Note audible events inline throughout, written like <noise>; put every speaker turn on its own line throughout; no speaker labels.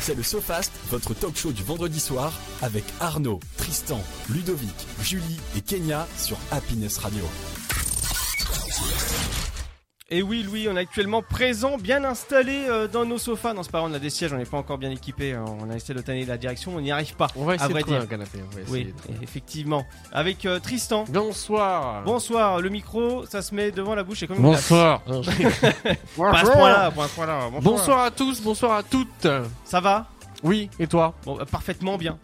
C'est le SoFast, votre talk show du vendredi soir avec Arnaud, Tristan, Ludovic, Julie et Kenya sur Happiness Radio.
Et oui, Louis, on est actuellement présent, bien installé euh, dans nos sofas. Non, c'est pas vrai, on a des sièges, on n'est pas encore bien équipés. hein. On a essayé de tanner la direction, on n'y arrive pas.
On va
à
essayer de
vrai
trouver
dire.
un canapé. on va essayer
Oui,
de trouver.
effectivement. Avec euh, Tristan.
Bonsoir.
Bonsoir, le micro, ça se met devant la bouche et comme <laughs>
Bonsoir.
Pas à ce point-là, pas à ce point-là. Bonsoir.
Bonsoir à tous, bonsoir à toutes.
Ça va
Oui, et toi
Bon, bah, parfaitement bien.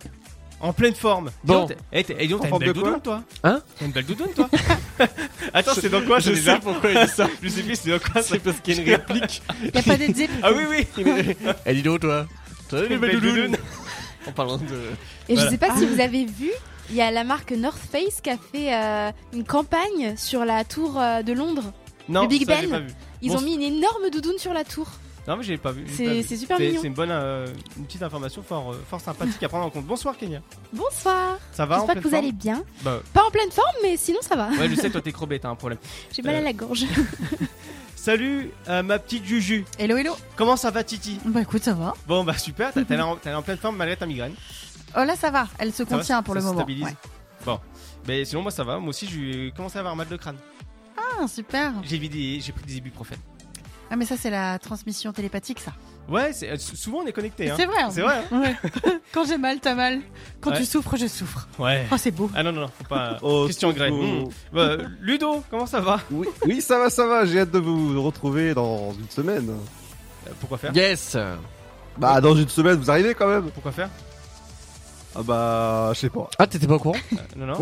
En pleine forme.
Bon.
Dis donc, t'es- eh, t'es- eh, dis donc,
En
t'as une
forme
belle
de quoi
doudoune, toi
Hein
T'as une belle doudoune, toi <laughs> Attends, c'est dans quoi ça, déjà
pourquoi il dit ça.
Je sais plus, c'est dans quoi ça
C'est
<laughs>
parce qu'il y a une réplique.
Y'a pas de zip
Ah oui, oui
Eh, dis donc, toi. Salut les
Une belle
belles doudounes.
doudoune.
<laughs> En parlant de.
Et
Voilà. Ah
je sais pas si vous avez vu, il y a la marque North Face qui a fait euh, une campagne sur la tour euh, de Londres.
Non,
Le Big
ça, j'ai
Ben.
pas vu.
Ils
Bon,
ont mis une énorme doudoune sur la tour.
Non, mais j'ai pas vu. j'ai pas
C'est
vu.
c'est super
C'est
mignon.
c'est une bonne, euh, une petite information fort, euh, fort sympathique à prendre en compte. Bonsoir Kenya.
Bonsoir.
Ça va en
J'espère
pleine
que vous
forme
allez bien.
Bah,
Pas en pleine forme, mais sinon ça va.
ouais, je sais, toi t'es crobé, t'as un problème.
J'ai mal
Euh.
à la gorge. <laughs>
Salut euh, ma petite Juju.
Hello, hello.
Comment ça va Titi
Bah écoute, ça va.
Bon bah super, t'as- t'as l'air en, t'as l'air en pleine forme malgré ta migraine.
Oh là, ça va. Elle
Ça
se
va
contient pour
Ça
le
se
moment.
stabilise
Ouais.
Bon. Mais sinon moi ça va, moi aussi j'ai commencé à avoir mal de crâne.
Ah, super.
J'ai vu des- j'ai pris des ibuprofènes.
Ah, mais ça, c'est la transmission télépathique, ça.
Ouais, c'est- euh, sou- souvent on est connecté hein.
C'est vrai. hein.
C'est vrai. hein.
Ouais. <laughs> Quand j'ai mal, t'as mal. Quand
Ouais.
tu souffres, je souffre.
ouais.
Oh, c'est beau.
Ah non non non, faut pas Christian Grey. Mmh. Bah, Ludo, comment ça va
Oh, Oui, oui, ça va, ça va, j'ai hâte de vous retrouver dans une semaine.
Euh, Pourquoi faire
Yes.
Bah, dans une semaine, vous arrivez quand même
Pourquoi faire
Ah bah, je sais pas.
Ah, t'étais pas au courant
Euh, Non <laughs> non.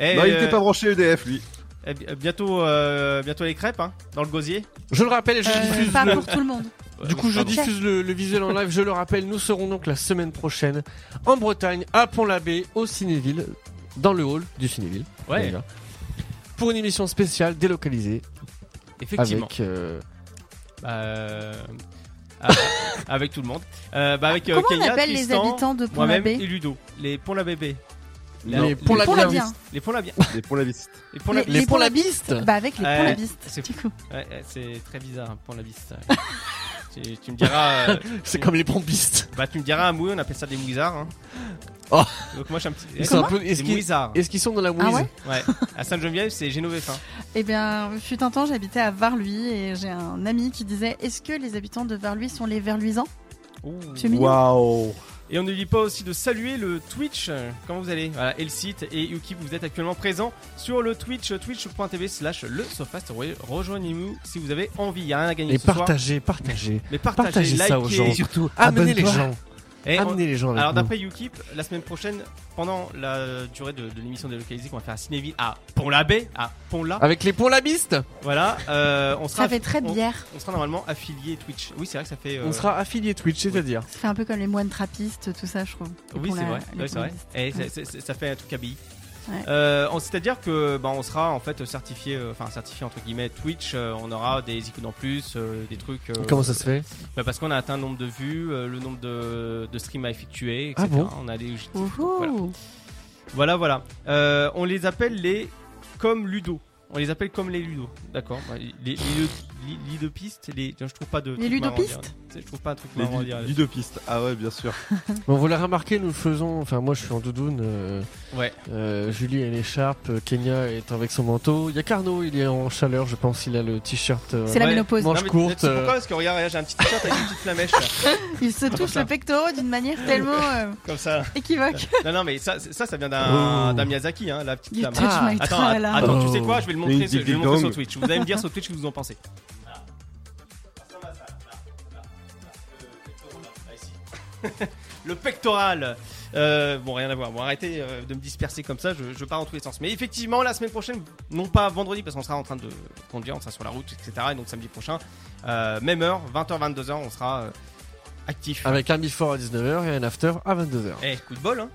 Eh,
Non, il était
euh,
pas branché EDF, lui.
Eh bi- euh, bientôt, euh, bientôt les crêpes, hein, dans le gosier.
Je le rappelle, je
Euh,
diffuse
pas
le-
pour tout
<laughs>
le monde.
Du coup, je
Pardon.
diffuse le, le visuel en live. Je le rappelle, nous serons donc la semaine prochaine en Bretagne, à Pont-l'Abbé, au Cinéville, dans le hall du Cinéville.
Ouais.
d'ailleurs, Pour une émission spéciale délocalisée
Effectivement.
avec euh,
Bah, <laughs> euh, ah, avec tout le monde. Euh, bah, avec euh,
Comment
Kenya,
on appelle les
Tristan,
habitants de pont
Moi-même
abbé
et Ludo. Les ponts la bébé.
Non,
les Pont-l'Abbé.
Pont l'Abbé.
Les ponts la bien.
les ponts la viste.
Les ponts la
<laughs>
les,
Les- Pont
Pont-Labistes.
Bah, avec les
Euh,
pont labistes,
c'est-
du coup.
Ouais, ouais, c'est très bizarre, hein, pont la biste.
<laughs>
tu, tu me diras. euh,
C'est comme les pompistes.
bah, tu me diras un mouille, on appelle ça des mouizards. hein.
Oh.
Donc, moi, je suis un petit.
Ils sont un
Comment
peu- est-ce
Des
qu'ils-
mouizards.
Est-ce qu'ils sont dans la mouise
Ah ouais
Ouais. À Sainte-Geneviève, c'est hein. Génovais fin.
Eh bien, fut un temps, j'habitais à Varluy et j'ai un ami qui disait Est-ce que les habitants de Varluy sont les Verluisans C'est mignon.
Waouh
Et on n'oublie pas aussi de saluer le Twitch. euh, Comment vous allez Voilà, et le site et Yuki, vous êtes actuellement présents sur le Twitch, twitch.tv slash le Sofast. Re- Rejoignez-nous si vous avez envie. Il n'y a rien à gagner
Et
ce soir.
partagez, partagez.
Mais partagez,
Partagez
likez.
ça aux gens. Ah,
surtout,
Amenez les gens.
Et on-
Amenez les gens avec
Alors
nous.
d'après Ukip, la semaine prochaine, pendant la durée de, de l'émission délocalisée qu'on va faire à Cinéville à Pont-l'Abbé, à Pont-la,
Avec les Pont-Labistes,
voilà, euh, on sera
Ça fait très
on-
bière.
On, sera normalement affilié Twitch. Oui, c'est vrai que ça fait. euh,
on sera affilié Twitch, c'est-à-dire.
Ça fait un peu comme les moines trappistes, tout ça, je trouve. Les
Oui,
Pont
c'est
la-
vrai.
les
Ouais, c'est vrai.
Pont labistes.
Et
Ouais.
c'est- c'est- ça fait un truc à billes.
Ouais.
Euh, en- C'est-à-dire que bah, on sera en fait certifié, euh, enfin certifié entre guillemets Twitch. euh, on aura des icônes en plus, euh, des trucs. euh,
Comment ça se fait
bah, Parce qu'on a atteint le nombre de vues, euh, le nombre de, de streams à effectuer, etc.
Ah bon
on a des objectifs.
Ouhou.
Voilà. Voilà, voilà. Euh, on les appelle les comme Ludo. On les appelle comme les Ludo. D'accord. Bah, les les lud- li- ludopistes, les. Je trouve pas de.
Les
truc marrant à dire.
ludopistes
Je trouve pas un truc
Les
marrant à
du,
dire.
du deux pistes. Ah ouais, bien sûr.
Euh, Bon, vous l'avez remarqué, nous faisons. Enfin, moi, je suis en doudoune. euh,
Ouais.
euh, Julie elle est écharpe. euh, Kenya est avec son manteau. Il y a Carnot, il est en chaleur, je pense. Il a le t-shirt. euh,
C'est la
Ouais.
ménopause.
Manche
mais
courte,
c'est Pourquoi
euh.
Parce que regarde, regarde, j'ai un petit t-shirt avec une petite flamèche. là.
Il se touche le pectoral d'une manière
<laughs>
tellement euh,
Comme ça.
équivoque.
Non, non, mais ça, ça, ça vient d'un
Oh.
d'un Miyazaki, hein, la petite
You
flamme.
touch
Ah,
my
Attends,
tra-
att-
là.
attends,
Oh.
tu sais quoi Je vais le montrer,
Ding,
je vais
ding,
le montrer
dong.
sur Twitch. Vous allez me dire sur Twitch ce que vous en
<laughs>
pensez. Le pectoral. Euh, bon, rien à voir. Bon, arrêtez euh, de me disperser comme ça. Je, je pars dans tous les sens. Mais effectivement, la semaine prochaine, non pas vendredi, parce qu'on sera en train de conduire, on sera sur la route, etc. Et donc samedi prochain, euh, même heure, 20h, 22h, on sera euh, actif.
Avec un before à 19h et un after à 22h.
Eh, coup de bol, hein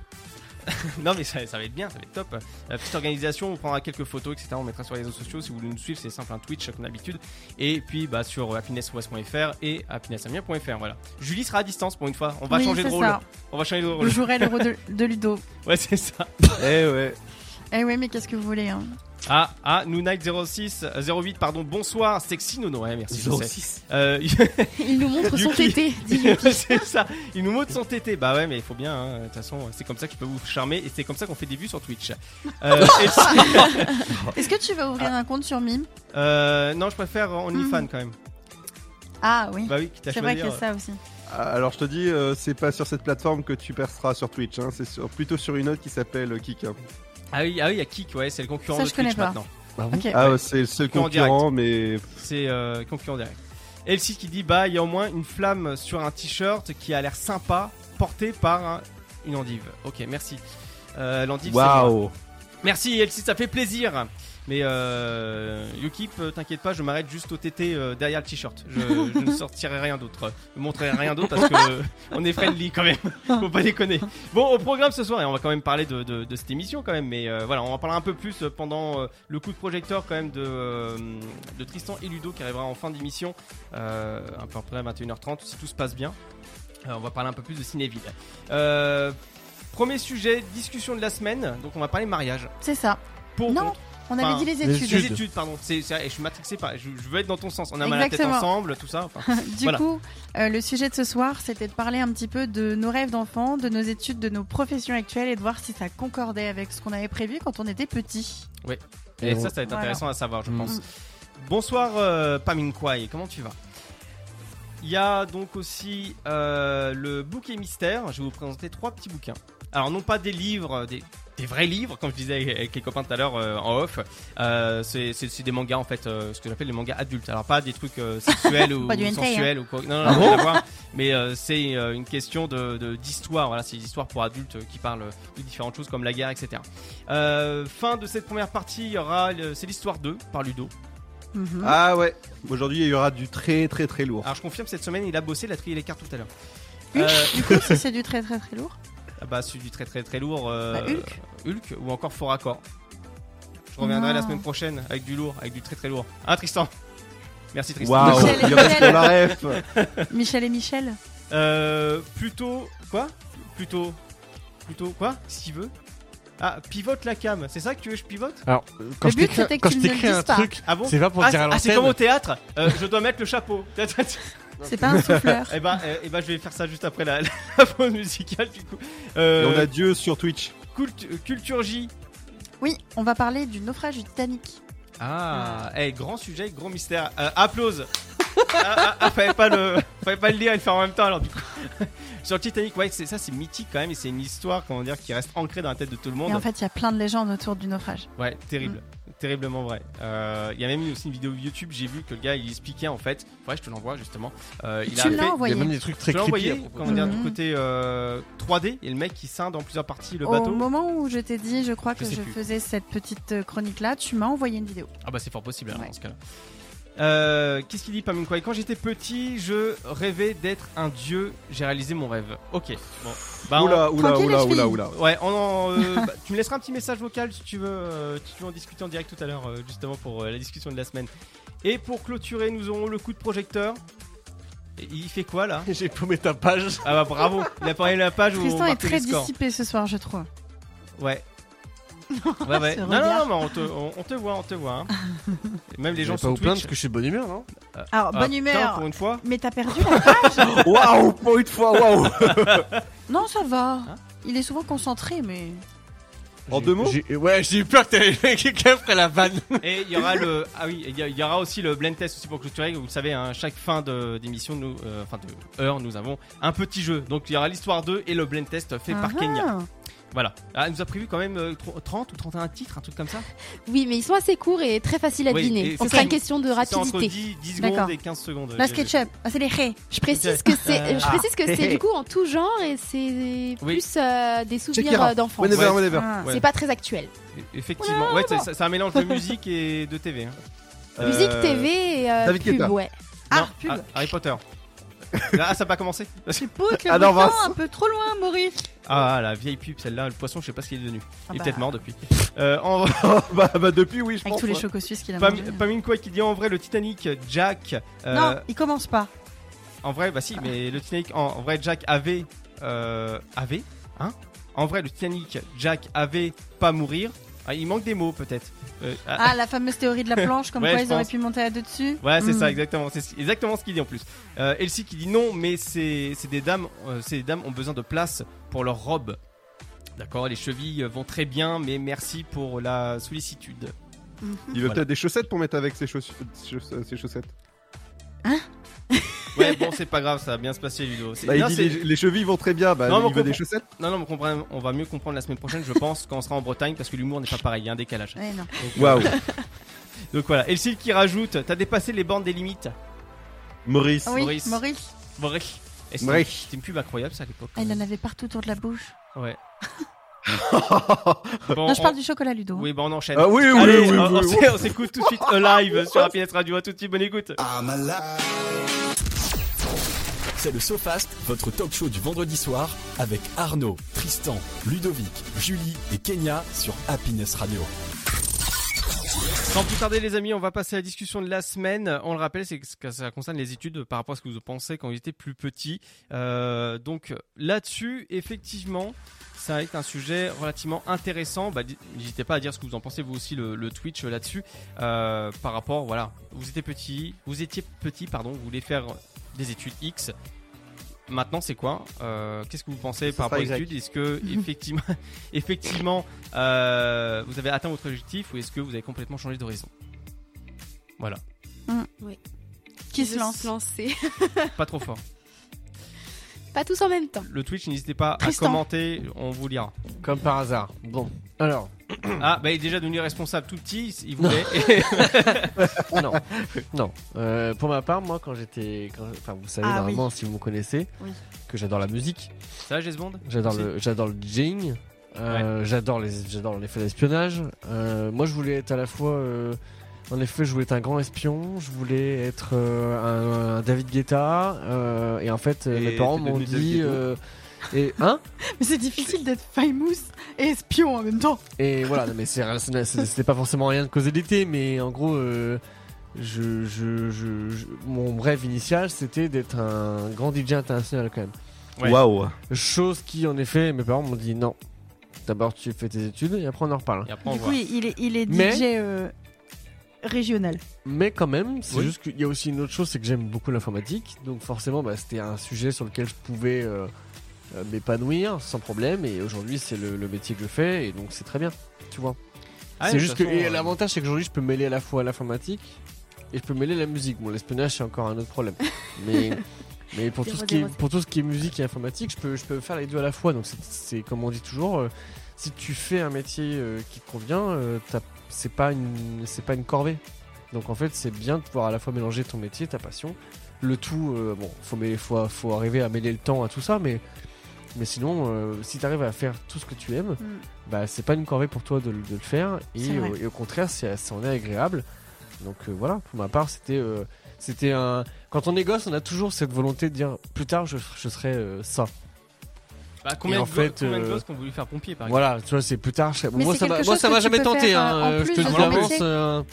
<laughs> Non, mais ça, ça va être bien, ça va être top. La petite organisation, on prendra quelques photos, etc. On mettra sur les réseaux sociaux. Si vous voulez nous suivre, c'est simple, un Twitch comme d'habitude. Et puis, bah, sur happinessouest.fr et happinessamiens.fr. Voilà. Julie sera à distance pour une fois. On va
Oui,
changer de
c'est
rôle.
ça. <laughs>
<laughs> On va changer de
Je
rôle.
jouerai l'euro de, de Ludo.
Ouais, c'est ça.
eh ouais.
Eh oui, mais qu'est-ce que vous voulez hein
Ah, ah, Noonite 06, euh, 08, pardon, bonsoir, sexy Nono. Ouais, merci, je sais.
06.
Euh, <laughs>
Il nous montre son
Yuki.
tété. dit Yuki.
c'est ça, il nous montre son tété. Bah ouais, mais il faut bien, hein. de toute façon, c'est comme ça que je peux vous charmer et c'est comme ça qu'on fait des vues sur Twitch. Euh, et si-
Est-ce que tu vas ouvrir
Ah.
un compte sur Mime
euh, non, je préfère OnlyFans quand même.
Ah oui.
Bah oui, quitte à
Mhm. C'est vrai
choisir.
qu'il y a ça aussi.
Alors je te dis, euh, c'est pas sur cette plateforme que tu perceras sur Twitch, hein, c'est sur- plutôt sur une autre qui s'appelle Kik. hein.
Ah oui, ah oui, il y a Kik, ouais, c'est le concurrent
Ça,
de
je connais
Twitch
pas.
maintenant.
Bah,
Ok.
Ah, ouais, c'est le seul
Concurrent
concurrent, mais
C'est euh, concurrent direct. Elsie qui dit bah il y a au moins une flamme sur un t-shirt qui a l'air sympa porté par un- une endive. Ok merci. Euh, L'endive. c'est moi.
waouh.
Merci Elsie ça fait plaisir. Mais euh, Yukip euh, t'inquiète pas je m'arrête juste au TT euh, derrière le t-shirt. Je, je ne sortirai rien d'autre. Je montrerai rien d'autre parce que euh, on est friendly quand même. <laughs> Faut pas déconner. Bon au programme ce soir et on va quand même parler de, de- de cette émission quand même. Mais euh, voilà on en parlera un peu plus euh, pendant euh, le coup de projecteur quand même de, euh, de Tristan et Ludo qui arrivera en fin d'émission, euh, un peu après 21h30 si tout se passe bien. Euh, on va parler un peu plus de Cinéville. Euh, premier sujet, discussion de la semaine. Donc on va parler mariage.
C'est ça.
Pour
Non,
contre-
on avait
Enfin,
dit les
les
études.
les études, <laughs> pardon. C'est, c'est- eh, je suis matrixé par. Je, je veux être dans ton sens. On a mal à la tête
Exactement.
ensemble, tout ça. enfin.
<laughs> Du
Voilà.
coup, euh, le sujet de ce soir, c'était de parler un petit peu de nos rêves d'enfants, de nos études, de nos professions actuelles et de voir si ça concordait avec ce qu'on avait prévu quand on était petit.
et
Et
ça, ça va être
Voilà.
intéressant à savoir, je
Mm.
pense. Bonsoir, euh, Pamin Kwai. Comment tu vas Il y a donc aussi euh, le bouquet mystère. Je vais vous présenter trois petits bouquins. Alors non pas des livres, des, des vrais livres, comme je disais avec- avec les copains tout à l'heure euh, en off. Euh, c'est- c'est c'est des mangas en fait, euh, ce que j'appelle les mangas adultes. Alors pas des trucs euh,
<laughs>
sexuels ou,
Pas du hentai, hein. Ah
sensuels ou quoi. Non, non, rien à voir. Mais euh, c'est euh, une question de de- d'histoire. Voilà, c'est des histoires pour adultes euh, qui parlent de différentes choses comme la guerre, etc. Euh, fin de cette première partie, il y aura le- c'est l'histoire 2 par Ludo. Mm-hmm.
Mhm.
Ah ouais, aujourd'hui il y aura du très très très lourd.
Alors je confirme cette semaine, il a bossé, il a trié les cartes tout à l'heure.
Hulk,
Euh,
du coup, si c'est du très très très lourd.
Ah bah celui du très très très lourd euh,
Bah, Hulk.
Hulk ou encore Fort Accord. Je reviendrai
Non.
la semaine prochaine avec du lourd, avec du très très lourd. Hein Tristan Merci Tristan.
Waouh,
Michel,
il y en a
Michel.
pour la ref.
Michel et Michel.
Euh, plutôt quoi Plutôt plutôt quoi S'il veut Ah, pivote la cam, c'est ça que tu veux que je pivote
Alors, quand
Le
je
but,
t'écris-
c'était que
quand
tu
je
ne le
t'écris un
dises pas.
truc,
Ah bon
c'est pas pour
Ah,
le dire à
ah, c'est comme
l'antenne.
au théâtre, euh, je dois mettre le chapeau. <laughs>
C'est pas un souffleur.
et bah, et bah, je vais faire ça juste après la, <laughs> la pause musicale du coup.
Et
Euh,
on a Dieu sur Twitch.
Cultu- euh, Culture J.
Oui, on va parler du naufrage du Titanic.
Ah, eh, grand sujet, grand mystère. Euh, applause. ah, ah, ah, fallait pas le, fallait pas le lire et le faire en même temps alors du coup. <laughs> Sur le Titanic, ouais, c'est ça, c'est mythique quand même et c'est une histoire, comment dire, qui reste ancrée dans la tête de tout le monde.
Et en fait, il y a plein de légendes autour du naufrage.
Ouais, terrible. Terriblement vrai. Euh, Il y a même eu aussi une vidéo YouTube, j'ai vu que le gars il expliquait en fait. Ouais, je te l'envoie justement. Euh, il
tu
a fait.
l'as
Il y
envoyé
a même des trucs
Je
très
l'ai
creepy à
envoyé,
propos.
comment dire, du
Mhm.
côté euh, 3D et le mec qui scinde en plusieurs parties le
au
bateau.
moment où je t'ai dit, je crois
Je
que
sais
je
plus.
faisais cette petite euh, chronique-là, tu m'as envoyé une vidéo.
Ah bah c'est fort possible alors,
Ouais.
dans ce cas-là. Euh, Qu'est-ce qu'il dit Pamin Kwai Quand j'étais petit, je rêvais d'être un dieu. J'ai réalisé mon rêve. Ok. Bon. Bah, on-
Oula, oula,
tranquille,
oula,
les filles.
<laughs>
oula, oula.
ouais. On en, euh, <laughs> bah, tu me laisseras un petit message vocal si tu veux. euh, si tu veux en discuter en direct tout à l'heure, euh, justement pour euh, la discussion de la semaine. Et pour clôturer, nous aurons le coup de projecteur. Et il fait quoi là
J'ai paumé ta page.
Ah bah bravo. Il a parlé de la page où on
Tristan est
marquait
très
les scores.
dissipé ce soir, je trouve. <laughs>
Ouais. Ouais, ouais.
Ce
Non, non,
regard.
non, mais on te, on, on te voit, on te
<laughs>
voit. hein. Et Même les gens
J'ai pas
sur
vous plaindre
Twitch.
parce que je suis de bonne humeur, hein. non
Alors,
Ah,
bonne
putain,
humeur.
pour une fois.
Mais t'as perdu la page
Waouh, pour une fois, waouh.
<laughs> Non, ça va.
Hein
il est souvent concentré, mais.
En
J'ai-
deux mots
j'ai- Ouais, j'ai eu peur que t'avais quelqu'un ferait la vanne.
Et il y aura le ah oui il y, a- il y aura aussi le blend test aussi pour clôturer vous le savez hein, chaque fin de- d'émission nous euh, enfin de heure nous avons un petit jeu donc il y aura l'histoire 2 et le blend test fait par
Ah,
Kenya
ah.
voilà Ah, elle nous a prévu quand même euh, tro- 30 ou 31 titres un truc comme ça
Oui, mais ils sont assez courts et très faciles à
Oui,
deviner.
et
On
c'est
sera
ça,
une question de
c'est entre
rapidité.
10, 10
D'accord.
secondes et 15 secondes
La
J'ai- j'ai-
SketchUp, ah, c'est les ré.
Je précise que
Euh,
c'est, je
ah.
précise que
<laughs>
c'est du coup en tout genre et c'est plus euh, des souvenirs
Shakira.
euh, d'enfance.
Whenever,
Ouais.
whenever.
Ah.
Ouais.
C'est pas très actuel.
e-, effectivement ouais c'est- c'est c'est un mélange de musique et de TV hein.
Musique,
Euh,
TV et euh,
David
pub,
Guetta.
ouais.
Ah,
non,
pub.
Ha- Harry Potter ah ça n'a pas commencé
Tu
<laughs>
potes le
Ah, non,
bouton
Vincent.
un peu trop loin, Maurice.
ah la vieille pub celle-là le poisson je sais pas ce qu'il est devenu
Ah
il est
bah,
peut-être mort depuis euh, en-
<laughs> bah, bah, depuis, oui, je
Avec
pense.
tous les
ouais.
chocos suisses qu'il a
Pam-
mangés.
Pamine quoi qui dit en vrai le Titanic, Jack. euh,
Non, il commence pas.
En vrai, bah si, mais le Titanic, en, en vrai, Jack avait, euh, avait, hein En vrai, le Titanic, Jack avait pas mourir. Ah, il manque des mots peut-être. Euh, ah,
Ah, la fameuse théorie de la planche, comme
Ouais,
quoi
je
ils auraient
pense.
pu monter à deux dessus.
Ouais, c'est
Hmm.
ça, exactement. C'est ce- exactement ce qu'il dit en plus. Euh, Elsie qui dit non, mais c'est c'est des dames, euh, ces dames ont besoin de place pour leurs robes. D'accord, les chevilles vont très bien, mais merci pour la sollicitude.
Il veut
Voilà.
peut-être des chaussettes pour mettre avec ses, chaussu- chauss- euh, ses chaussettes.
Ouais, bon, c'est pas grave, ça va bien se passer, Ludo. C'est-
Bah, il
non,
dit
c'est-
les, les chevilles vont très bien, bah,
Non, mais on
il veut des
comprend.
chaussettes.
non, non, mais on, comprend- on va mieux comprendre la semaine prochaine, je pense, quand on sera en Bretagne, parce que l'humour n'est pas pareil, il y a un décalage.
Ouais, Eh non.
Donc,
Waouh,
donc voilà, Elsie qui rajoute T'as dépassé les bornes des limites.
Maurice.
Ah oui,
Maurice.
Maurice.
Vrai. Et c'est-
Vrai.
C'était une pub incroyable, ça, à l'époque.
Ah, il en avait partout autour de la bouche.
Ouais.
<laughs>
Bon,
Non, je parle
on-
du chocolat, Ludo. hein,
Oui, bah on enchaîne.
Ah oui, oui,
Allez,
oui, oui,
on, on
oui.
s'é- on s'écoute tout de
<laughs>
suite live sur la pièce radio. À tout de suite, bonne écoute.
C'est le SoFast, votre talk show du vendredi soir avec Arnaud, Tristan, Ludovic, Julie et Kenya sur Happiness Radio.
Sans plus tarder, les amis, on va passer à la discussion de la semaine. On le rappelle, c'est que ça concerne les études par rapport à ce que vous pensez quand vous étiez plus petit. Euh, donc là-dessus, effectivement. Ça va être un sujet relativement intéressant. Bah, di- N'hésitez pas à dire ce que vous en pensez, vous aussi, le, le Twitch euh, là-dessus. Euh, par rapport, voilà, vous étiez petit, vous étiez petit, pardon, vous voulez faire des études X. Maintenant, c'est quoi Euh, Qu'est-ce que vous pensez
Ça
par rapport aux
sera Y.
études Est-ce que effectivement, effectivement, euh, vous avez atteint votre objectif ou est-ce que vous avez complètement changé d'horizon Voilà,
Qui se lance
lancer.
pas trop fort.
Pas tous en même temps.
Le Twitch, n'hésitez pas à
Tristan.
commenter, on vous lira.
Comme par hasard. Bon, alors,
Ah, bah il est déjà devenu responsable tout petit, il voulait.
<laughs> non, non. Euh, pour ma part, moi, quand j'étais, quand- enfin, vous savez
Ah oui.
normalement si vous me connaissez,
Oui.
que j'adore la musique,
Ça, va, James Bond
j'adore
Si.
le, j'adore le DJing, euh, j'adore les, j'adore les faits d'espionnage. Euh, moi, je voulais être à la fois, euh, en effet, je voulais être un grand espion, je voulais être euh, un, un David Guetta, euh, et en fait, euh,
Et
mes parents
t'es
m'ont
devenu David
dit,
Guetta.
euh, et hein.
Mais c'est difficile d'être famous et espion en même temps.
Et voilà, non, mais c'est- c'est- c'est- c'était pas forcément rien de causalité, mais en gros, euh, je, je- je- je- mon rêve initial, c'était d'être un grand DJ international quand même.
Ouais.
Waouh.
Chose qui, en effet, mes parents m'ont dit non. D'abord, tu fais tes études et après, on en reparle.
Et après, on
du
voit.
coup, il est, il est DJ
Mais-
euh, régional.
Mais quand même, c'est
Oui.
juste qu'il y a aussi une autre chose, c'est que j'aime beaucoup l'informatique. Donc forcément, bah, c'était un sujet sur lequel je pouvais euh, euh, m'épanouir sans problème. Et aujourd'hui, c'est le, le métier que je fais. Et donc, c'est très bien, tu vois.
Ah,
c'est
de
juste que
toute façon,
et
euh,
l'avantage, c'est qu'aujourd'hui, je peux mêler à la fois l'informatique et je peux mêler la musique. Bon, l'espionnage, c'est encore un
<laughs>
autre problème. Mais, mais pour, tout
Zéro,
ce qui est,
zéro.
pour tout ce qui est musique et informatique, je peux, je peux faire les deux à la fois. Donc, c'est- c'est comme on dit toujours, euh, si tu fais un métier euh, qui te convient, euh, t'as- c'est pas, une- c'est pas une corvée. Donc en fait, c'est bien de pouvoir à la fois mélanger ton métier, ta passion, le tout. euh, bon, faut, mêler- faut, faut arriver à mêler le temps à tout ça, mais, mais sinon, euh, si tu arrives à faire tout ce que tu aimes, bah c'est pas une corvée pour toi de, le- de le faire,
Mm. C'est
et,
vrai.
euh, et au contraire, c'est c'en est agréable. Donc euh, voilà, pour ma part, c'était euh, c'était un. Quand on est gosse, on a toujours cette volonté de dire plus tard, je, je serai euh, ça.
bah, combien,
et en
de, go-
fait,
combien de
euh,
gosses qui ont voulu faire pompier par exemple
Voilà, tu vois, c'est plus tard. je-
Mais
Moi,
c'est
ça m'a-
quelque
moi,
chose
ça
que
m'a
tu
jamais
peux faire,
tenté.
euh,
hein,
en
euh, je
plus
te le
de
dis
ton
d'avance.
métier.
euh,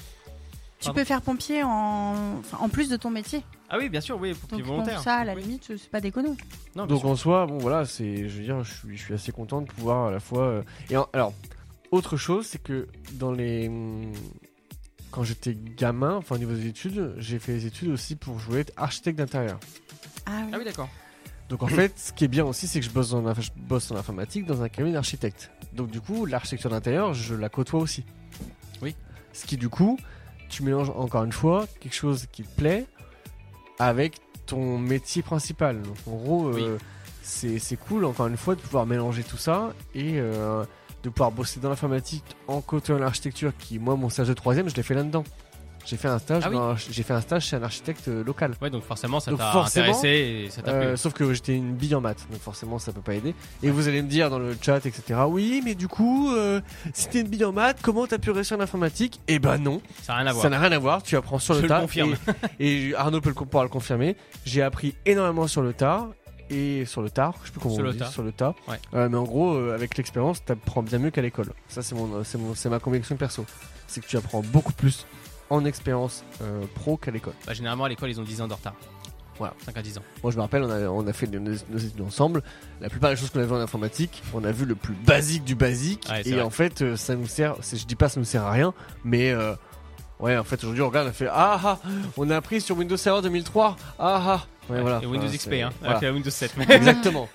Tu peux faire pompier en, enfin, en plus de ton métier.
Ah oui, bien sûr, oui, pour
Donc
pompier
bon,
volontaire.
ça, à la
Oui.
limite, c'est pas déconnant.
Non, bien
Donc
sûr.
en soi, bon voilà, c'est, je veux dire, je suis, je suis assez content de pouvoir à la fois. euh, et en- alors, autre chose, c'est que dans les, hum, quand j'étais gamin, enfin au niveau des études, j'ai fait des études aussi pour jouer être architecte d'intérieur.
Ah oui.
Ah oui, d'accord.
Donc en fait, ce qui est bien aussi, c'est que je bosse, en, inf- je bosse en informatique dans un cabinet d'architecte. Donc du coup, l'architecture d'intérieur, je la côtoie aussi.
Oui.
Ce qui du coup, tu mélanges encore une fois quelque chose qui te plaît avec ton métier principal. Donc en gros, euh, c'est c'est cool encore une fois de pouvoir mélanger tout ça et euh, de pouvoir bosser dans l'informatique en côtoyant l'architecture qui, moi, mon stage de troisième, je l'ai fait là-dedans. J'ai fait, un stage
Ah oui.
dans un- j'ai fait un stage chez un architecte euh, local.
Ouais, donc forcément, ça
Donc
t'a
forcément,
intéressé et ça t'a plu.
Euh, sauf que j'étais une bille en maths, donc forcément ça peut pas aider. Et vous allez me dire dans le chat, etc. Oui, mais du coup, euh, si t'es une bille en maths, comment t'as pu réussir en informatique Eh ben non,
Ça n'a rien à voir.
ça n'a rien à voir. Tu apprends sur
Je
le
le
tas.
confirme.
Et,
<laughs>
et Arnaud peut le, pourra le confirmer. J'ai appris énormément sur le tas et sur le tard, je sais plus comment
Sur
on
le
dit,
tas.
sur le tas.
Ouais.
Euh, mais en gros, euh, avec l'expérience, t'apprends bien mieux qu'à l'école. Ça, c'est mon, c'est mon, c'est ma conviction perso. C'est que tu apprends beaucoup plus en expérience euh, pro qu'à l'école.
Bah, généralement, à l'école, ils ont 10 ans de retard.
Voilà.
5 à 10 ans.
Moi, je me rappelle, on a, on a fait nos, nos études ensemble. La plupart des choses qu'on avait en informatique, on a vu le plus basique du basique.
Ouais, c'est
et
vrai.
en fait, euh, ça nous sert. c'est- Je dis pas ça nous sert à rien, mais euh, ouais, en fait, aujourd'hui, on regarde, on a fait ah ah, on a appris sur Windows Server 2003. Ah ah. Ouais, voilà.
Et Windows
Enfin,
XP,
c'est-
hein,
voilà.
avec la Windows 7.
<laughs> Exactement.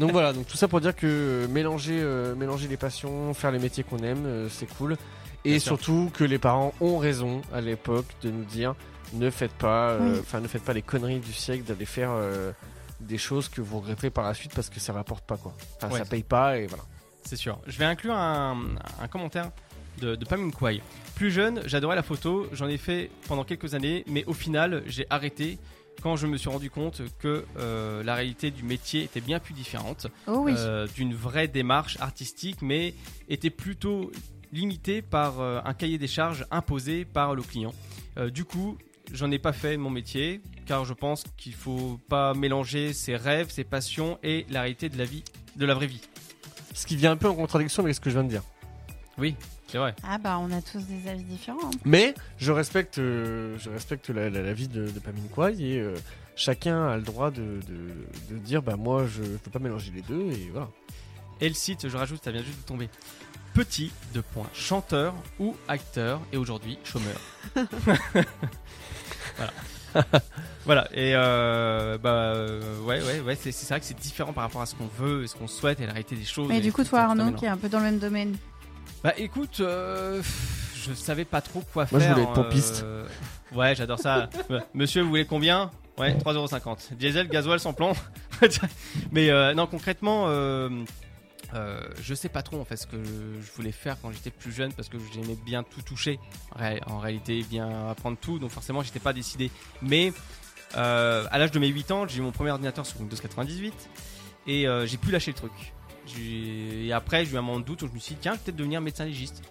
donc voilà, donc tout ça pour dire que euh, mélanger, euh, mélanger les passions, faire les métiers qu'on aime, euh, c'est cool. Et
Bien sûr.
surtout que les parents ont raison à l'époque de nous dire ne faites pas, euh,
Oui.
enfin ne faites pas les conneries du siècle d'aller faire euh, des choses que vous regrettez par la suite parce que ça rapporte pas quoi. Enfin
Ouais.
ça paye pas et voilà.
C'est sûr. Je vais inclure un, un commentaire de, de Pam Inquai. Plus jeune, j'adorais la photo, j'en ai fait pendant quelques années, mais au final, j'ai arrêté quand je me suis rendu compte que euh, la réalité du métier était bien plus différente,
Oh oui.
euh, d'une vraie démarche artistique, mais était plutôt limitée par euh, un cahier des charges imposé par le client. Euh, du coup, j'en ai pas fait mon métier, car je pense qu'il faut pas mélanger ses rêves, ses passions et la réalité de la vie, de la vraie vie.
Ce qui vient un peu en contradiction avec ce que je viens de dire.
Oui, c'est vrai.
Ah bah on a tous des avis différents. hein.
Mais je respecte, euh, je respecte la, la- la vie de, de Pamine Kwai et euh, chacun a le droit de, de- de dire bah moi je, je peux pas mélanger les deux et voilà.
Et le site, je rajoute, ça vient juste de tomber. Petit, de point, chanteur ou acteur, et aujourd'hui
<laughs>
chômeur. voilà. voilà, et euh, bah euh, ouais, ouais, ouais, c'est c'est vrai que c'est différent par rapport à ce qu'on veut, et ce qu'on souhaite et la réalité des choses.
Mais
Et
du coup,
c'est-
toi,
c'est
Arnaud,
mélange.
qui est un peu dans le même domaine.
Bah écoute, euh, pff, je savais pas trop quoi
Moi, je
faire.
voulais être pompiste.
euh, Ouais, j'adore
<laughs>
ça. Euh, Monsieur, vous voulez combien Ouais, 3,50€. Diesel, gasoil, sans plan. <laughs> Mais euh, non, concrètement, euh, euh, je sais pas trop en fait ce que je voulais faire quand j'étais plus jeune parce que j'aimais bien tout toucher. Ré- En réalité, bien apprendre tout. Donc forcément, j'étais pas décidé. Mais euh, à l'âge de mes 8 ans, j'ai eu mon premier ordinateur sur Windows 98 et euh, j'ai pu lâcher le truc. J'ai- Et après, j'ai eu un moment de doute où je me suis dit, tiens, je vais peut-être devenir médecin légiste.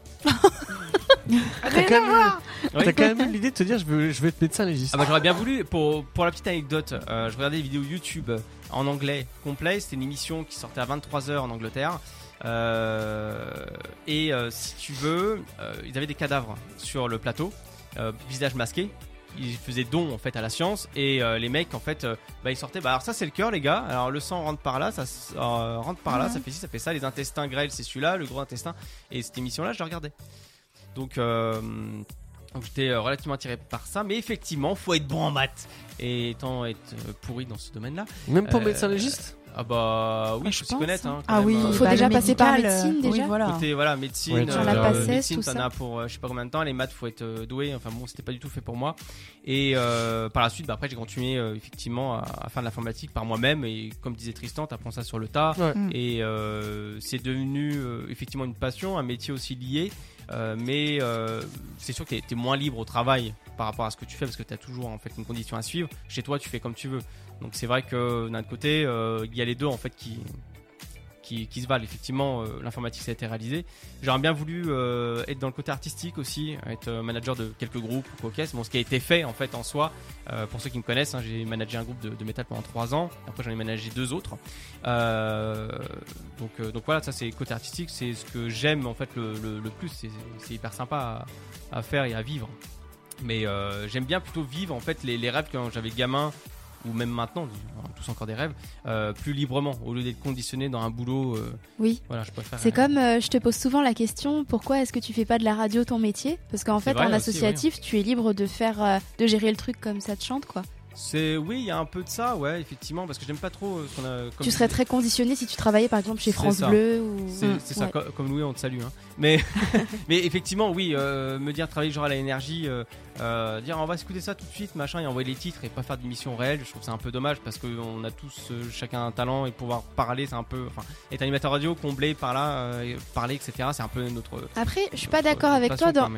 T'as quand, même,
Oui.
t'as quand même eu l'idée de te dire je veux, je veux être médecin légiste.
Ah bah j'aurais bien voulu, pour, pour la petite anecdote, euh, je regardais des vidéos YouTube euh, en anglais complet, c'était une émission qui sortait à 23h en Angleterre. Euh, et euh, si tu veux, euh, ils avaient des cadavres sur le plateau, euh, visage masqué. Ils faisaient don en fait à la science et euh, les mecs en fait euh, bah, ils sortaient bah alors ça c'est le cœur les gars alors le sang rentre par là ça s- euh, rentre par là
Mhm.
ça fait ci ça fait ça les intestins grêles c'est celui-là le gros intestin et cette émission là je la regardais donc euh, donc j'étais euh, relativement attiré par ça, mais effectivement, faut être bon en maths. Et étant être euh, pourri dans ce domaine-là,
Même pour
Euh,
médecin légiste
ah bah oui,
Ah,
je
je
faut s'y
pense,
connaître.
hein.
Hein, quand
Ah
même,
oui,
euh,
Faut déjà
le
passer par la
médical,
médecine,
euh, oui,
déjà.
voilà.
Côté voilà médecine, euh,
Ouais, tu
Faire la passesse,
médecine,
tout
t'en
ça.
as pour euh, je sais pas combien de temps. Les maths, faut être euh, doué. Enfin bon, c'était pas du tout fait pour moi. Et euh, par la suite, bah, après j'ai continué euh, effectivement à, à faire de l'informatique par moi-même. Et comme disait Tristan, t'apprends ça sur le tas.
Ouais.
Mm.
Et euh, c'est devenu euh, effectivement une passion, un métier aussi lié. Euh, mais euh, c'est sûr que t'es es moins libre au travail par rapport à ce que tu fais parce que t'as toujours en fait une condition à suivre. Chez toi, tu fais comme tu veux. Donc c'est vrai que d'un autre côté, euh, il y a les deux en fait qui qui, qui se valent. Effectivement, euh, l'informatique ça a été réalisé. J'aurais bien voulu euh, être dans le côté artistique aussi, être euh, manager de quelques groupes ou quoi qu'est-ce. Bon, ce qui a été fait en fait en soi, euh, pour ceux qui me connaissent, hein, j'ai managé un groupe de, de métal pendant trois ans. Après j'en ai managé deux autres. Euh, donc euh, donc voilà, ça c'est le côté artistique, c'est ce que j'aime en fait le, le- le plus. C'est- C'est hyper sympa à, à faire et à vivre. Mais euh, j'aime bien plutôt vivre en fait les, les rêves quand j'avais gamin ou même maintenant, on a tous encore des rêves, euh, plus librement au lieu d'être conditionné dans un boulot. euh,
Oui.
voilà, je préfère.
C'est comme, euh, je te pose souvent la question, pourquoi est-ce que tu fais pas de la radio ton métier Parce qu'en fait,
vrai
en
aussi,
associatif, tu es libre de faire, euh, de gérer le truc comme ça te chante, quoi.
C'est oui, il y a un peu de ça, ouais, effectivement, parce que j'aime pas trop euh, ce qu'on a. Comme
tu serais très conditionné si tu travaillais par exemple chez
C'est
France
ça.
Bleu ou.
C'est
Mm.
c'est ça,
Ouais.
co- comme Louis, on te salue. hein. Mais, <laughs> mais effectivement, oui, euh, me dire travailler genre à l'énergie, euh, euh, dire on va s'écouter ça tout de suite, machin, et envoyer les titres et pas faire d'émission réelle, je trouve ça un peu dommage parce qu'on a tous euh, chacun un talent et pouvoir parler, c'est un peu. Enfin, être animateur radio, combler par là, euh, parler, etc., c'est un peu notre.
Après, je suis pas d'accord avec toi dans,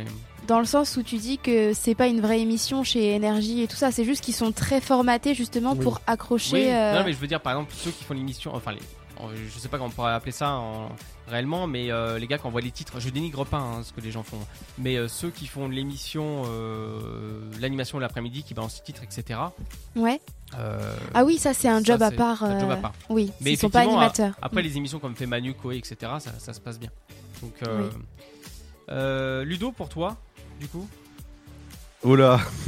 dans le sens où tu dis que c'est pas une vraie émission chez Énergie et tout ça, c'est juste qu'ils sont très formatés justement
Oui.
pour
Oui,
accrocher. euh,
non, mais je veux dire, par exemple, ceux qui font l'émission, enfin, les, en- je sais pas comment on pourrait appeler ça en- réellement, mais euh, les gars qui envoient les titres, je dénigre pas hein, ce que les gens font, mais euh, ceux qui font l'émission, euh, l'animation de l'après-midi, qui balancent les titres, etc.
ouais.
euh,
Ah oui, ça c'est un
ça,
job à
c'est
part.
un job à
euh,
part.
Oui,
Mais
ils sont pas
effectivement,
animateurs.
Après,
Mm.
les émissions comme fait Manu, Koé, etc., ça, ça se passe bien. Donc, euh, euh, Ludo, pour toi, du coup
Oh là <laughs>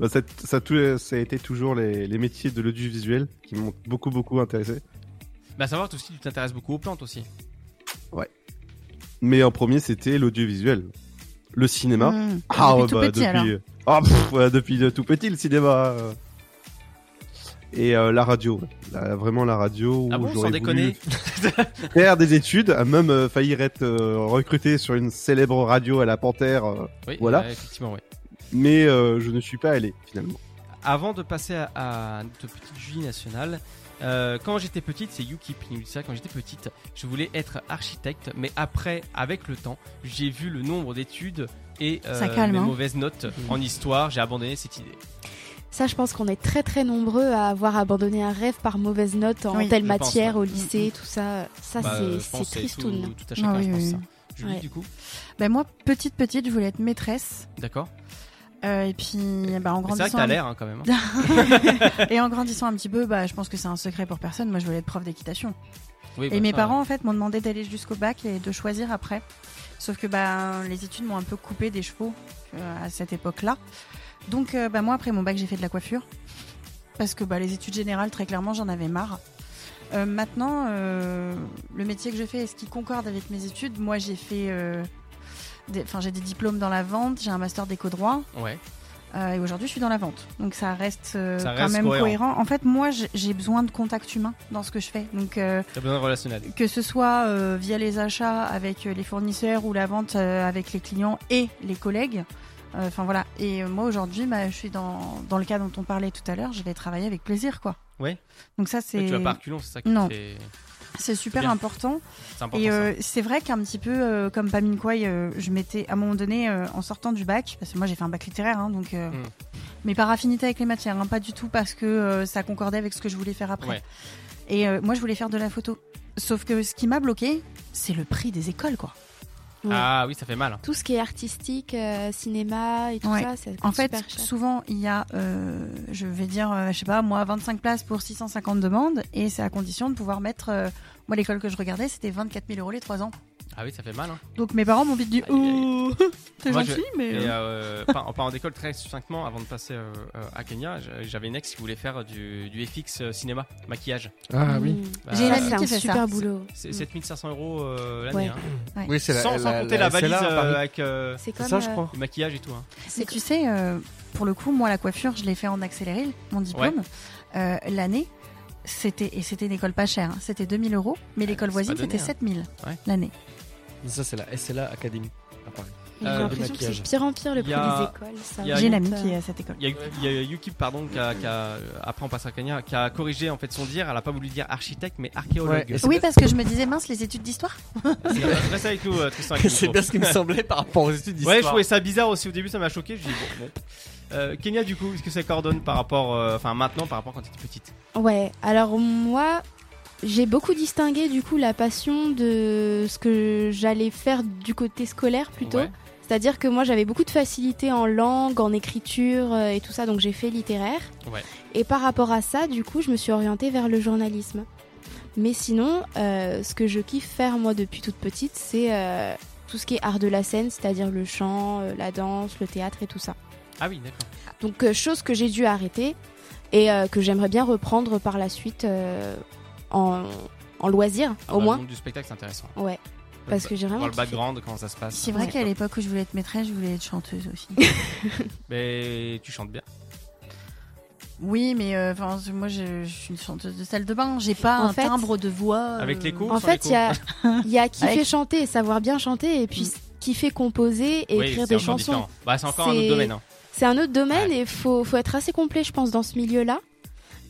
Bah, ça, ça, tout- ça a été toujours les, les métiers de l'audiovisuel qui m'ont beaucoup, beaucoup intéressé.
Bah, savoir que aussi, tu t'intéresses beaucoup aux plantes aussi.
Mais en premier, c'était l'audiovisuel. Le cinéma.
Mmh.
Ah,
Depuis
ouais,
tout
bah,
petit,
depuis...
alors.
Ah, pff, ouais, depuis euh, tout petit, le cinéma. euh. Et euh, la radio. Là, vraiment la radio.
Ah
où
bon, sans
j'aurais voulu
déconner
<laughs> faire des études, a même euh, failli être euh, recruté sur une célèbre radio à la Panthère, euh,
Oui,
Voilà.
euh, effectivement, oui.
mais euh, je ne suis pas allé finalement.
Avant de passer à, à notre petite Julie nationale, euh, quand j'étais petite, c'est Yuki qui nous dit ça, quand j'étais petite, je voulais être architecte, mais après, avec le temps, j'ai vu le nombre d'études et euh,
Ça calme,
mes
hein.
mauvaises notes en histoire, j'ai abandonné cette idée.
Ça, je pense qu'on est très très nombreux à avoir abandonné un rêve par mauvaise note en
Oui,
telle
je
matière
pense,
au lycée, tout ça. Ça,
Bah,
c'est-
euh, je
c'est
pense que
tristoun.
Tout, tout à chacun,
Ah oui,
je pense
oui,
ça. Julie,
Ouais.
du coup,
Ben moi, petite petite, je voulais être maîtresse.
d'accord.
Euh, et puis, bah, en
Mais C'est vrai que
grandissant,
t'as l'air hein, quand même. hein.
et en grandissant un petit peu, bah, je pense que c'est un secret pour personne. Moi, je voulais être prof d'équitation.
Oui,
Et
bah,
mes
ça,
parents, en fait, m'ont demandé d'aller jusqu'au bac et de choisir après. Sauf que bah, les études m'ont un peu coupé des chevaux euh, à cette époque-là. Donc, euh, bah, moi, après mon bac, j'ai fait de la coiffure. Parce que bah, les études générales, très clairement, j'en avais marre. Euh, maintenant, euh, le métier que je fais, est-ce qu'il concorde avec mes études Moi, j'ai fait. euh, des- Enfin, j'ai des diplômes dans la vente, j'ai un master d'éco-droit.
Ouais.
Euh, et aujourd'hui, je suis dans la vente. Donc ça reste, euh,
Ça
quand
reste
même
cohérent.
cohérent. En fait, moi, j'ai- j'ai besoin de contact humain dans ce que je fais. Donc euh,
T'as besoin de relationnel.
que ce soit euh, via les achats avec euh, les fournisseurs ou la vente euh, avec les clients et les collègues. Euh, Enfin voilà. Et euh, moi aujourd'hui, bah, je suis dans, dans le cas dont on parlait tout à l'heure. Je vais travailler avec plaisir, quoi.
Ouais.
Donc ça,
Mais
c'est
Tu vas pas reculons, c'est ça qui
Non.
fait-
c'est super
bien.
important.
C'est important.
Et
ça.
euh, c'est vrai qu'un petit peu euh, comme Pamine Kouai, euh, je m'étais à un moment donné euh, en sortant du bac, parce que moi j'ai fait un bac littéraire, hein, donc euh,
Mm.
mais par affinité avec les matières, hein, pas du tout parce que euh, ça concordait avec ce que je voulais faire après.
Ouais.
Et euh, moi je voulais faire de la photo. Sauf que ce qui m'a bloqué, c'est le prix des écoles, quoi.
ouais.
Ah oui, ça fait mal. hein.
Tout ce qui est artistique, euh, cinéma et tout
Ouais.
ça, ça coûte
En fait,
super cher.
souvent il y a, euh, je vais dire, euh, je sais pas, moi 25 places pour 650 demandes, et c'est à condition de pouvoir mettre. euh, moi l'école que je regardais, c'était 24 000 euros les 3 ans.
Ah oui, ça fait mal. hein.
Donc mes parents m'ont vite dit,
Aïe, aïe, aïe.
oh, <laughs> t'es
Moi, je-
gentil, mais.
Et euh, par- en parlant d'école, très succinctement, avant de passer euh, euh, à Kenya, j- j'avais une ex qui voulait faire du, du FX euh, cinéma, maquillage.
Ah oui.
Mm.
Bah,
J'ai
Ça,
une amie
c'est
qui
un
fait ça.
super boulot.
C'est
Mm.
7500 euros euh, l'année.
Ouais.
hein.
Oui, c'est la,
sans, sans
la-
compter la, valise
celle-là, à
euh,
Paris.
avec euh,
C'est
C'est
comme
ça, je
euh,
crois.
le maquillage et tout. hein.
Mais tu sais, euh, pour le coup, moi, la coiffure, je l'ai fait en accéléré, mon diplôme, Euh, l'année. C'était et c'était une école pas chère, hein. c'était 2000 euros, mais l'école
c'est
voisine
pas donné,
c'était
hein.
7000
Ouais.
l'année.
Ça, c'est la SLA Academy à <laughs> Paris.
J'ai
Euh,
le
l'impression que
maquillage.
c'est de pire en pire le
Il
prix
y a-
des écoles. ça
il y a
J'ai une
augmente,
amie qui est
euh,
à cette école.
Il y a, il y a Yukip, pardon, qui a, qui a- après on passe à Kenya, qui a corrigé en fait son dire. Elle a pas voulu dire architecte, mais archéologue.
Ouais, et c'est-
Oui, parce que je me disais mince, les études d'histoire.
C'est- Reste avec nous, euh, Tristan.
<laughs>
avec
c'est
nous.
bien ce qui me semblait par rapport aux études d'histoire.
Ouais, je trouvais ça bizarre aussi au début, ça m'a choqué. Je dis bon. bon. Euh, Kenya, du coup, est-ce que ça coordonne par rapport, euh, enfin maintenant par rapport à quand t'étais petite
Ouais, alors moi, j'ai beaucoup distingué du coup la passion de ce que j'allais faire du côté scolaire plutôt.
Ouais.
C'est-à-dire que moi j'avais beaucoup de facilité en langue, en écriture euh, et tout ça, donc j'ai fait littéraire.
Ouais.
Et par rapport à ça, du coup, je me suis orientée vers le journalisme. Mais sinon, euh, ce que je kiffe faire moi depuis toute petite, c'est euh, tout ce qui est art de la scène, c'est-à-dire le chant, euh, la danse, le théâtre et tout ça.
Ah oui, d'accord.
Donc euh, chose que j'ai dû arrêter et euh, que j'aimerais bien reprendre par la suite euh, en, en loisir
Ah
au
bah, Le
moins.
monde du spectacle, c'est intéressant.
Ouais, parce que j'ai
Ah,
vraiment
Voir le
kiffé.
background, comment ça se passe.
C'est vrai
Ouais.
qu'à l'époque où je voulais être maîtresse, je voulais être chanteuse
<laughs>
aussi.
Mais tu chantes bien.
oui, mais euh, enfin, moi je, je suis une chanteuse de salle de bain, j'ai pas
En
un
fait-
timbre de voix. euh,
Avec les cours
En
sans
fait,
les
il y a, <laughs> il y a kiffer
Avec-
chanter, savoir bien chanter et puis
Mm.
kiffer composer et
Oui,
écrire
c'est
des
encore
chansons.
différent. Bah, c'est encore un autre
C'est-
domaine. hein.
C'est un autre domaine
Ouais.
et faut faut être assez complet, je pense, dans ce milieu-là.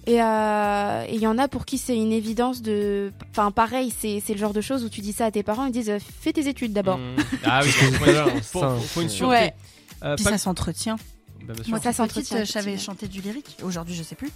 Et euh, et il y en a pour qui c'est une évidence de, enfin pareil, c'est c'est le genre de choses où tu dis ça à tes parents, ils disent euh, fais tes études d'abord.
Mmh. Ah oui,
C'est ce que
faut,
je disais,
faut- faut-
ça,
faut une
c'est-
sûreté.
Ouais.
Euh,
Puis
pas-
ça s'entretient.
Bah, bien sûr.
Moi,
Ça
ça
s'entretient,
s'entretient. J'avais
effectivement.
chanté du lyrique. Aujourd'hui, je sais plus.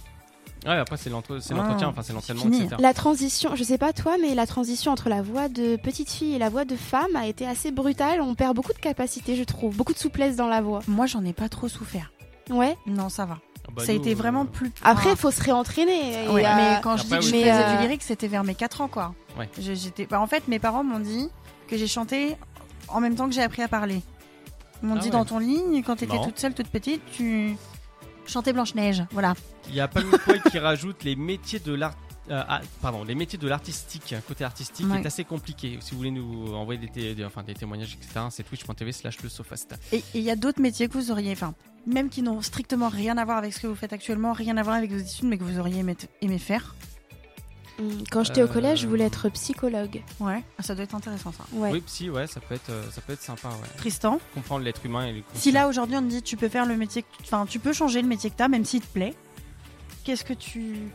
Ouais, après, c'est l'entre- c'est
Ah,
l'entretien, enfin, c'est l'entraînement,
fini.
etc.
La transition, je sais pas toi, mais la transition entre la voix de petite fille et la voix de femme a été assez brutale. On perd beaucoup de capacité, je trouve, beaucoup de souplesse dans la voix.
Moi, j'en ai pas trop souffert.
Ouais.
Non, ça va.
Ah, bah,
ça a
nous,
été
euh,
vraiment plus.
Après,
enfin,
faut se réentraîner. et,
Ah. ouais,
euh,
mais quand je dis
Après,
que
oui.
je
mais,
faisais
euh,
du lyrique, c'était vers mes 4 ans, quoi.
Ouais.
Je- J'étais. bah, en fait, mes parents m'ont dit que j'ai chanté en même temps que j'ai appris à parler. Ils m'ont
Ah
dit
ouais.
dans ton lit, quand t'étais
Marrant.
toute seule, toute petite, tu chanter Blanche-Neige, voilà.
Il y a Palme Poil qui rajoute les métiers de l'art. euh, ah, pardon, les métiers de l'artistique, un côté artistique
Ouais.
est assez compliqué. Si vous voulez nous envoyer des, té- des- enfin, des témoignages, etc., c'est twitch.tv slash le sofast.
Et et il y a d'autres métiers que vous auriez, enfin, même qui n'ont strictement rien à voir avec ce que vous faites actuellement, rien à voir avec vos études, mais que vous auriez aimé, aimé faire.
Hum, Quand j'étais au collège, je voulais
Euh.
être psychologue.
Ouais, Ah, ça doit être intéressant ça.
Ouais.
Oui, si, ouais, ça peut être, euh, ça peut être sympa, ouais.
Tristan,
Comprendre l'être humain et le
si là aujourd'hui on te dit tu peux faire le métier, que tu- enfin tu peux changer le métier que t'as, même s'il te plaît, qu'est-ce que tu.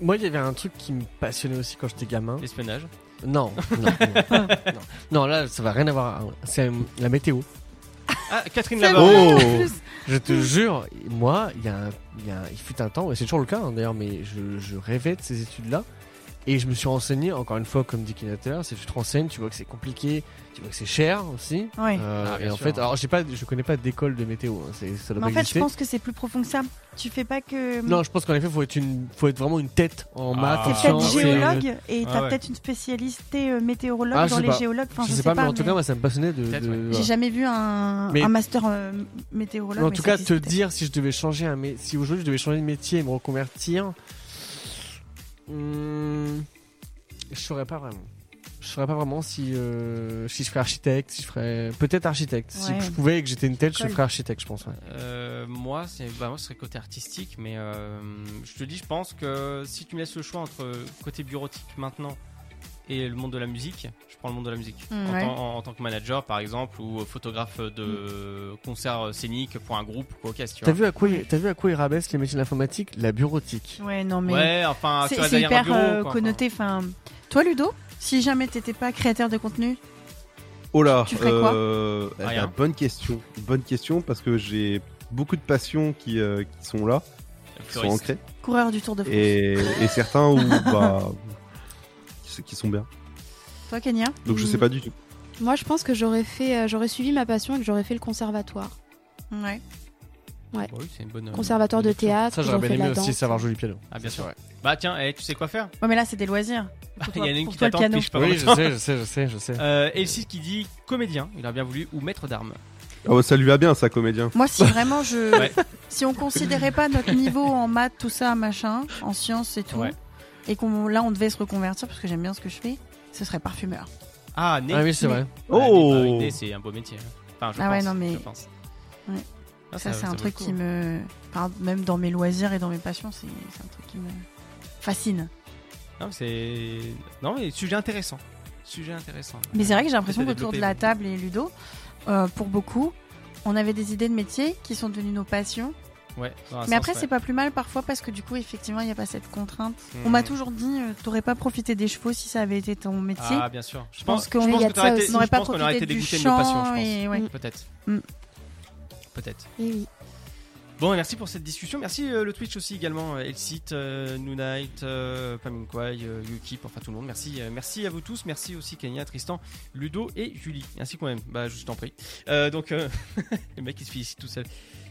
Moi, il y avait un truc qui me passionnait aussi quand j'étais gamin.
l'espionnage.
Non, non, non, non. <laughs> Non, là, ça va rien avoir. C'est euh, la météo.
Ah, Catherine
C'est
Labarre.
Oh
Je te jure, moi, il y a, un- il y a un- il fut un temps, et c'est toujours le cas hein, d'ailleurs, mais je, je rêvais de ces études-là. Et je me suis renseigné, encore une fois, comme dit Kina tout à l'heure, c'est tu te renseignes, tu vois que c'est compliqué, tu vois que c'est cher aussi.
Ouais.
Euh,
Ah, bien
et en
sûr,
fait,
hein.
alors j'ai pas, je connais pas d'école de météo, hein, c'est- ça doit
Mais
pas
en fait, je
exister.
pense que c'est plus profond que ça. Tu fais pas que.
Non, je pense qu'en effet, faut être une, faut être vraiment une tête en
Ah.
maths.
T'es
en
T'es
sciences,
peut-être
et-
géologue et
Ah
t'as
ouais.
peut-être une spécialité euh, météorologue
Ah, je
dans
sais
les
pas.
géologues. Enfin,
je sais pas, mais en tout
mais
cas, moi, ça me passionnait de.
Peut-être,
de-
ouais.
J'ai
voilà.
jamais vu un,
Mais-
un master euh, météorologue.
en
mais
tout
ça
cas,
existe
te
peut-être.
dire si je devais changer un mé- si aujourd'hui je devais changer de métier et me reconvertir, hmm, je saurais pas vraiment. Je saurais pas vraiment si euh, si je ferais architecte, si je ferais peut-être architecte.
Ouais.
Si je pouvais et que j'étais une tête, je
École.
ferais architecte, je pense. ouais.
Euh, moi, c'est, bah, moi, ce serait côté artistique, mais euh, je te dis, je pense que si tu me laisses le choix entre côté bureautique maintenant et le monde de la musique, je prends le monde de la musique.
Mm,
en,
ouais.
tant, en- en tant que manager, par exemple, ou photographe de concerts scéniques pour un groupe, quoi, qu'est-ce tu
T'as
vois.
vu à quoi il- t'as vu à quoi ils rabaissent les métiers de l'informatique, la bureautique.
Ouais, non, mais.
Ouais, enfin, tu
C'est
vois,
c'est
derrière un
hyper
bureau,
euh,
quoi,
connoté. Enfin, toi, Ludo, si jamais t'étais pas créateur de contenu,
Oh là,
Tu ferais quoi
euh, eh ben,
Rien.
bonne question. Bonne question parce que j'ai beaucoup de passions qui, euh, qui sont là,
enfin,
qui sont
fleuriste.
ancrées,
coureur du Tour de France.
et, et certains où bah qui, qui sont bien.
Toi, Kenya,
Donc je sais pas du tout.
Moi, je pense que j'aurais fait, euh, j'aurais suivi ma passion et que j'aurais fait le conservatoire.
ouais.
Bah oui, c'est une bonne. euh,
Conservatoire de
bonne option.
théâtre.
Ça j'aurais bien
fait de la
aimé aussi
danse.
savoir jouer du piano.
Ah, bien
C'est
sûr.
vrai.
Bah, tiens, eh, tu sais quoi faire <laughs>
Ouais, mais là, c'est des loisirs.
Il
Pour
y
toi-
en a une
pour
qui
toi, le
t'attend
piano.
depuis je sais pas combien
Oui,
de
je
temps.
sais, je sais, je sais, je sais.
Euh, Elsie qui dit comédien, il a bien voulu, ou maître d'armes.
Ah bah ça lui va bien ça comédien.
Moi,
<laughs>
si vraiment je.
Ouais.
Si on considérait pas notre niveau en maths, tout ça, machin, en sciences et tout,
Ouais.
et qu'on là, on devait se reconvertir parce que j'aime bien ce que je fais, ce serait parfumeur.
Ah, né.
Ah oui, c'est vrai.
Ouais,
Oh.
né, bah, né, c'est un beau métier. hein. Enfin, je
Ah
pense,
ouais, non, mais-
je pense.
Ouais.
Ah,
ça, c'est
vaut
un
le
truc
coup.
qui me. enfin, même dans mes loisirs et dans mes passions, c'est c'est un truc qui me fascine.
Non, mais c'est. Non, mais sujet intéressant. Sujet intéressant.
Mais c'est vrai que j'ai l'impression
Peut-être à
qu'autour de
développer,
la
mais-
table et Ludo, euh, pour beaucoup, on avait des idées de métiers qui sont devenues nos passions.
Ouais, dans un
Mais
sens,
après,
ouais.
c'est pas plus mal parfois parce que du coup, effectivement, il n'y a pas cette contrainte. On
Mhm.
m'a toujours dit, euh, t'aurais pas profité des chevaux si ça avait été ton métier.
Ah, bien sûr. Je
pense
pense,
qu'on
je pense
y a
que
de ça
t'aurais
aussi.
été-
on
je
n'aurait pas
pense qu'on aurait
profité
été
du
dégoûté de
chant
nos passions, je pense.
et ouais.
Mm.
Peut-être.
Mm.
Peut-être.
Oui, Eh oui.
Bon, et merci pour cette discussion. Merci euh, le Twitch aussi également. euh, Elsit, euh, Noonite, euh, Paminkwai, euh, Yukip, enfin tout le monde. Merci, euh, merci à vous tous. Merci aussi Kenya, Tristan, Ludo et Julie. Ainsi qu'on même. Bah, je t'en prie. Euh, donc, euh, <laughs> le mec il se félicite tout seul.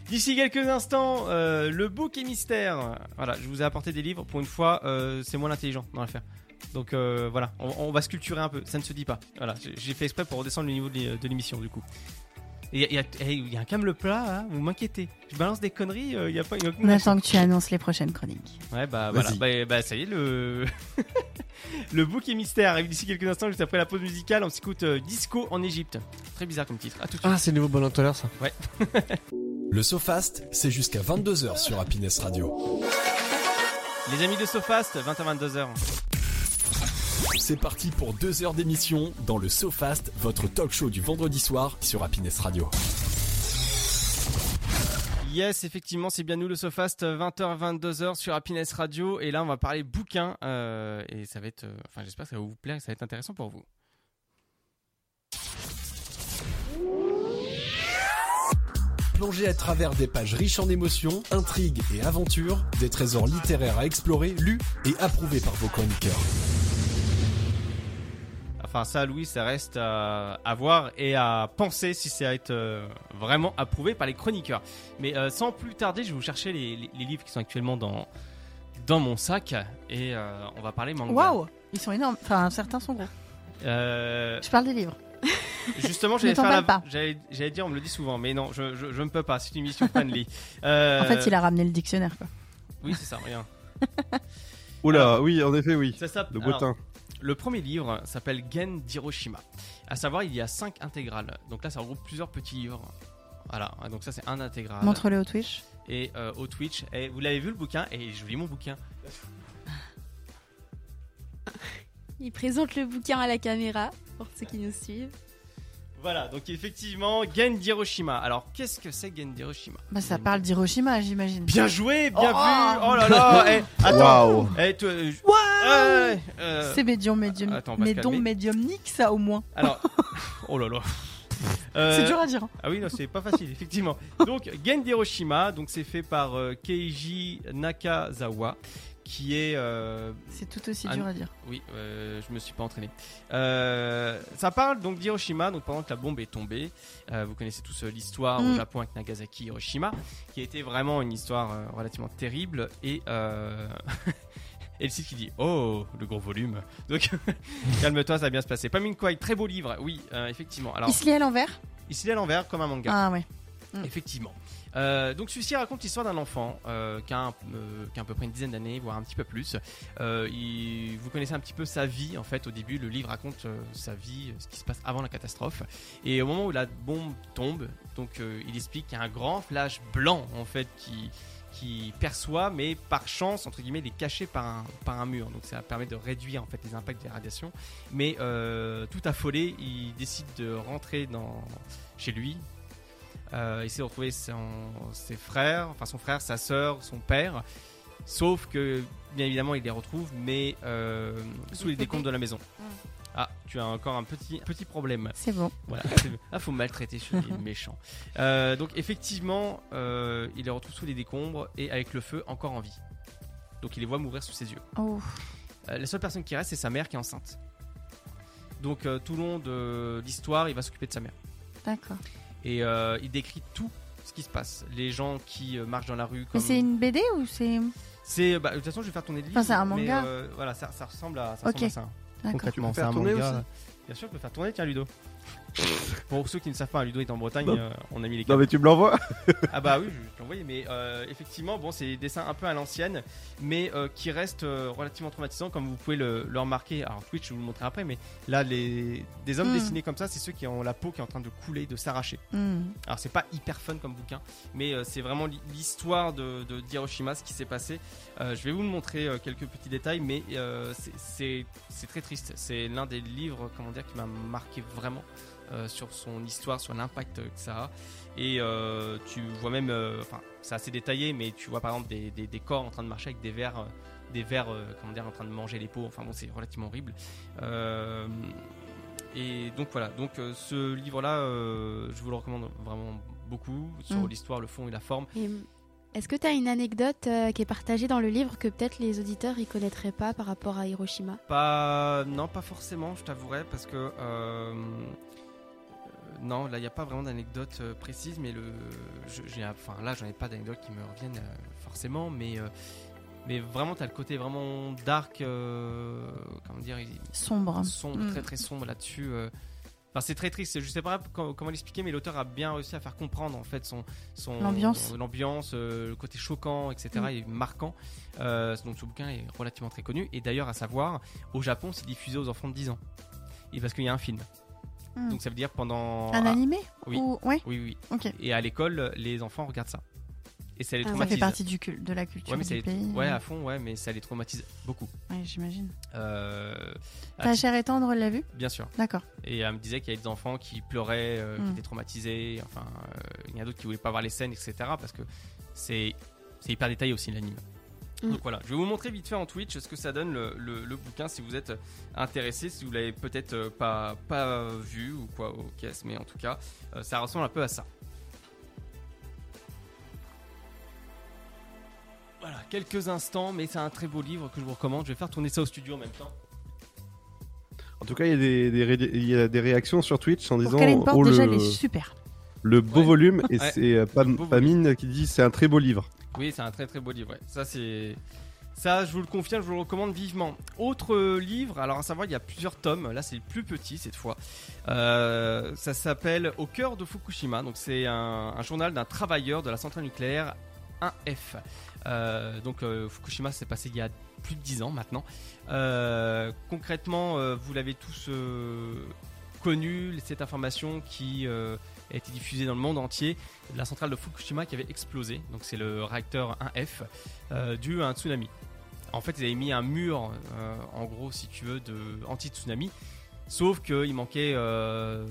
D'ici quelques instants, euh, le bouc et mystère. Voilà, je vous ai apporté des livres. Pour une fois, euh, c'est moi l'intelligent dans l'affaire. Donc euh, voilà, on, on va sculpturer un peu. Ça ne se dit pas. Voilà, j'ai- j'ai fait exprès pour redescendre le niveau de l'é- de l'émission du coup. Il y, a- il y a- eh, il y a un cam le plat, hein, vous m'inquiétez. Je balance des conneries, euh, il y a pas il y a aucune
On attend que tu annonces les prochaines chroniques.
Ouais, bah voilà,
Vas-y.
bah, bah, ça y est, le, <laughs> le bouc et mystère arrive d'ici quelques instants, juste après la pause musicale. On s'écoute euh, Disco en Égypte. Très bizarre comme titre. À tout de suite.
Ah, c'est le nouveau bon entendeur ça.
Le SoFast, c'est jusqu'à 22h sur Happiness Radio.
Les amis de SoFast, 20h-22h.
C'est parti pour deux heures d'émission dans le SoFast, votre talk show du vendredi soir sur Happiness Radio.
Yes, effectivement, c'est bien nous le SoFast, 20h-22h sur Happiness Radio. Et là, on va parler bouquin. euh, et ça va être. euh, enfin, j'espère que ça va vous plaire et ça va être intéressant pour vous.
Plongez à travers des pages riches en émotions, intrigues et aventures, des trésors littéraires à explorer, lus et approuvés par vos chroniqueurs.
Enfin, ça, Louis, ça reste à, à voir et à penser si ça va être euh, vraiment approuvé par les chroniqueurs. Mais euh, sans plus tarder, je vais vous chercher les, les- les livres qui sont actuellement dans, dans mon sac et euh, on va parler manga.
Waouh Ils sont énormes. Enfin, certains sont gros.
Euh,
<laughs> Je parle des livres.
Justement,
Ne
j'allais faire
t'emballe
la-
pas.
j'allais j'allais dire, on me le dit souvent, mais non, je, je, je ne peux pas. C'est une émission friendly. Euh,
<laughs> En fait, il a ramené le dictionnaire. Quoi.
Oui, c'est ça, rien.
Oula, oui, en effet, oui.
Ça s'appelle-
Le
Ah. alors,
botin.
Le premier livre s'appelle Gen d'Hiroshima. À savoir, il y a cinq intégrales. Donc là, ça regroupe plusieurs petits livres. Voilà, donc ça, c'est un intégral.
Montre-le au Twitch.
Et euh, au Twitch. Et vous l'avez vu le bouquin Et je vous lis mon bouquin.
Il présente le bouquin à la caméra pour ceux qui nous suivent.
Voilà, donc effectivement, Gen d'Hiroshima. Alors, qu'est-ce que c'est Gen d'Hiroshima
Bah, ça parle d'Hiroshima, j'imagine.
Bien joué, bien
Oh
vu Oh là <laughs> là eh, Attends
Waouh.
eh, toi, euh,
Waouh
euh, euh,
C'est médium, médium.
Attends, on va se
mais donc
calmer.
médiumnique, ça au moins.
<laughs> Alors, oh là là Euh,
C'est dur à dire. hein.
Ah oui, non, c'est pas facile, effectivement. Donc, Gen d'Hiroshima, donc c'est fait par euh, Keiji Nakazawa, qui est. euh,
C'est tout aussi
Ah,
dur à dire.
oui, euh, je me suis pas entraîné. Euh, ça parle donc d'Hiroshima, donc pendant que la bombe est tombée. Euh, vous connaissez tous euh, l'histoire au
Mm.
Japon avec Nagasaki, Hiroshima, qui a été vraiment une histoire euh, relativement terrible. Et euh, <laughs> et le site qui dit oh le gros volume. Donc <laughs> calme-toi, ça va bien se passer. Paminkwai, très beau livre. Oui, euh, effectivement. Alors
Il se lit à l'envers
il se lit à l'envers comme un manga.
Ah ouais. Mm.
Effectivement. Euh, donc celui-ci raconte l'histoire d'un enfant euh, qui, a un- euh, qui a à peu près une dizaine d'années, voire un petit peu plus. Euh, il- vous connaissez un petit peu sa vie en fait. Au début, le livre raconte euh, sa vie, euh, ce qui se passe avant la catastrophe. Et au moment où la bombe tombe, donc euh, il explique qu'il y a un grand flash blanc en fait qui qui perçoit, mais par chance entre guillemets, il est caché par un par un mur. Donc ça permet de réduire en fait les impacts des radiations. Mais euh, tout affolé, il décide de rentrer dans chez lui euh, essayer de retrouver son- ses frères, enfin son frère, sa sœur, son père. Sauf que, bien évidemment, il les retrouve, mais euh, sous les décombres de la maison. Ah, tu as encore un petit, petit problème.
C'est bon.
Voilà. Ah, faut maltraiter sur les méchants. Euh, donc, effectivement, euh, il les retrouve sous les décombres et avec le feu encore en vie. Donc, il les voit mourir sous ses yeux.
Oh.
Euh, la seule personne qui reste, c'est sa mère qui est enceinte. Donc, euh, tout au long de l'histoire, il va s'occuper de sa mère.
D'accord.
Et euh, il décrit tout ce qui se passe. Les gens qui euh, marchent dans la rue.
Mais
Comme...
c'est une BD ou c'est.
C'est- bah, de toute façon, je vais faire tourner le livre.
Enfin, c'est un
mais,
manga.
euh, voilà, ça, ça ressemble à ça.
Ok.
ressemble à ça.
D'accord.
Tu peux
Concrètement, c'est
faire
un
tourner
manga.
aussi
Bien sûr, je peux faire tourner, tiens, <laughs> Ludo. Pour ceux qui ne savent pas, Ludo est en Bretagne,
Non.
euh, on a mis les
Non, mais tu me l'envoies
ah bah oui, je te l'ai envoyé, mais euh, effectivement, bon, c'est des dessins un peu à l'ancienne, mais euh, qui restent euh, relativement traumatisants, comme vous pouvez le, le remarquer. Alors Twitch, je vais vous le montrer après, mais là, les des hommes
Mm.
dessinés comme ça, c'est ceux qui ont la peau qui est en train de couler, de s'arracher.
Hmm.
Alors c'est pas hyper fun comme bouquin, mais euh, c'est vraiment l'hi- l'histoire de, de d'Hiroshima, ce qui s'est passé. Euh, je vais vous le montrer euh, quelques petits détails, mais euh, c'est- c'est c'est très triste. C'est l'un des livres, comment dire, qui m'a marqué vraiment euh, sur son histoire, sur l'impact que ça a. Et euh, tu vois même, euh, enfin c'est assez détaillé, mais tu vois par exemple des, des- des corps en train de marcher avec des verres, euh, des verres, euh, comment dire, en train de manger les peaux. Enfin bon, c'est relativement horrible. Euh, et donc voilà, donc euh, ce livre-là, euh, je vous le recommande vraiment beaucoup sur
Mm.
l'histoire, le fond et la forme.
Et, hum, Est-ce que tu as une anecdote euh, qui est partagée dans le livre que peut-être les auditeurs y connaîtraient pas par rapport à Hiroshima
Pas, non, pas forcément, je t'avouerai, parce que euh, euh, non, là, il n'y a pas vraiment d'anecdote euh, précise, mais le, je- j'ai, un- enfin là, j'en ai pas d'anecdote qui me reviennent euh, forcément, mais euh, mais vraiment, t'as le côté vraiment dark, euh, comment dire, il-
Sombre.
sombre,
Mm.
très très sombre là-dessus. euh. Enfin, c'est très triste. Je sais pas com- comment l'expliquer, mais l'auteur a bien réussi à faire comprendre en fait son, son
L'ambiance.
l'ambiance, euh, le côté choquant, etc.
Mm.
et marquant. Euh, donc ce bouquin est relativement très connu. Et d'ailleurs, à savoir, au Japon, c'est diffusé aux enfants de 10 ans. Et parce qu'il y a un film.
Mm.
Donc ça veut dire pendant.
Un
ah,
animé
oui.
ou... Ouais,
oui, oui.
ok.
Et à l'école, les enfants regardent ça. Et ça les
Ah, ça
Ça fait
traumatise.
partie du cul- de la culture
ouais, mais ça
du
les-
pays.
ouais, à fond, ouais, mais ça les traumatise beaucoup.
Ouais, j'imagine.
Euh, à
Ta
titre-
chère et tendre l'a vu
bien sûr.
D'accord.
Et elle me disait qu'il y avait des enfants qui pleuraient, euh, qui
Mm.
étaient traumatisés. Enfin, euh, il y en a d'autres qui voulaient pas voir les scènes, etc. Parce que c'est c'est hyper détaillé aussi l'anime.
Mm.
Donc voilà, je vais vous montrer vite fait en Twitch ce que ça donne le, le- le bouquin si vous êtes intéressé, si vous l'avez peut-être euh, pas, pas euh, vu ou quoi, ok, mais en tout cas, euh, ça ressemble un peu à ça. Voilà, quelques instants, mais c'est un très beau livre que je vous recommande. Je vais faire tourner ça au studio en même temps.
En tout cas, il y, a des, des ré- il y a des réactions sur Twitch en
Pour
disant
Caline Porte,
oh,
déjà, elle
le,
est super.
le beau
Ouais.
volume et
Ouais.
c'est euh, Pam-
Beau
Pamine qui dit c'est un très beau livre.
Oui, c'est un très très beau livre. ouais. Ça, c'est. Ça, je vous le confie, je vous le recommande vivement. Autre euh, livre, alors à savoir, il y a plusieurs tomes. Là, c'est le plus petit cette fois. Euh, ça s'appelle Au cœur de Fukushima. Donc, c'est un, un journal d'un travailleur de la centrale nucléaire 1F. Euh, donc, euh, Fukushima s'est passé il y a plus de 10 ans maintenant. Euh, concrètement, euh, vous l'avez tous euh, connu, cette information qui euh, a été diffusée dans le monde entier. La centrale de Fukushima qui avait explosé. Donc, c'est le réacteur 1F euh, dû à un tsunami. En fait, ils avaient mis un mur, euh, en gros, si tu veux, de anti-tsunami, sauf qu'il manquait euh,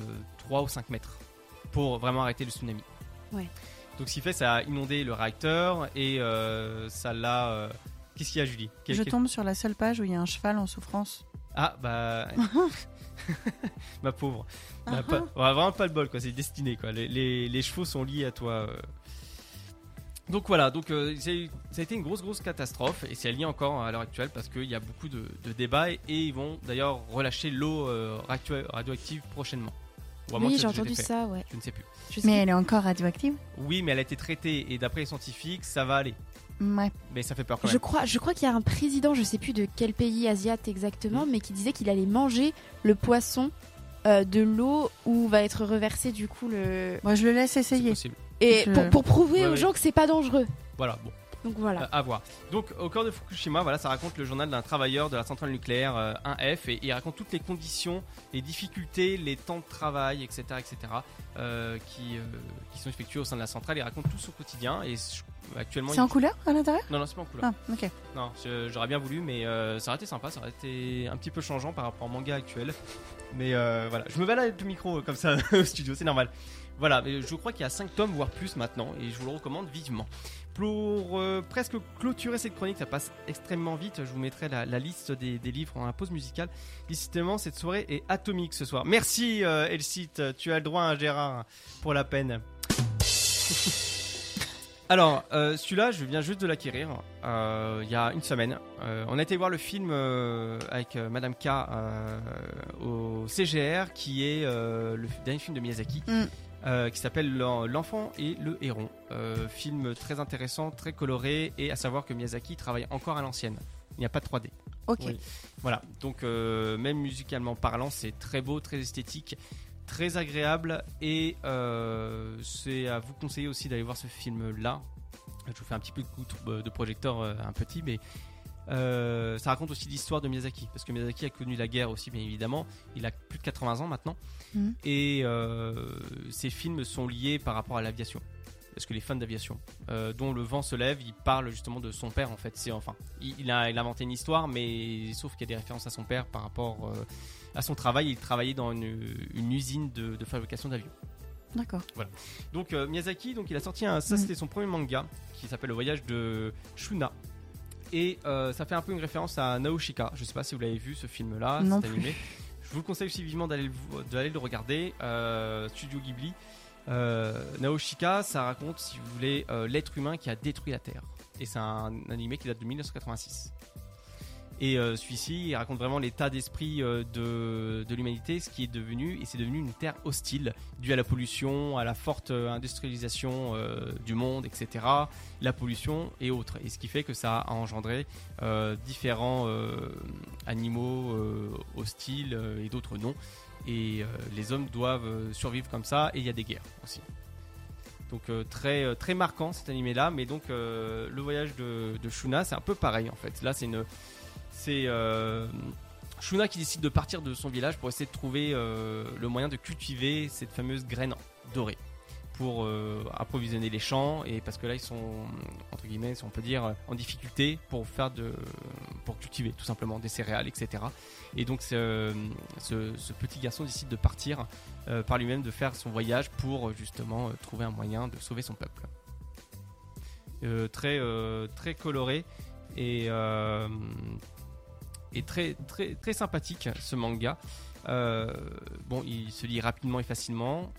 3 ou 5 mètres pour vraiment arrêter le tsunami.
Ouais.
Donc, ce qui fait, ça a inondé le réacteur et euh, ça l'a. euh, Qu'est-ce qu'il y a, Julie Quel-
Je
quel-
tombe sur la seule page où il y a un cheval en souffrance.
Ah,
<laughs>
bah. Ma pauvre.
Ah
On a Bah, pas- on a vraiment pas le bol, quoi. C'est destiné, quoi. Les, les- les chevaux sont liés à toi. euh. Donc voilà, donc euh, c'est- ça a été une grosse grosse catastrophe et c'est lié encore à l'heure actuelle parce qu'il y a beaucoup de, de débats et, et ils vont d'ailleurs relâcher l'eau euh, ractua- radioactive prochainement. Ou à moins
Oui,
que
j'ai
ça a déjà
entendu
été fait.
ça, ouais.
Je ne sais plus.
Je sais
Mais elle est encore radioactive
Oui, mais elle a été traitée et d'après les scientifiques, ça va aller.
Ouais.
Mais ça fait peur quand même.
Je crois, je crois qu'il y a un président, je sais plus de quel pays asiatique
Mm.
exactement, mais qui disait qu'il allait manger le poisson euh, de l'eau où va être reversé du coup le
Bon, je le laisse
C'est
essayer.
possible.
et
Je-
pour, pour prouver
Ouais,
aux
ouais.
gens que c'est pas dangereux.
Voilà, bon.
Donc voilà.
Euh, à voir. Donc, au cœur de Fukushima, voilà, ça raconte le journal d'un travailleur de la centrale nucléaire euh, 1F et il raconte toutes les conditions, les difficultés, les temps de travail, etc., etc., euh, qui, euh, qui sont effectués au sein de la centrale. Il raconte tout son quotidien et je- actuellement.
C'est
il-
en couleur à l'intérieur
Non, non, c'est pas en couleur.
Ah, ok.
Non, je- j'aurais bien voulu, mais euh, ça aurait été sympa, ça aurait été un petit peu changeant par rapport au manga actuel. Mais euh, voilà, je me balade avec le micro euh, comme ça <laughs> au studio, c'est normal. Voilà, mais je crois qu'il y a 5 tomes, voire plus maintenant, et je vous le recommande vivement. Pour euh, presque clôturer cette chronique, ça passe extrêmement vite, je vous mettrai la, la liste des, des livres en pause musicale. Licitement, cette soirée est atomique ce soir. Merci euh, Elsite, tu as le droit à un Gérard pour la peine. Alors, euh, celui-là, je viens juste de l'acquérir euh, il y a une semaine. Euh, on a été voir le film euh, avec euh, Madame K euh, au CGR, qui est euh, le f- dernier film de Miyazaki,
Mm.
euh, qui s'appelle L'en- L'enfant et le héron. Euh, film très intéressant, très coloré, et à savoir que Miyazaki travaille encore à l'ancienne. Il n'y a pas de 3D.
Ok.
Oui. Voilà, donc euh, même musicalement parlant, c'est très beau, très esthétique, très agréable et euh, c'est à vous conseiller aussi d'aller voir ce film-là. Je vous fais un petit peu de coup de- de projecteur euh, un petit, mais euh, ça raconte aussi l'histoire de Miyazaki, parce que Miyazaki a connu la guerre aussi, bien évidemment. Il a plus de 80 ans maintenant
Mhm.
et euh, ses films sont liés par rapport à l'aviation. Parce que les fans d'aviation, euh, dont le vent se lève, il parle justement de son père en fait. C'est enfin, il, il a, il a inventé une histoire, mais sauf qu'il y a des références à son père par rapport euh, à son travail. Il travaillait dans une, une usine de, de fabrication d'avions.
D'accord.
Donc euh, Miyazaki, donc il a sorti un, ça
Mhm.
c'était son premier manga qui s'appelle Le Voyage de Shuna. Et euh, ça fait un peu une référence à Naoshika. Je sais pas si vous l'avez vu ce film là,
Non
cet
plus.
animé. Je vous le conseille aussi vivement d'aller le, vo- d'aller le regarder. euh, Studio Ghibli. Euh, Naoshika, ça raconte, si vous voulez, euh, l'être humain qui a détruit la Terre. Et c'est un animé qui date de 1986. Et euh, celui-ci, il raconte vraiment l'état d'esprit euh, de, de l'humanité, ce qui est devenu, et c'est devenu une terre hostile, due à la pollution, à la forte euh, industrialisation euh, du monde, etc., la pollution et autres. Et ce qui fait que ça a engendré euh, différents euh, animaux euh, hostiles euh, et d'autres non. Et euh, les hommes doivent euh, survivre comme ça, et il y a des guerres aussi. Donc euh, très euh, très marquant cet animé là, mais donc euh, le voyage de, de Shuna c'est un peu pareil en fait. Là c'est une c'est euh, Shuna qui décide de partir de son village pour essayer de trouver euh, le moyen de cultiver cette fameuse graine dorée pour euh, approvisionner les champs et parce que là ils sont entre guillemets si on peut dire en difficulté pour faire de pour cultiver tout simplement des céréales etc et donc ce, ce- ce petit garçon décide de partir euh, par lui-même de faire son voyage pour euh, justement euh, trouver un moyen de sauver son peuple Euh, très euh, très coloré et, euh, et très, très, très sympathique ce manga. Euh, bon, il se lit rapidement et facilement,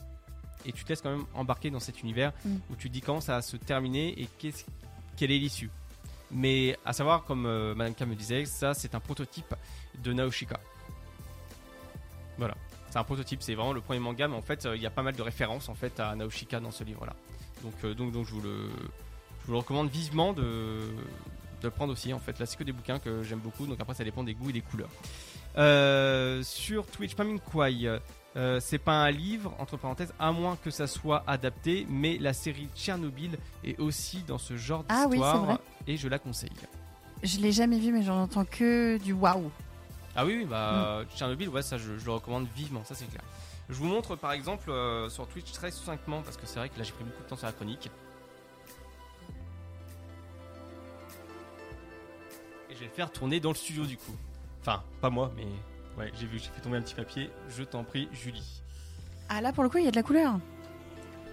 et tu te laisses quand même embarquer dans cet univers
Mm.
où tu te dis quand ça va se terminer et qu'est-ce- quelle est l'issue. Mais à savoir, comme euh, Madame K me disait, ça c'est un prototype de Naoshika. Voilà, c'est un prototype, c'est vraiment le premier manga, mais en fait euh, il y a pas mal de références en fait à Naoshika dans ce livre-là. Donc, euh, donc, donc je vous le, je vous le recommande vivement de, de le prendre aussi. En fait, là, c'est que des bouquins que j'aime beaucoup. Donc après, ça dépend des goûts et des couleurs. Euh, sur Twitch, Paming Kwai, euh, c'est pas un livre, entre parenthèses, à moins que ça soit adapté, mais la série Tchernobyl est aussi dans ce genre
Ah oui, c'est
d'histoire
vrai.
et je la conseille.
Je l'ai jamais vu, mais j'en entends que du waouh.
Ah oui, oui, bah
Mm.
Tchernobyl, ouais, ça je, je le recommande vivement, ça c'est clair. Je vous montre par exemple euh, sur Twitch très succinctement, parce que c'est vrai que là j'ai pris beaucoup de temps sur la chronique. Et je vais le faire tourner dans le studio du coup. Enfin, pas moi, mais ouais, j'ai vu, j'ai fait tomber un petit papier. Je t'en prie, Julie.
Ah là, pour le coup, il y a de la couleur.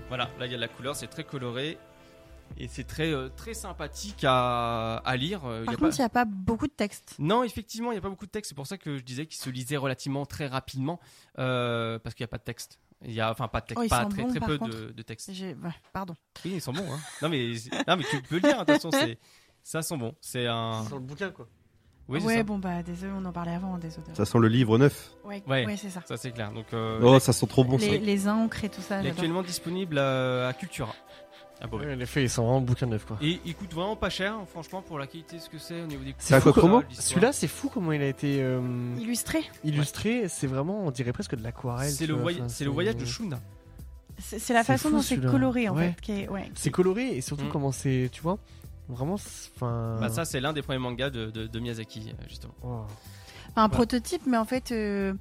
Voilà, là il y a de la couleur, c'est très coloré. Et c'est très, euh, très sympathique à, à lire. euh,
Par
y a
contre,
pas-
il n'y a pas beaucoup de texte.
non, effectivement, il n'y a pas beaucoup de texte. C'est pour ça que je disais qu'il se lisait relativement très rapidement, euh, parce qu'il n'y a pas de texte. Il y a, enfin, pas de texte,
Oh, ils
pas
sont
très,
bons,
très
par
peu
contre.
de, de texte.
J'ai- ouais, Pardon.
Oui, ils sont bons. Hein. <laughs> Non, mais, non, mais tu peux le lire. Attention, c'est, ça sent bon. C'est un.
Dans le bouquin, quoi.
Oui, c'est
ouais,
ça.
bon, bah, désolé, on en parlait avant, des odeurs.
Ça sent le livre neuf.
Ouais,
Ouais.
ouais, c'est ça.
Ça, c'est clair. Donc, euh,
Oh, ça sent trop bon, ça.
les, les encres et tout ça.
il est
j'adore.
actuellement disponible à, à Cultura. Ah, bon,
Ouais, les faits, ils sont vraiment bouquin neuf, quoi.
Et il coûte vraiment pas cher, franchement, pour la qualité, ce que c'est au niveau des.
C'est
à
fou
quoi
comment-
de l'histoire.
Celui-là, c'est fou comment il a été euh,
Illustré.
illustré. C'est vraiment, on dirait presque de l'aquarelle.
C'est
tu
le,
vois,
voy-
enfin,
c'est euh, le voyage de Shuna.
C'est c'est la
C'est
façon
fou,
dont c'est
celui-là.
coloré, en
Ouais.
fait. qui est- ouais.
C'est coloré et surtout
Mm.
comment c'est, tu vois, vraiment. c'est- Enfin.
Bah, ça, c'est l'un des premiers mangas de, de, de Miyazaki, euh, justement.
oh.
Enfin, un prototype, mais en fait, euh,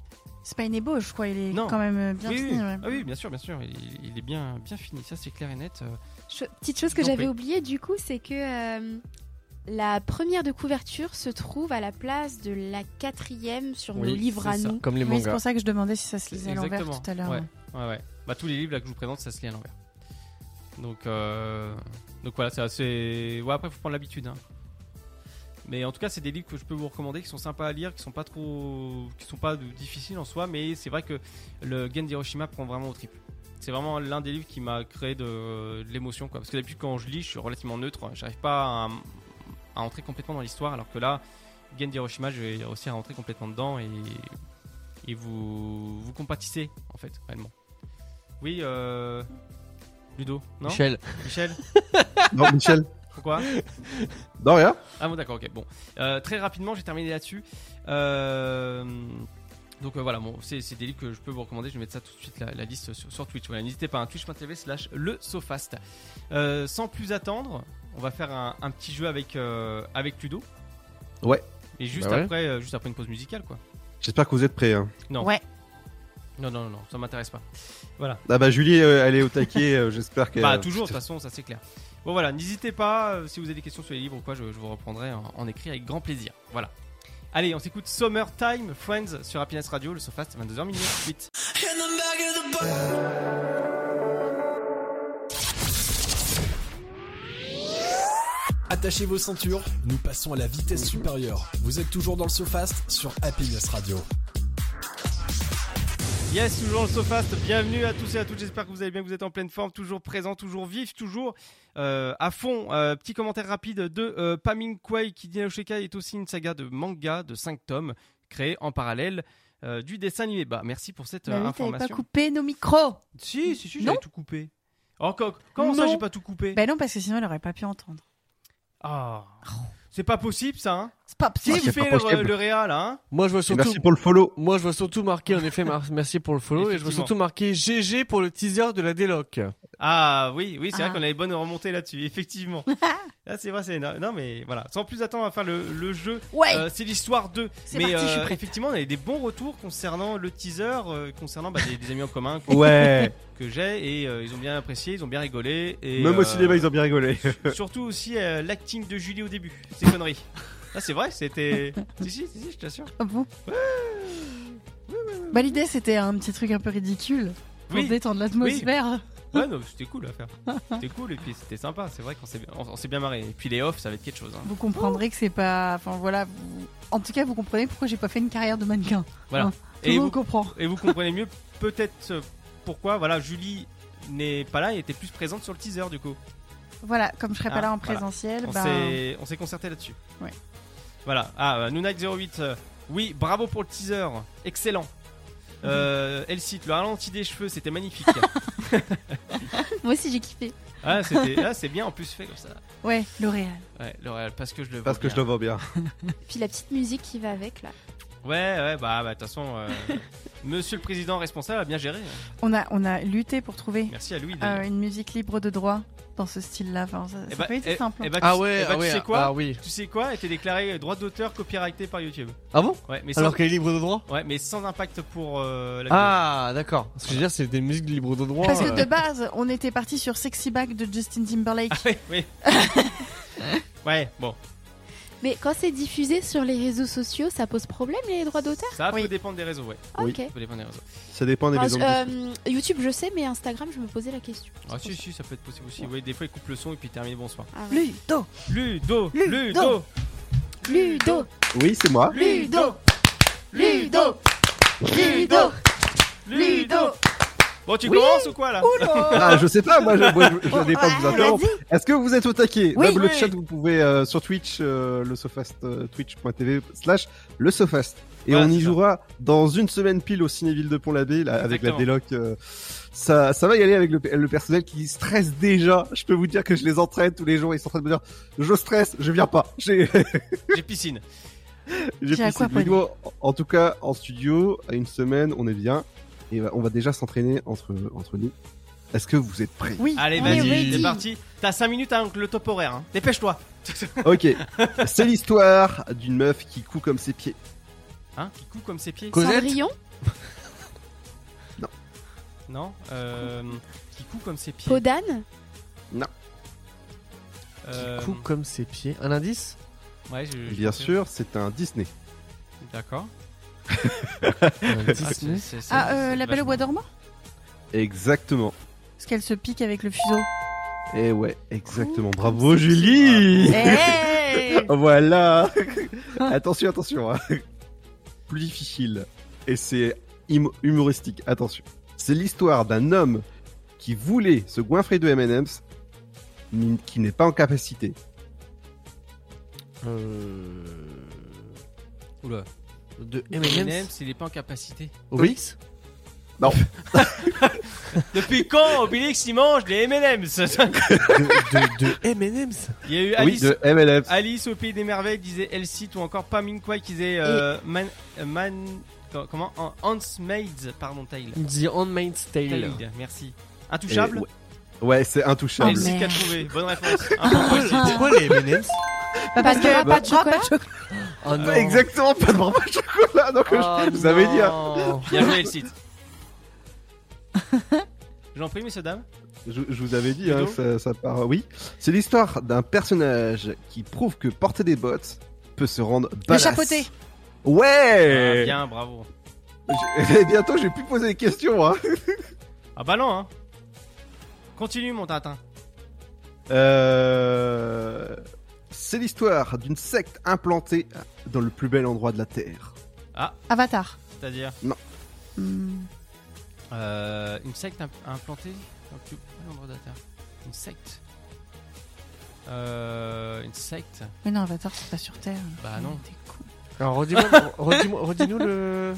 c'est pas une ébauche, quoi. Il est
Non.
quand même euh, bien
oui,
fini.
oui.
ouais.
Ah oui, bien sûr, bien sûr. Il, il est bien, bien fini. Ça, c'est clair et net. euh,
Cho- Petite chose
Je
que
vous en
j'avais
prie.
oubliée du coup, c'est que euh, la première de couverture se trouve à la place de la quatrième sur
Oui,
nos livres à
c'est ça.
nous.
Comme les
Oui, c'est
mangas.
pour ça que je demandais si ça se lisait à l'envers
Exactement.
tout à l'heure.
Ouais, ouais, ouais. Bah, tous les livres là, que je vous présente, ça se lit à l'envers. Donc, euh, donc voilà, c'est assez. Ouais, après, faut prendre l'habitude. hein. Mais en tout cas, c'est des livres que je peux vous recommander, qui sont sympas à lire, qui sont pas trop, qui sont pas de- difficiles en soi, mais c'est vrai que le Gen d'Hiroshima prend vraiment au triple. C'est vraiment l'un des livres qui m'a créé de, de l'émotion, quoi. Parce que d'habitude, quand je lis, je suis relativement neutre. J'arrive pas à, à entrer complètement dans l'histoire, alors que là, Gen d'Hiroshima, je vais réussir à entrer complètement dedans et et vous vous compatissez en fait réellement. Oui, euh... Ludo, non
Michel.
Michel
Non, Michel
<laughs> Pourquoi
Non, rien
Ah bon, d'accord, ok. Bon, Euh, très rapidement, j'ai terminé là-dessus. Euh, Donc euh, voilà, bon, c'est c'est des livres que je peux vous recommander. Je vais mettre ça tout de suite la, la liste sur, sur Twitch. Voilà, n'hésitez pas, hein, twitch.tv slash le Sofast. Euh, sans plus attendre, on va faire un, un petit jeu avec euh, avec Ludo.
Ouais.
Et juste
Bah ouais.
après, euh, juste après une pause musicale, quoi.
J'espère que vous êtes prêts. hein.
Non.
Ouais.
Non, non, non, non, ça m'intéresse pas. Voilà.
Ah bah Julie, euh, elle est au taquet. euh, J'espère qu'elle.
Bah toujours, de toute façon, ça c'est clair. Bon voilà, n'hésitez pas, euh, si vous avez des questions sur les livres ou quoi, je, je vous reprendrai en, en écrit avec grand plaisir. Voilà. Allez, on s'écoute Summertime Friends sur Happiness Radio, le Sofast, 22h08.
Attachez vos ceintures, nous passons à la vitesse supérieure. Vous êtes toujours dans le SoFast sur Happiness Radio.
Yes, toujours le Sofast, bienvenue à tous et à toutes, j'espère que vous allez bien, que vous êtes en pleine forme, toujours présent, toujours vif, toujours euh, à fond. Euh, petit commentaire rapide de euh, Paming Kwai qui dit Naoshika est aussi une saga de manga de 5 tomes créée en parallèle euh, du dessin animé. Bah merci pour cette
Bah
euh,
oui, t'avais pas
information.
coupé nos micros.
Si, si, si,
Non.
j'avais tout coupé. Encore, comment ça,
Non.
j'ai pas tout coupé
Ben non, parce que sinon, elle aurait pas pu entendre.
Ah. C'est pas possible, ça, hein
C'est pas
Si,
possible.
Ah, c'est
vous
pas
fait le,
possible.
le Real, hein
Moi, je vois
Et
surtout.
Merci pour le follow.
Moi, je veux surtout marquer, en effet, mar- merci pour le follow, et je veux surtout marquer GG pour le teaser de la déloc.
Ah oui, oui, c'est
Ah.
vrai qu'on avait bonne remontée là-dessus,
<laughs>
effectivement. là, c'est vrai, c'est énorme. Non, mais voilà. Sans plus attendre, on va faire le, le jeu.
Ouais.
Euh, c'est l'histoire 2.
C'est
Mais euh,
parti, je suis prête.
effectivement, on avait des bons retours concernant le teaser, euh, concernant bah, des, des amis en commun que,
<laughs> Ouais.
que j'ai, et euh, ils ont bien apprécié, ils ont bien rigolé. Et,
Même au
euh,
cinéma, ils <laughs> ont bien rigolé.
Surtout aussi euh, l'acting de Julie au début, ces conneries. Ah, c'est vrai,
<laughs>
c'était. si, si, si, si, je t'assure.
Ah bon Bah, l'idée, c'était un petit truc un peu ridicule pour
Oui.
détendre l'atmosphère.
Ouais, non, c'était cool à faire. C'était cool et puis c'était sympa. C'est vrai qu'on s'est on- on s'est bien marré. Et puis les offs, ça va être quelque chose. hein.
Vous comprendrez que c'est pas. Enfin, voilà. vous- En tout cas, vous comprenez pourquoi j'ai pas fait une carrière de mannequin.
Voilà.
Tout
Et
le
vous,
monde comprend.
et vous comprenez mieux peut-être euh, pourquoi. Voilà, Julie n'est pas là et était plus présente sur le teaser du coup.
Voilà, comme je serais
Ah,
pas là en
voilà.
présentiel,
On
bah,
s'est on s'est concerté là-dessus.
Ouais.
Voilà. Ah, euh, Nunak08. euh, oui, bravo pour le teaser. Excellent.
<laughs>
Euh, elle cite le ralenti des cheveux, c'était magnifique.
<laughs> Moi aussi j'ai kiffé.
Ah, c'était- ah, c'est bien en plus fait comme ça.
Ouais, L'Oréal.
Ouais, L'Oréal, parce que je le vois.
Parce que je le
bien.
vois bien.
Puis la petite musique qui va avec là.
Ouais, ouais, bah, bah, de toute façon, euh, <laughs> monsieur le président responsable a bien géré. hein.
On a, on a lutté pour trouver
Merci à lui.
euh,
d'ailleurs.
une musique libre de droit dans ce style-là. Enfin, ça
Eh
ça
bah,
peut être
eh-
simple. hein.
eh bah, tu-
Ah ouais,
eh bah,
ah
tu
ouais,
sais quoi
ah oui.
Tu sais quoi Elle était déclarée droit d'auteur copyrighté par YouTube.
Ah bon
Ouais, mais sans,
Alors qu'elle est libre de droit
ouais, mais sans impact pour euh, la
Ah d'accord. Ce que je veux dire, c'est des musiques libres de
ben,
droit.
Parce que
oh,
euh,
de base, on était parti sur Sexy Back de Justin Timberlake.
vidéo. Ah oui. ouais, bon.
Mais quand c'est diffusé sur les réseaux sociaux, ça pose problème les droits d'auteur
Ça
Oui.
peut dépendre des réseaux, ouais.
Oui.
Ok.
Ça peut dépendre des réseaux.
Ça dépend des
Enfin,
maisons. de disques.
euh, YouTube, je sais, mais Instagram, je me posais la question.
Ah, si, si, ça peut être possible aussi. Oui, des fois, ils coupent le son et puis ils terminent bonsoir.
Ah ouais.
Ludo
Ludo, Ludo,
Ludo.
Ludo,
euh,
Oui, c'est moi.
Ludo, Ludo, Ludo.
Ludo. Bon, tu commences ou quoi là
Ah, je sais pas, moi je, moi,
<laughs>
je, je n'ai pas
Ah,
vous interrompre. Est-ce que vous êtes au taquet
Oui,
Même le
oui.
chat, vous pouvez euh, sur Twitch, euh, le Sofast, euh, twitch.tv slash le Sofast. Et
Voilà,
on y
c'est ça.
jouera dans une semaine pile au Cinéville de Pont-l'Abbé, là, avec la
Exactement.
déloc. euh, ça, ça va y aller avec le, le personnel qui stresse déjà. Je peux vous dire que je les entraîne tous les jours. Ils sont en train de me dire, je stresse, je viens pas. <laughs> J'ai
J'ai piscine.
J'ai
J'ai
pris cette
aquaponie.
vidéo. En tout cas, en studio, à une semaine, on est bien. Et bah, on va déjà s'entraîner entre, entre nous. Est-ce que vous êtes
<laughs>
prêts
Oui,
Allez,
on est
vas-y,
ready.
c'est parti. T'as 5 minutes avant que le top horaire. hein. Dépêche-toi.
Ok. C'est l'histoire d'une meuf qui coud comme ses pieds.
Hein Qui coupe comme ses pieds
Cosette
Cendrillon,
Non. Euh, qui coupe comme ses pieds.
Podane,
Euh,
Qui coupe comme ses pieds. Un indice
Ouais, je- je-
Bien sûr, c'est un Disney.
D'accord. <laughs>
Un indice,
C'est-
mais-
c'est- c'est-
Ah,
c'est
euh, La Belle au Bois
vachement-
dormant
Exactement.
Parce qu'elle se pique avec
<laughs>
le fuseau.
Et ouais,
Oh,
exactement. Bravo Julie
Eh.
Oh,
Hey
<laughs>
Voilà Attention, attention. hein. Plus difficile. Et c'est hum- humoristique, attention. C'est l'histoire d'un homme qui voulait se goinfrer de M&M's, mais qui n'est pas en capacité.
Euh,
Oula.
De
Eminem,
M&M's.
s'il est pas en capacité.
Obélix
<laughs> Depuis quand Obélix il mange des <laughs> M&M's
De, de, de M&M's.
Il y a eu
oui,
Alice.
de M&M's.
Alice au pays des merveilles disait Elsie ou encore Pam Minkwai qui disait euh, Man, euh, Man- co- comment Han- Hans Maids pardon Tail.
The Handmaid's Tale.
Tail, merci. Intouchable.
Et ouais, ouais, c'est
Ah,
intouchable.
Elsie
merde.
qui a trouvé. Bonne réponse. Un point pour Elsie.
<laughs>
Pourquoi les M&M's
Bah, Parce que
pas de chocolat
Oh non.
Exactement, pas de bravo chocolat. Donc,
Oh
je vous avais dit. hein.
non.
Bien joué
<laughs>
Elsie. J'en prie messieurs dames.
Je, je vous avais dit, hein,
Ludo
ça, ça part. Oui, c'est l'histoire d'un personnage qui prouve que porter des bottes peut se rendre
Le
badass.
chapeauté
Ouais.
Ah, bien bravo.
<laughs> J'ai- Bientôt, j'ai plus posé des questions. Hein.
Ah bah non hein. Continue mon tintin.
Euh... C'est l'histoire d'une secte implantée dans le plus bel endroit de la terre.
Avatar.
C'est-à-dire
Hmm.
euh, une secte imp- implantée dans le plus- Ah, l'endroit de la Terre. Une secte. Euh, une secte.
Mais non, Avatar, c'est pas sur Terre.
Bah non.
T'es con.
Alors redis-moi, redis-moi- redis-nous le.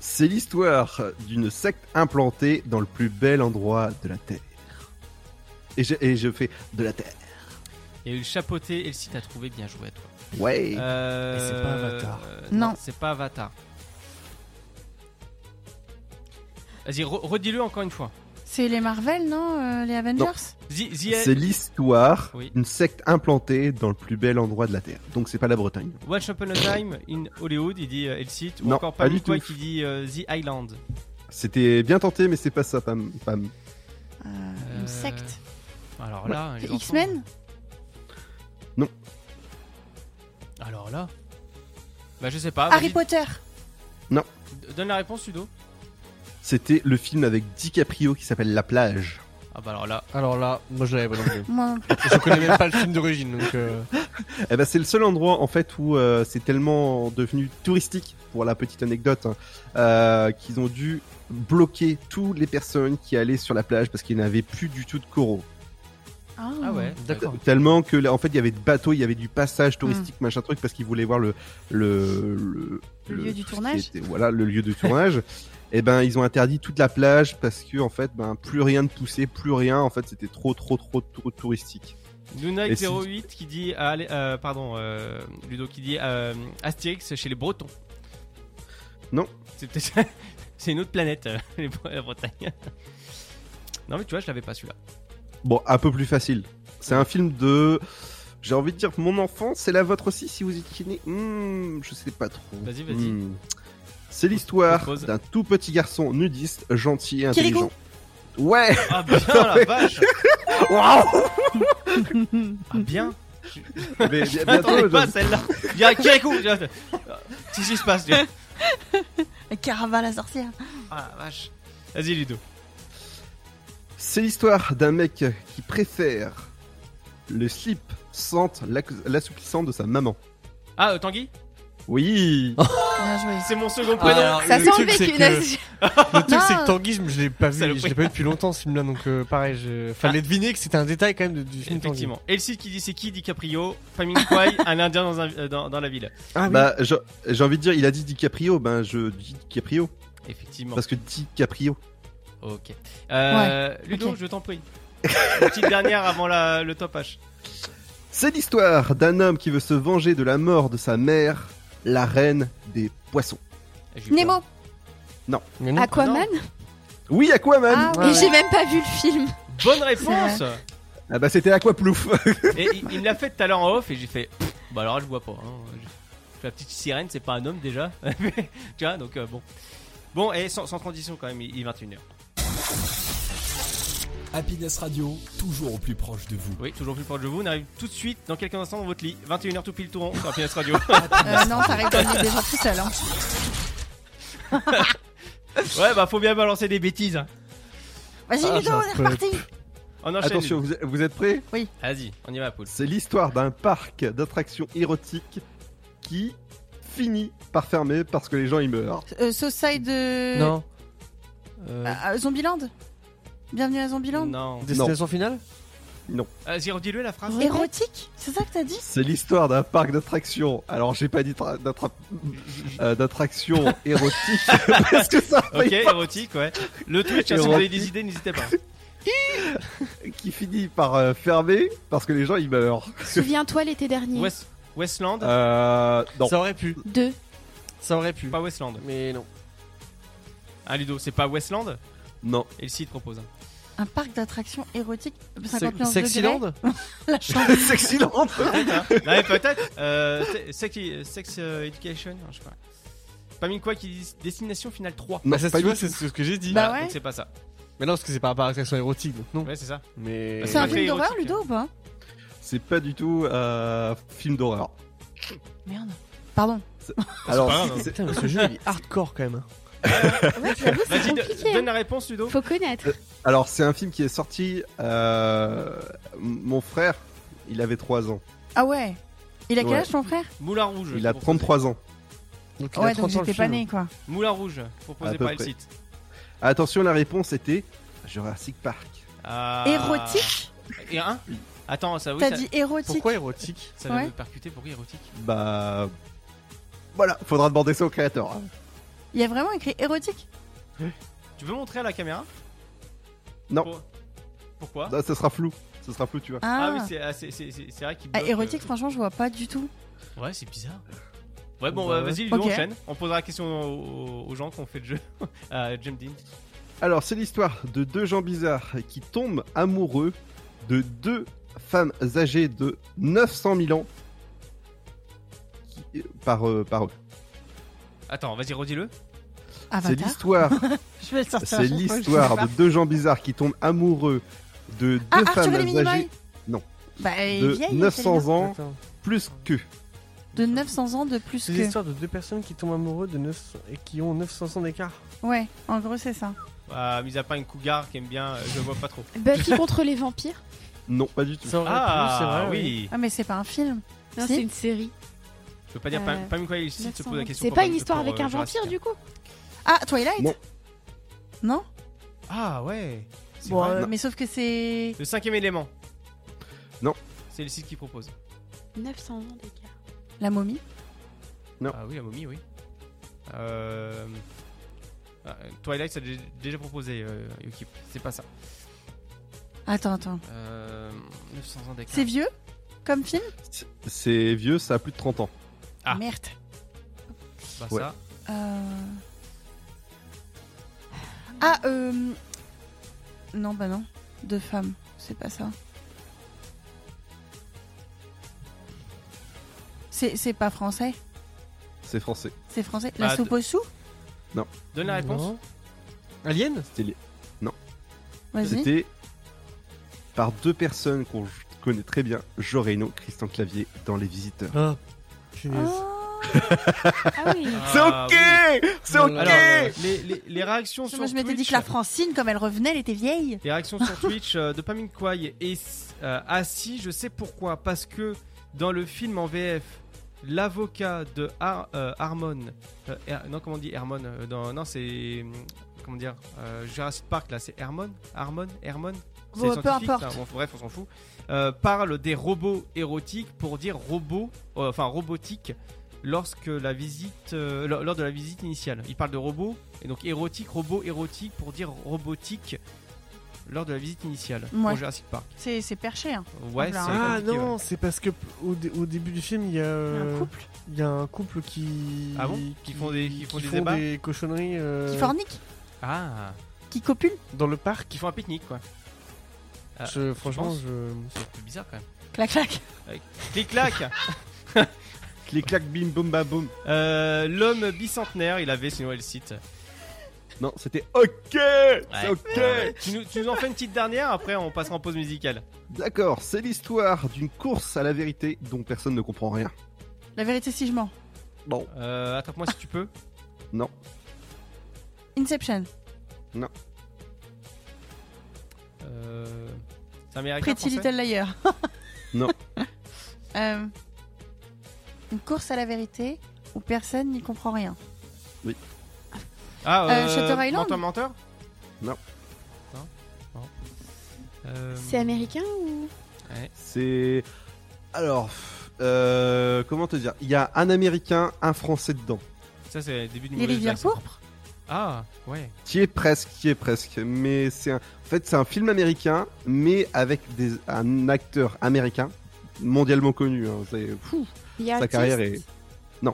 C'est l'histoire d'une secte implantée dans le plus bel endroit de la terre. Et je, et je fais de la terre.
Il y a eu le chapeauté, Elsie t'a trouvé, bien joué à toi.
Ouais.
Euh,
Et c'est pas Avatar.
euh,
Non.
c'est pas Avatar. Vas-y, re- redis-le encore une fois.
C'est les Marvel, non euh, Les Avengers
The- the-
C'est l'histoire
Oui.
d'une secte implantée dans le plus bel endroit de la terre. Donc c'est pas la Bretagne.
Once Upon a Time in Hollywood, il dit euh, Elsie, ou
Non,
encore
pas
Pam
du
Minkwai
tout.
qui dit euh, The Island.
C'était bien tenté, mais c'est pas ça, Pam. Pam.
Euh,
Euh,
Une secte.
Alors là, les
C'est
enfants-
X-Men
Alors là. Bah je sais pas.
Harry
vas-y,
Potter
d- Donne la réponse, Sudo.
C'était le film avec DiCaprio qui s'appelle La plage.
Ah bah alors là.
Alors là, moi je l'avais pas non plus.
Moi non plus.
Je connais même pas le film d'origine, donc.
<laughs>
euh,
Eh ben, c'est le seul endroit en fait où euh, c'est tellement devenu touristique, pour la petite anecdote, hein, euh, qu'ils ont dû bloquer toutes les personnes qui allaient sur la plage parce qu'ils n'avaient plus du tout de coraux.
Ah ouais.
D'accord.
Tellement que là, en fait, il y avait des bateaux, il y avait du passage touristique, machin truc, parce qu'ils voulaient voir le le,
Hmm. Le lieu du
tout ce qui
tournage <laughs>
était- voilà, le lieu de tournage. et ben ils ont interdit toute la plage parce que en fait ben plus rien ne poussait, plus rien. En fait c'était trop trop trop trop touristique. Et si-
Nunak08 qui dit. ah, allez, euh, pardon, euh, Ludo qui dit euh, Astérix chez les Bretons.
Non.
C'est peut-être. <laughs> C'est une autre planète, euh, <laughs> les Bre- la Bretagne. Non, mais tu vois, je l'avais pas
<laughs>
celui-là.
Bon un peu plus facile. C'est un film de j'ai envie de dire mon enfance, c'est la vôtre aussi si vous étiez né. Hmm, je sais pas trop.
Vas-y, vas-y.
Hmm. C'est l'histoire
Propose.
d'un tout petit garçon nudiste, gentil et
Kirikou.
intelligent. Ouais. <laughs>
Ah, bien la vache
Waouh.
Ah, bien
Mais
Attendez
bien- <laughs> bientôt,
pas
je-
celle-là Il y a un Kirikou Qu'est-ce qui se passe tu vois
Carava la sorcière.
Ah la vache Vas-y Ludo.
C'est l'histoire d'un mec qui préfère le slip sente l'ac- l'assouplissant de sa maman.
Ah euh, Tanguy
Oui.
Bien joué.
C'est mon second
Ah,
prénom
alors,
Ça
le
sent
truc,
le
c'est
<laughs>
vécu,
que-
Nazi.
Le truc, c'est
Non.
que Tanguy, je je l'ai pas vu,
Saloperie.
je l'ai pas vu depuis longtemps ce film-là, donc euh, pareil, je...
Ah.
fallait deviner que c'était un détail quand même de- du film Tanguy.
Effectivement. Et le site qui dit c'est qui DiCaprio Famine Kwai, un indien dans, un- euh, dans, dans la ville.
Ah oui.
Bah, je- j'ai envie de dire, il a dit DiCaprio. Ben, je dis DiCaprio.
Effectivement.
Parce que DiCaprio.
Ok. Euh, Ludo,
Ok.
je t'en prie. Une petite dernière avant la- le top H.
C'est l'histoire d'un homme qui veut se venger de la mort de sa mère, la reine des poissons.
J'ai eu peur.
Nemo.
Mais
Mmh.
non.
Aquaman
Oui, Aquaman. Ah,
Ah,
Et
ouais.
j'ai même pas vu le film.
Bonne réponse
bah, c'était Aquaplouf.
Et il, il me l'a fait tout à l'heure en off et j'ai fait Pff, bah alors là, je vois pas. hein. Je- La petite sirène, c'est pas un homme déjà. <laughs> tu vois, donc euh, bon. Bon, et sans, sans transition quand même, il, il est 21h.
Happiness Radio, toujours au plus proche de vous.
Oui, toujours plus proche de vous. On arrive tout de suite dans quelques instants dans votre lit. 21h tout pile tout rond sur PS Radio.
Euh, non, t'arrives pas, on est déjà tout seul. hein.
<laughs> ouais, bah faut bien balancer des bêtises. hein.
Vas-y,
Ah,
Ludo,
ça
on est
peut-
reparti.
On enchaîne.
Attention, vous êtes- vous êtes prêts
Vas-y, on y va, poule.
C'est l'histoire d'un parc d'attractions érotiques qui finit par fermer parce que les gens y meurent.
Euh, Society. euh,
Non.
Mm.
Euh,
Bah.
euh, Zombieland. Bienvenue à Zombieland.
Non.
Destination finale
Vas-y, redis-le la phrase.
Érotique C'est ça que t'as dit
C'est l'histoire d'un parc d'attractions. Alors, j'ai pas dit tra- d'attra-
<laughs>
euh, d'attractions érotiques <laughs> parce que ça
Ok,
fait pas-
érotique, ouais. Le Twitch, hein, si vous avez des idées, n'hésitez pas.
qui finit par euh, fermer parce que les gens ils meurent.
<laughs> Souviens-toi l'été dernier.
West- Westland,
Euh, non.
Ça aurait pu.
Deux.
Ça aurait pu.
pas Westland.
Mais non.
Ah, Ludo, c'est pas Westland <laughs>
Non.
Et le site propose. hein.
Un parc d'attractions érotiques.
Se-
51
Sexyland
Bah, Sexyland.
hein. Non, mais peut-être. Euh, se- sex, sex, euh, Education, je sais pas. Pas mine quoi qui dit Destination Finale 3.
Non,
Bah, ça,
pas
tu
du
vois, c'est
tout.
ce que j'ai dit.
Bah
Voilà,
ouais.
Donc c'est pas ça.
Mais non, parce que c'est par rapport à l'attraction érotique, donc non.
Ouais, c'est ça.
Oh,
Mais.
C'est un
Érotique.
film d'horreur,
Érotique.
Ludo, ou pas
C'est pas du tout euh, film d'horreur.
Merde. Pardon.
Alors,
Ah, pas grave, hein.
c'est-
Putain, mais ce jeu il est hardcore quand même. hein.
Ouais, tu l'as vu, c'est
Vas-y, do-
compliqué.
donne la réponse, Ludo.
Faut connaître.
alors, c'est un film qui est sorti. euh, m- Mon frère, il avait 3 ans.
Ah ouais Il a quel
Ouais.
âge ton frère
Moulin Rouge.
Il a
proposez.
33 ans.
Donc, il a
Ouais,
30
donc
ans, le
j'étais pas
film.
né quoi.
Moulin Rouge, proposé
À peu
par le
près.
site.
Attention, la réponse était Jurassic Park.
Ah.
Érotique
Et un Attends, ça oui,
T'as
ça,
dit érotique
Pourquoi érotique
ça va
ouais.
me percuter. Pourquoi érotique
Bah. Voilà, faudra demander ça au créateur. hein.
Il y a vraiment écrit érotique
Tu veux montrer à la caméra
Non.
Pour- Pourquoi
Non, Ah, ça sera flou. Ça sera flou, tu vois.
Ah
Ah,
oui, c'est- ah, c'est c'est- c'est- c'est vrai qu'il
Ah,
bloque,
érotique,
euh,
franchement, je vois pas du tout.
Ouais, c'est bizarre. Ouais, bon,
Bah
euh,
ouais.
vas-y, Ludo,
Ok.
enchaîne. On posera la question aux, aux gens qui ont fait le jeu. <laughs> à Jim Dean.
Alors, c'est l'histoire de deux gens bizarres qui tombent amoureux de deux femmes âgées de 900 000 ans qui- par, euh, par eux.
Attends, vas-y, redis-le.
C'est
Avatar <laughs>
l'histoire,
Je vais le sortir. à
c'est
chaque fois, je
l'histoire
sais
de deux gens bizarres qui tombent amoureux de deux
pas. Ah, Arthur
femmes
et les Minimoys
âgées Non.
Bah, elle est
de
vieille.
900 ans
Attends.
plus que.
De 900 ans de plus
C'est
que.
l'histoire de deux personnes qui tombent amoureux de 900 et qui ont 900 ans d'écart.
Ouais, en gros, c'est ça.
Ah, mis à part une cougar qui aime bien, euh, je vois pas trop. <laughs>
Buffy contre les vampires.
Non, pas du tout.
Ça aurait pu, c'est
Ah,
vrai.
oui.
Ah, mais c'est pas un film.
Non,
Si.
c'est une série.
Je veux pas dire,
Euh,
pas pas même quoi, il se pose la question.
C'est
pour-
pas une histoire
pour,
avec
euh,
un
Jurassic
vampire du coup
Ah, Twilight
Non.
Non
Park. Ah, ouais. C'est
Bon,
vrai.
euh, mais sauf que c'est.
Le cinquième élément.
Non.
C'est le site qui propose.
900 ans d'écart.
La momie
Non.
Ah oui, la momie, oui. Euh... Ah, euh, Twilight, ça a dé- déjà proposé, euh, Ukip. C'est pas ça.
Attends, attends.
Euh, 900 ans d'écart.
C'est vieux comme film
C'est- C'est vieux, ça a plus de 30 ans.
Ah.
Merde.
Pas
Ouais.
Bah, ça.
Euh... Ah, euh... Non, bah non. Deux femmes, c'est pas ça. C'est c'est pas français
C'est français.
C'est français
Bah,
La
de-
soupe au sou
Donne la réponse.
Non. Alien
C'était les-
Vas-y.
C'était par deux personnes qu'on j- connaît très bien, Joreno, Christian Clavier, dans Les Visiteurs.
Ah, punaise.
Oh.
<laughs>
Ah oui.
C'est
Ah, oui.
ok C'est ok
Alors, euh, les, les- les réactions sur
Moi, je m'étais dit
Twitch-
que la Francine, comme elle revenait, elle était vieille.
Les réactions sur Twitch euh, de Pamin Kwai et euh, Ah si, je sais pourquoi. Parce que dans le film en VF, l'avocat de Har- euh, Harmon. euh, Her- non, comment on dit Hermon euh, dans- Non, c'est. hum, Comment dire euh, Jurassic Park, là, c'est Hermon Harmon Hermon C'est
Bon, peu
scientifique,
importe.
ça, bon, bref, on s'en fout. Euh, parle des robots érotiques pour dire robot, euh, enfin robotique, lorsque la visite, euh, lors lors de la visite initiale. Il parle de robots, et donc érotique, robot érotique pour dire robotique lors de la visite initiale
Ouais.
pour Jurassic Park.
C'est c'est perché, hein.
Ouais,
Ah,
c'est
Ah
compliqué,
non,
ouais.
c'est parce que p- au, dé- au début du film, il y a euh,
Un couple
il y a un couple qui
Ah bon Qui font des- qui font des débats
cochonneries euh,
qui fornique,
Ah,
qui copule.
dans le parc.
qui font un pique-nique quoi. Ah,
Je- franchement,
penses
je
C'est un peu bizarre quand même.
Clac, clac.
Clic clac.
Les claques bim boum ba boum.
Euh, L'homme bicentenaire, il avait sinon elle cite.
Non, c'était ok C'est ok
Tu nous, tu nous en fais une petite dernière après on passera en pause musicale.
D'accord, c'est l'histoire d'une course à la vérité dont personne ne comprend rien.
La vérité, si je mens.
Bon,
Euh, Attrape-moi si tu peux.
non.
Inception.
Euh, c'est américain.
Pretty
français
Little Liar.
Non.
<laughs> Euh, une course à la vérité où personne n'y comprend rien.
Ah,
Euh, Shutter Island
Menteur, menteur
Non.
Non. Non. Euh,
C'est américain ou
C'est. Alors, pff, euh, comment te dire Il y a un américain, un français dedans.
Ça, c'est le début du
Les
Mauvaise
rivières
Blague, ça.
pourpres
Ah, ouais.
Qui est presque, qui est presque. Mais c'est un. En fait, c'est un film américain, mais avec des... un acteur américain mondialement connu. hein. C'est- Fou.
Il y a
Sa
Artist.
carrière est-
Donne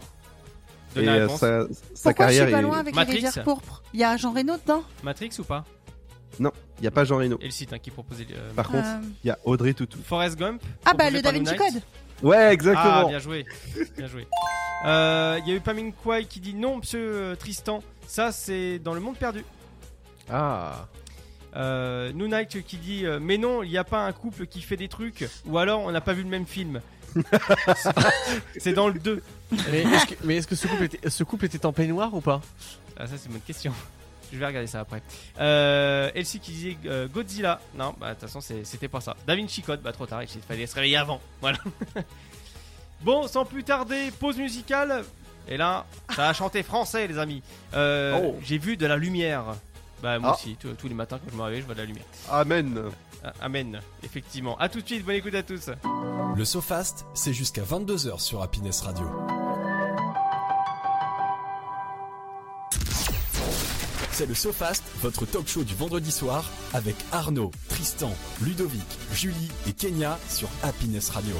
Et
la
euh,
réponse.
sa, sa
Pourquoi je
carrière
suis pas
est.
loin avec
Matrix
les rivières pourpres Il y a Jean Reno dedans.
Matrix ou pas
Il n'y a pas Jean Reno.
Et le site hein, qui proposait. euh,
Par contre,
Euh,
il y a Audrey Toutou.
Forrest Gump.
Ah
proposé
bah le Da
par
Vinci
Moonlight.
Code.
Ouais,
Ah,
exactement.
bien joué. Bien joué. Euh, Il y a eu Pamin Kwai qui dit non, monsieur euh, Tristan. Ça, c'est dans le monde perdu.
ah
Euh, Noonite qui dit euh, mais non, il n'y a pas un couple qui fait des trucs. Ou alors, on n'a pas vu le même film. c'est dans le 2. <laughs>
mais est-ce que, mais est-ce que ce couple était ce couple était en peignoir ou pas
Ah, ça, c'est une bonne question. <laughs> Je vais regarder ça après. Euh, Elsie qui disait euh, Godzilla. Non, bah, de toute façon, c'est- c'était pas ça. Da Vinci Code, bah, trop tard, il fallait se réveiller avant. Voilà. <laughs> bon, sans plus tarder, pause musicale. Et là, ça a chanté français, les amis. Euh,
Oh.
J'ai vu de la lumière. Bah, moi
Ah.
aussi, tous tous les matins quand je me réveille, je vois de la lumière.
Amen.
Ah, amen, effectivement. À tout de suite, bonne écoute à tous.
Le SoFast, c'est jusqu'à 22h sur Happiness Radio. C'est le SoFast, votre talk show du vendredi soir avec Arnaud, Tristan, Ludovic, Julie et Kenya sur Happiness Radio.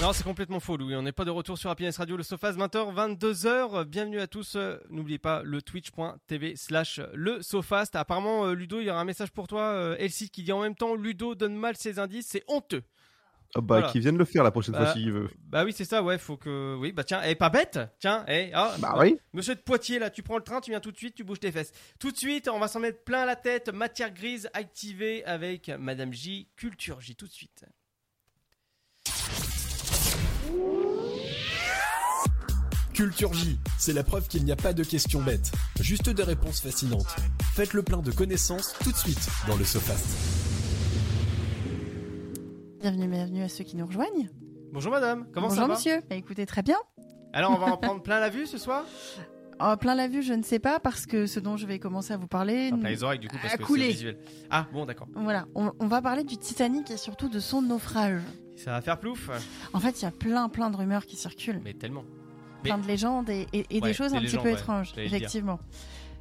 Non, c'est complètement faux, Louis. On n'est pas de retour sur Happiness Radio, le Sofas, 20h, 22h. Bienvenue à tous. Euh, N'oubliez pas le twitch.tv slash le Sofast. Apparemment, euh, Ludo, il y aura un message pour toi, euh, Elsie, qui dit en même temps Ludo donne mal ses indices, c'est honteux.
Ah bah,
Voilà.
qui viennent le faire la prochaine
Bah,
fois s'il veut.
Bah oui, c'est ça, ouais, faut que. Oui, bah tiens, eh, pas bête Tiens, eh, ah,
Bah oui.
Monsieur de Poitiers, là, tu prends le train, tu viens tout de suite, tu bouges tes fesses. Tout de suite, on va s'en mettre plein la tête. Matière grise activée avec Madame J, Culture J, tout de suite.
Culture J, c'est la preuve qu'il n'y a pas de questions bêtes, juste des réponses fascinantes. Faites le plein de connaissances tout de suite dans le SoFast.
Bienvenue, bienvenue à ceux qui nous rejoignent.
Bonjour Madame, comment
Bonjour
ça va
monsieur. Bah, écoutez très bien.
Alors, on va en prendre plein la vue ce soir
En plein la vue, je ne sais pas parce que ce dont je vais commencer à vous parler.
Ah, plein les oreilles du coup parce
À
que
couler.
c'est visuel. Ah bon d'accord.
Voilà, on, on va parler du Titanic et surtout de son naufrage.
Ça va faire plouf,
En fait, il y a plein plein de rumeurs qui circulent.
mais tellement.
plein de légendes et, et- et
Ouais,
des choses
des
un petit
légendes,
peu
ouais,
étranges,
j'allais le dire.
effectivement.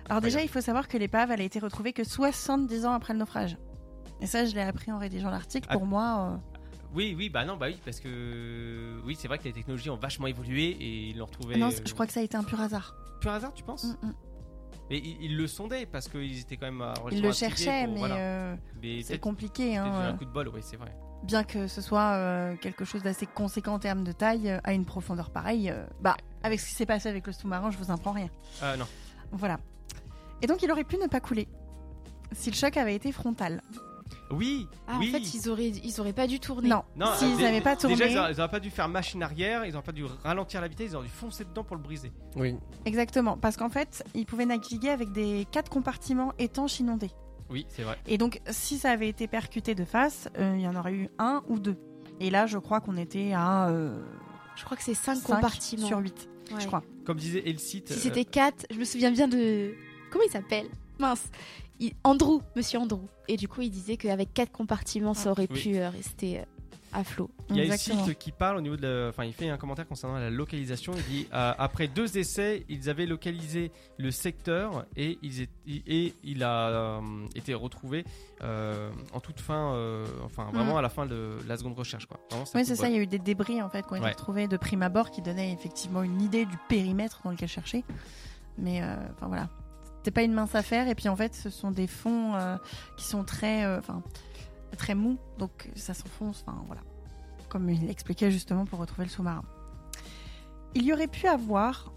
Alors déjà, il faut savoir que l'épave, elle a été retrouvée que 70 ans après le naufrage. Et ça, je l'ai appris en rédigeant l'article.
Ah.
Pour moi, euh.
Oui, oui, bah non, bah oui, parce que oui, c'est vrai que les technologies ont vachement évolué et ils l'ont retrouvé.
euh, non,
euh,
je crois que ça a été un pur hasard.
Pur hasard, tu penses
Mm, mm.
Mais ils, ils le sondaient parce qu'ils étaient quand même. à-
Ils le cherchaient,
pour-
mais
voilà.
euh,
Mais
c'est
peut-être-
compliqué.
peut-être
hein,
eu
euh,
un coup de bol, oui, c'est vrai.
bien que ce soit euh, quelque chose d'assez conséquent en termes de taille, euh, à une profondeur pareille, euh, bah, avec ce qui s'est passé avec le sous-marin, je vous apprends rien.
Ah non.
Voilà. Et donc, il aurait pu ne pas couler si le choc avait été frontal.
Oui,
Ah,
oui.
en fait, ils auraient, ils auraient pas dû tourner.
Non,
Non,
s'ils
euh, dé-
n'avaient pas tourné.
Déjà, ils auraient- ils auraient pas dû faire machine arrière, ils auraient pas dû ralentir la vitesse, ils auraient dû foncer dedans pour le briser.
Oui.
Exactement, parce qu'en fait, ils pouvaient naviguer avec des quatre compartiments étanches inondés.
Oui, c'est vrai.
Et donc, si ça avait été percuté de face, euh, il y en aurait eu un ou deux. Et là, je crois qu'on était à euh,
Je crois que c'est 5
cinq
compartiments.
sur 8,
Ouais.
je crois.
Comme disait euh, Elsite.
Si c'était 4, je me souviens bien de. Comment il s'appelle Mince. Il- Andrew, monsieur Andrew. Et du coup, il disait qu'avec 4 compartiments,
Ah.
ça aurait
Oui.
pu euh, rester euh, à flot.
Il y a un
Exactement.
site qui parle au niveau de la- Enfin, il fait un commentaire concernant la localisation. Il dit euh, Après deux essais, ils avaient localisé le secteur et, ils étaient- et il a euh, été retrouvé euh, en toute fin, euh, enfin vraiment à la fin de la seconde recherche. Quoi. Vraiment,
Oui, Mm. c'est
cool,
ça,
ouais.
il y a eu des débris en fait qui ont été
Ouais.
retrouvés de prime abord qui donnaient effectivement une idée du périmètre dans lequel chercher. Mais euh, enfin voilà, c'était pas une mince affaire. Et puis en fait, ce sont des fonds euh, qui sont très, euh, enfin, très mous, donc ça s'enfonce. Enfin voilà, comme il l'expliquait justement pour retrouver le sous-marin. Il y aurait pu avoir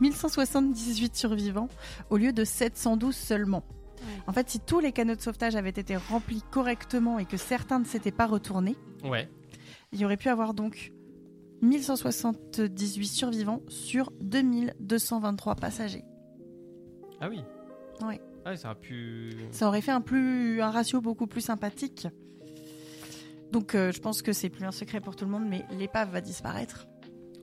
1178 survivants au lieu de 712 seulement.
Ouais.
En fait, si tous les canaux de sauvetage avaient été remplis correctement et que certains ne s'étaient pas retournés,
Ouais.
il y aurait pu avoir donc 1178 survivants sur 2223 passagers.
Ah oui.
Ouais.
Ah oui, ça aurait pu.
Ça aurait fait un, plus, un ratio beaucoup plus sympathique. Donc euh, je pense que c'est plus un secret pour tout le monde, mais l'épave va disparaître.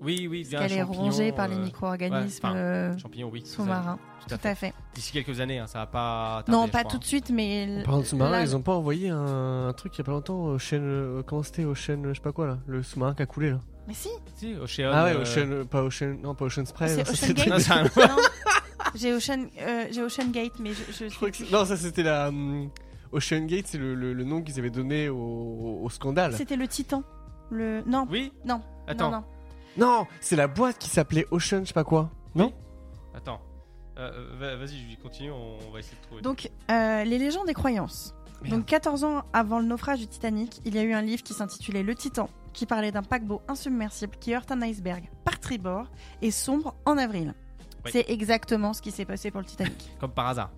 Oui, oui, bien
Parce qu'elle est
champignon,
rongée par les
euh,
micro-organismes
ouais, enfin,
euh,
Champignons, oui. c'est ça,
sous-marins.
Tout à
Tout
fait.
à fait.
D'ici quelques années, hein, ça va pas.
Non,
tarder,
pas
je crois,
tout de
hein.
suite, mais. l-
Par contre, sous-marin,
Euh, là-
ils ont pas envoyé un, un truc il y a pas longtemps au chaîne. euh, comment c'était Au chaîne, je sais pas quoi là Le sous-marin qui a coulé là.
Mais si
Si, Ocean.
ah ouais,
euh,
au chaîne. Pas au chaîne. Non, pas au chaîne spray. <laughs>
C'est
non, ça,
Ocean
c'était-
<laughs>
Gate.
Non, c'est un-
Non, J'ai Ocean, euh, j'ai Ocean Gate, mais je. je-
Je crois que c'est- non, ça c'était la. hum, Ocean Gate, c'est le, le- le nom qu'ils avaient donné au, au scandale.
C'était le Titan. Le... Non,
Oui
Non,
Attends,
non, non.
Non, c'est la boîte qui s'appelait Ocean, je sais pas quoi.
attends. Euh, euh, va- Vas-y, Julie, continue, on va essayer de trouver.
Donc, euh, les légendes et croyances.
Merde.
Donc 14 ans avant le naufrage du Titanic, il y a eu un livre qui s'intitulait Le Titan, qui parlait d'un paquebot insubmersible qui heurte un iceberg par tribord et sombre en avril.
Oui.
C'est exactement ce qui s'est passé pour le Titanic. <laughs>
Comme par hasard.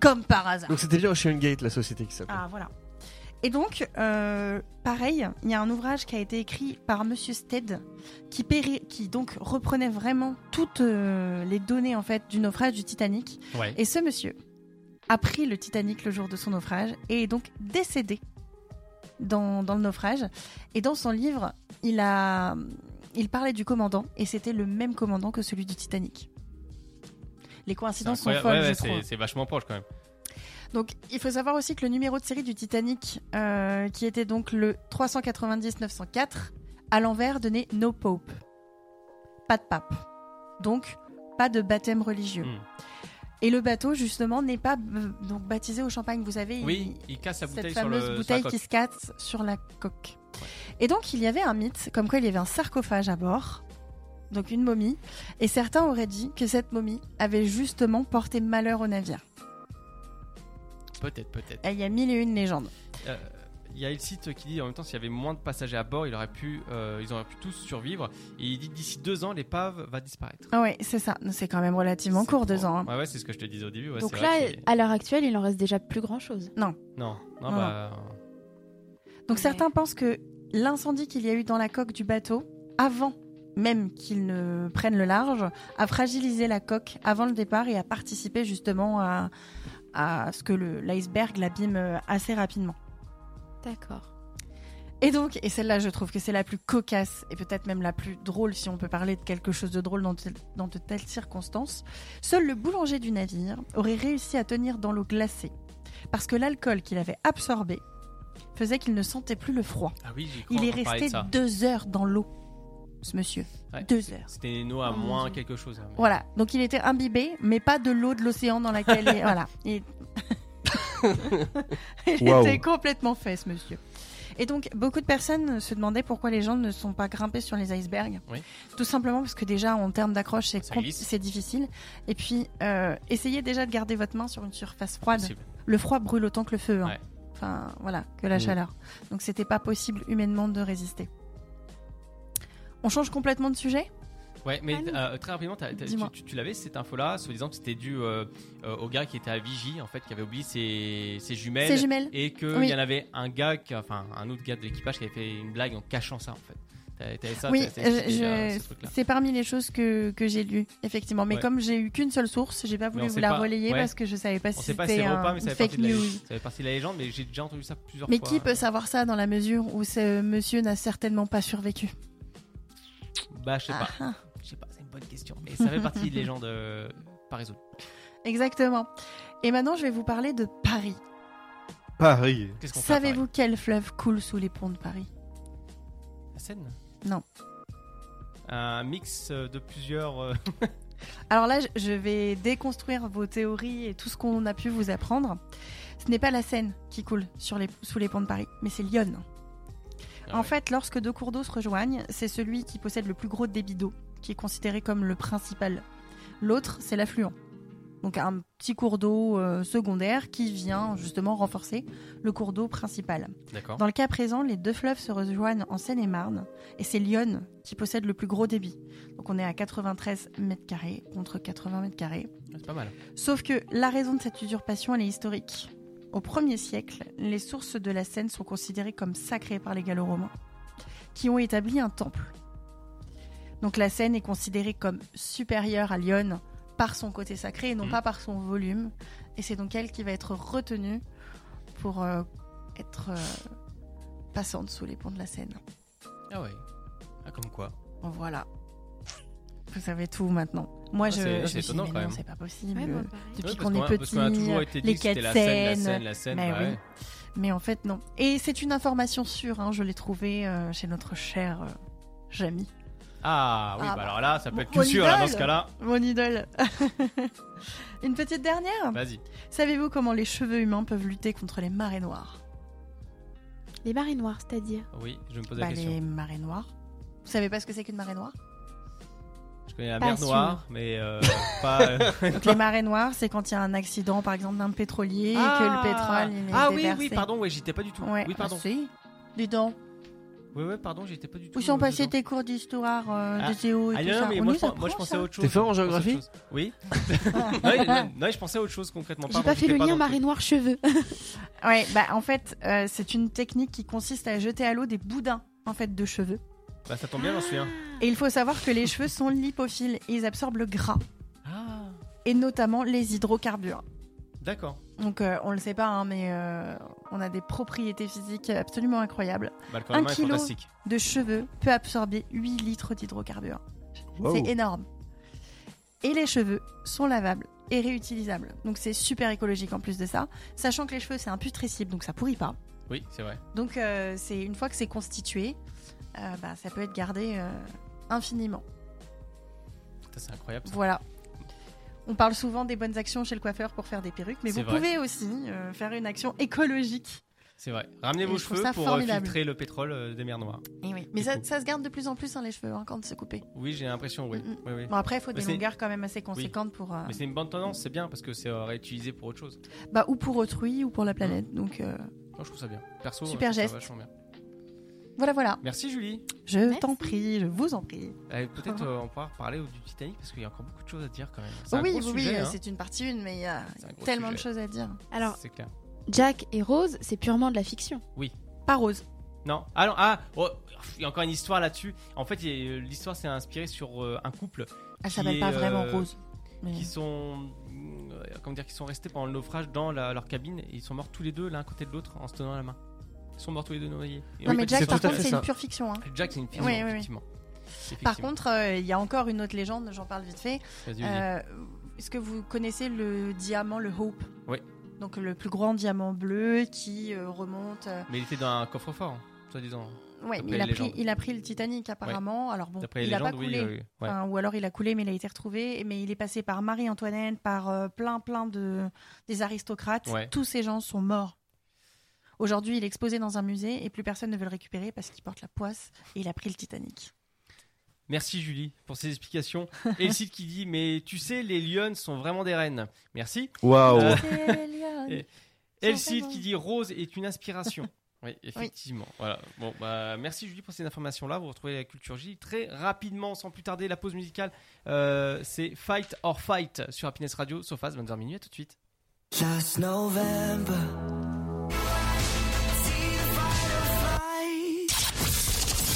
Comme par hasard.
Donc c'était bien Ocean Gate, la société qui s'appelait.
Ah voilà. Et donc, euh, pareil, il y a un ouvrage qui a été écrit par Monsieur Stead, qui, péri- qui donc reprenait vraiment toutes euh, les données en fait du naufrage du Titanic.
Ouais.
Et ce monsieur a pris le Titanic le jour de son naufrage et est donc décédé dans, dans le naufrage. Et dans son livre, il, a, il parlait du commandant et c'était le même commandant que celui du Titanic. Les coïncidences sont
incroyable.
folles,
Ouais, ouais,
je trouve.
c'est- C'est vachement proche quand même.
Donc, il faut savoir aussi que le numéro de série du Titanic, euh, qui était donc le 390-904, à l'envers donnait No Pope. Pas de pape. Donc, pas de baptême religieux.
Mm.
Et le bateau, justement, n'est pas b- donc baptisé au champagne. Vous savez, il-
Oui, il casse la
cette
bouteille sur
fameuse
le. sur la
bouteille
coque.
qui se casse sur la coque. Et donc, il y avait un mythe, comme quoi il y avait un sarcophage à bord, donc une momie, et certains auraient dit que cette momie avait justement porté malheur au navire.
Peut-être, peut-être.
Et il y a mille et une légendes.
Euh, Il y a le site qui dit en même temps s'il y avait moins de passagers à bord, il aurait pu, euh, ils auraient pu tous survivre. Et il dit d'ici deux ans, l'épave va disparaître.
Ah ouais, c'est ça. C'est quand même relativement court, deux ans. hein.
Ouais, ouais, c'est ce que je te disais au début. ouais,
Donc
Bah, c'est
là,
vrai que c'est-
à l'heure actuelle, il en reste déjà plus grand chose.
non, non,
Non,
bah,
Ouais.
Donc certains pensent que l'incendie qu'il y a eu dans la coque du bateau, avant même qu'il ne prenne le large, a fragilisé la coque avant le départ et a participé justement à, à ce que le- l'iceberg l'abîme euh, assez rapidement.
D'accord.
Et donc, et celle-là, je trouve que c'est la plus cocasse et peut-être même la plus drôle, si on peut parler de quelque chose de drôle dans de, dans de telles circonstances. Seul le boulanger du navire aurait réussi à tenir dans l'eau glacée, parce que l'alcool qu'il avait absorbé faisait qu'il ne sentait plus le froid.
ah oui, j'y crois,
Il est
on parlait de
resté
ça.
deux heures dans l'eau. ce monsieur.
Ouais.
Deux heures.
C'était Noah à
Oh mon
moins
Dieu.
quelque chose. hein, mais-
Voilà, donc il était imbibé, mais pas de l'eau de l'océan dans laquelle.
<laughs>
il- voilà, il, Il
Waouh.
était complètement fait, ce monsieur. Et donc, beaucoup de personnes se demandaient pourquoi les gens ne sont pas grimpés sur les icebergs.
Oui.
Tout simplement parce que déjà, en termes d'accroche, c'est
Ça
com-
glisse.
c'est difficile. Et puis, euh, essayez déjà de garder votre main sur une surface froide.
Possible.
Le froid brûle autant que le feu. hein.
Ouais.
Enfin, voilà, que la
Mm.
chaleur. Donc, c'était pas possible humainement de résister. On change complètement de sujet
Ouais, mais
Ah non.
euh, très rapidement, t'as- t'as- tu,
Dis-moi.
tu- tu l'avais cette info-là, soi-disant que c'était dû euh, euh, au gars qui était à Vigie, en fait, qui avait oublié ses, ses jumelles.
Ces jumelles
Et qu'il
Oui.
y en avait un gars, qui- enfin un autre gars de l'équipage qui avait fait une blague en cachant ça, en fait. T'avais t'avais ça,
Oui,
t'avais- t'avais
euh,
expliqué,
je-
euh, ce truc-là.
C'est parmi les choses que, que j'ai lues, effectivement. Mais
Ouais.
comme j'ai eu qu'une seule source, j'ai pas
on
voulu vous
sait
la
pas-
relayer
ouais.
parce que je savais pas
On
si
sait
c'était
pas si c'est vrai ou pas,
un
mais ça fait,
fake
partie de la, euh.
news.
ça fait partie de la légende, mais j'ai déjà entendu ça plusieurs
Mais
fois.
qui peut savoir ça dans la mesure où ce monsieur n'a certainement pas survécu
Bah, je sais pas.
Ah, ah.
Je sais pas, c'est une bonne question. Mais ça fait partie de légende euh, pas résolue.
Exactement. Et maintenant, je vais vous parler de Paris.
Paris.
Qu'est-ce qu'on fait à
Savez-vous quel fleuve coule sous les ponts de Paris
Paris La Seine
Non.
Un mix euh, de plusieurs. euh,
Alors là, je- je vais déconstruire vos théories et tout ce qu'on a pu vous apprendre. Ce n'est pas la Seine qui coule sur les, sous les ponts de Paris, mais c'est Lyon.
Ah
en
ouais.
fait, lorsque deux cours d'eau se rejoignent, c'est celui qui possède le plus gros débit d'eau, qui est considéré comme le principal. L'autre, c'est l'affluent. Donc un petit cours d'eau euh, secondaire qui vient justement renforcer le cours d'eau principal.
D'accord.
Dans le cas présent, les deux fleuves se rejoignent en Seine-et-Marne et c'est Lyon qui possède le plus gros débit. Donc on est à 93 mètres carrés contre 80 mètres carrés.
C'est pas mal.
Sauf que la raison de cette usurpation, elle est historique. Au 1er siècle, les sources de la Seine sont considérées comme sacrées par les Gallo-Romains, qui ont établi un temple. Donc la Seine est considérée comme supérieure à Lyon par son côté sacré et non
Mhm.
pas par son volume. Et c'est donc elle qui va être retenue pour euh, être euh, passante sous les ponts de la Seine.
Ah ouais. Ah, comme quoi.
Voilà. Vous savez tout maintenant. Moi,
Ah,
je,
c'est-
je
c'est
me suis dit,
étonnant,
mais
quand
non,
même.
c'est pas possible.
Ouais, moi, pareil.
Depuis
Ouais, parce
qu'on est
a- parce qu'on a
petit,
toujours été dit
euh, les
que c'était
quêtes
la scène, la
saines.
scène, la scène.
Mais
bah
oui.
ouais.
Mais en fait, non. Et c'est une information sûre, hein, je l'ai trouvée euh, chez notre cher euh, Jamy.
Ah oui,
Ah,
bah,
bah.
alors là, ça peut être
Mon
tout sûr là, dans
idole.
ce cas-là.
Mon idole. <laughs> une petite dernière.
Vas-y.
Savez-vous comment les cheveux humains peuvent lutter contre les marées noires
Les marées noires, c'est-à-dire.
Oui, je me pose
Bah,
la question.
Les marées noires. Vous savez pas ce que c'est qu'une
<laughs>
marée noire
Je connais la
Pas
mer
sûr.
Noire, mais euh, pas. euh,
Donc, Les marées noires, c'est quand il y a un accident, par exemple, d'un pétrolier
Ah.
et que le pétrole il est
Ah oui,
déversé.
oui, pardon, ouais, j'étais pas du tout.
Ouais.
Oui, pardon.
Ah, si. Dis donc,
Oui, oui, pardon, j'étais pas du tout.
où sont
euh,
passés
dedans.
tes cours d'histoire, euh,
Ah.
de géo et
Ah
tout
non,
ça
non, mais
On
moi
nous
je, pen- moi,
apprend
je pensais à
ça
autre chose.
T'es fort en
Je pensais à autre
géographie
chose. Oui. non, il- non, non, je pensais à autre chose concrètement.
J'ai
Pardon,
pas fait
j'étais
le lien
dans
marée
truc.
noire cheveux. <laughs>
Ouais, bah en fait, euh, c'est une technique qui consiste à jeter à l'eau des boudins en fait de cheveux.
Bah, ça tombe bien, j'en suis un.
Et il faut savoir que les cheveux sont lipophiles et ils absorbent le gras
Ah,
et notamment les hydrocarbures.
d'accord.
Donc euh, on le sait pas, hein, mais euh, on a des propriétés physiques absolument incroyables.
Bah, le corps
Un
humain est
kilo.
fantastique.
De cheveux peut absorber 8 litres d'hydrocarbures.
Wow.
C'est énorme. Et les cheveux sont lavables et réutilisables. Donc c'est super écologique en plus de ça. Sachant que les cheveux c'est imputrescible, donc ça pourrit pas.
Oui, c'est vrai.
Donc euh, c'est une fois que c'est constitué, euh, bah, ça peut être gardé euh, infiniment.
Putain, C'est incroyable. ça.
Voilà. On parle souvent des bonnes actions chez le coiffeur pour faire des perruques, mais
C'est
vous
vrai.
pouvez aussi euh, faire une action écologique.
C'est vrai. Ramenez
Et
vos
je trouve
cheveux
ça
pour euh,
formidable.
filtrer le pétrole euh, des mers noires.
Eh Mais
Du
ça,
coup.
ça se garde de plus en plus hein, les cheveux hein, quand c'est coupé.
Oui, j'ai l'impression, oui.
Mm, mm.
oui, oui.
Bon après, il faut
Mais
des
c'est-
longueurs quand même assez conséquentes pour euh,
Mais c'est une bonne tendance, c'est bien parce que c'est euh, réutilisé pour autre chose.
bah, ou pour autrui ou pour
Mm.
la planète. Donc euh,
Moi, je trouve ça bien. Perso,
Super
euh, je trouve ça
geste.
vachement bien.
voilà, voilà.
Merci Julie.
Je
Merci.
t'en prie, je vous en prie.
Euh, Peut-être euh, on pourra reparler au- du Titanic parce qu'il y a encore beaucoup de choses à dire quand même. C'est un
Oui,
gros
oui, oui,
sujet,
euh,
hein.
c'est une partie une, mais il y a
C'est un gros
tellement de
sujet.
choses à dire.
Alors,
C'est clair.
Jack et Rose, c'est purement de la fiction.
Pas Rose.
Non. Ah non, ah, oh, pff, il y a encore une histoire là-dessus. En fait, il y a- euh, l'histoire s'est inspirée sur euh, un couple
Elle
Qui
s'appelle
est,
pas vraiment
euh,
Rose. mais-
qui sont, mm, euh, comment dire, qui sont restés pendant le naufrage dans la- leur cabine et ils sont morts tous les deux l'un à côté de l'autre en se tenant la main. Ils sont morts tous les deux noyés. Et bah,
Non
en
mais
fait,
Jack
c'est
par
tout à
contre
fait
c'est
ça.
une pure fiction. hein.
Jack, c'est une fiction,
Oui, oui, oui.
effectivement.
Par
Effectivement.
contre, euh, il y a encore une autre légende, j'en parle vite fait.
Vas-y, Olivier.
Euh, Est-ce que vous connaissez le diamant, le Hope
Oui.
Donc le plus grand diamant bleu qui euh, remonte. euh,
Mais il était dans un coffre-fort, hein, soi-disant.
Ouais,
D'après
mais il a,
les
pris,
légendes.
il a pris le Titanic apparemment. Alors bon,
D'après les
il a pas
légendes,
coulé.
oui. euh, ouais.
Enfin, ou alors il a coulé, mais il a été retrouvé. Mais il est passé par Marie-Antoinette, par euh, plein, plein de des aristocrates.
Ouais.
Tous ces gens sont morts. Aujourd'hui, il est exposé dans un musée et plus personne ne veut le récupérer parce qu'il porte la poisse et il a pris le Titanic.
Merci Julie pour ces
<laughs>
explications. Et le site qui dit Mais tu sais, les lionnes sont vraiment des reines. Merci.
Waouh
Euh,
Céline.
Et
Sont
le site
vraiment-
qui dit Rose est une inspiration. Oui, effectivement. Voilà. Bon, bah, merci Julie pour ces informations-là. Vous retrouvez la culture J très rapidement, sans plus tarder. La pause musicale, euh, c'est Fight or Fight sur Happiness Radio, Sofas, 22h minuit. À tout de suite.
Last November. See the fight or flight.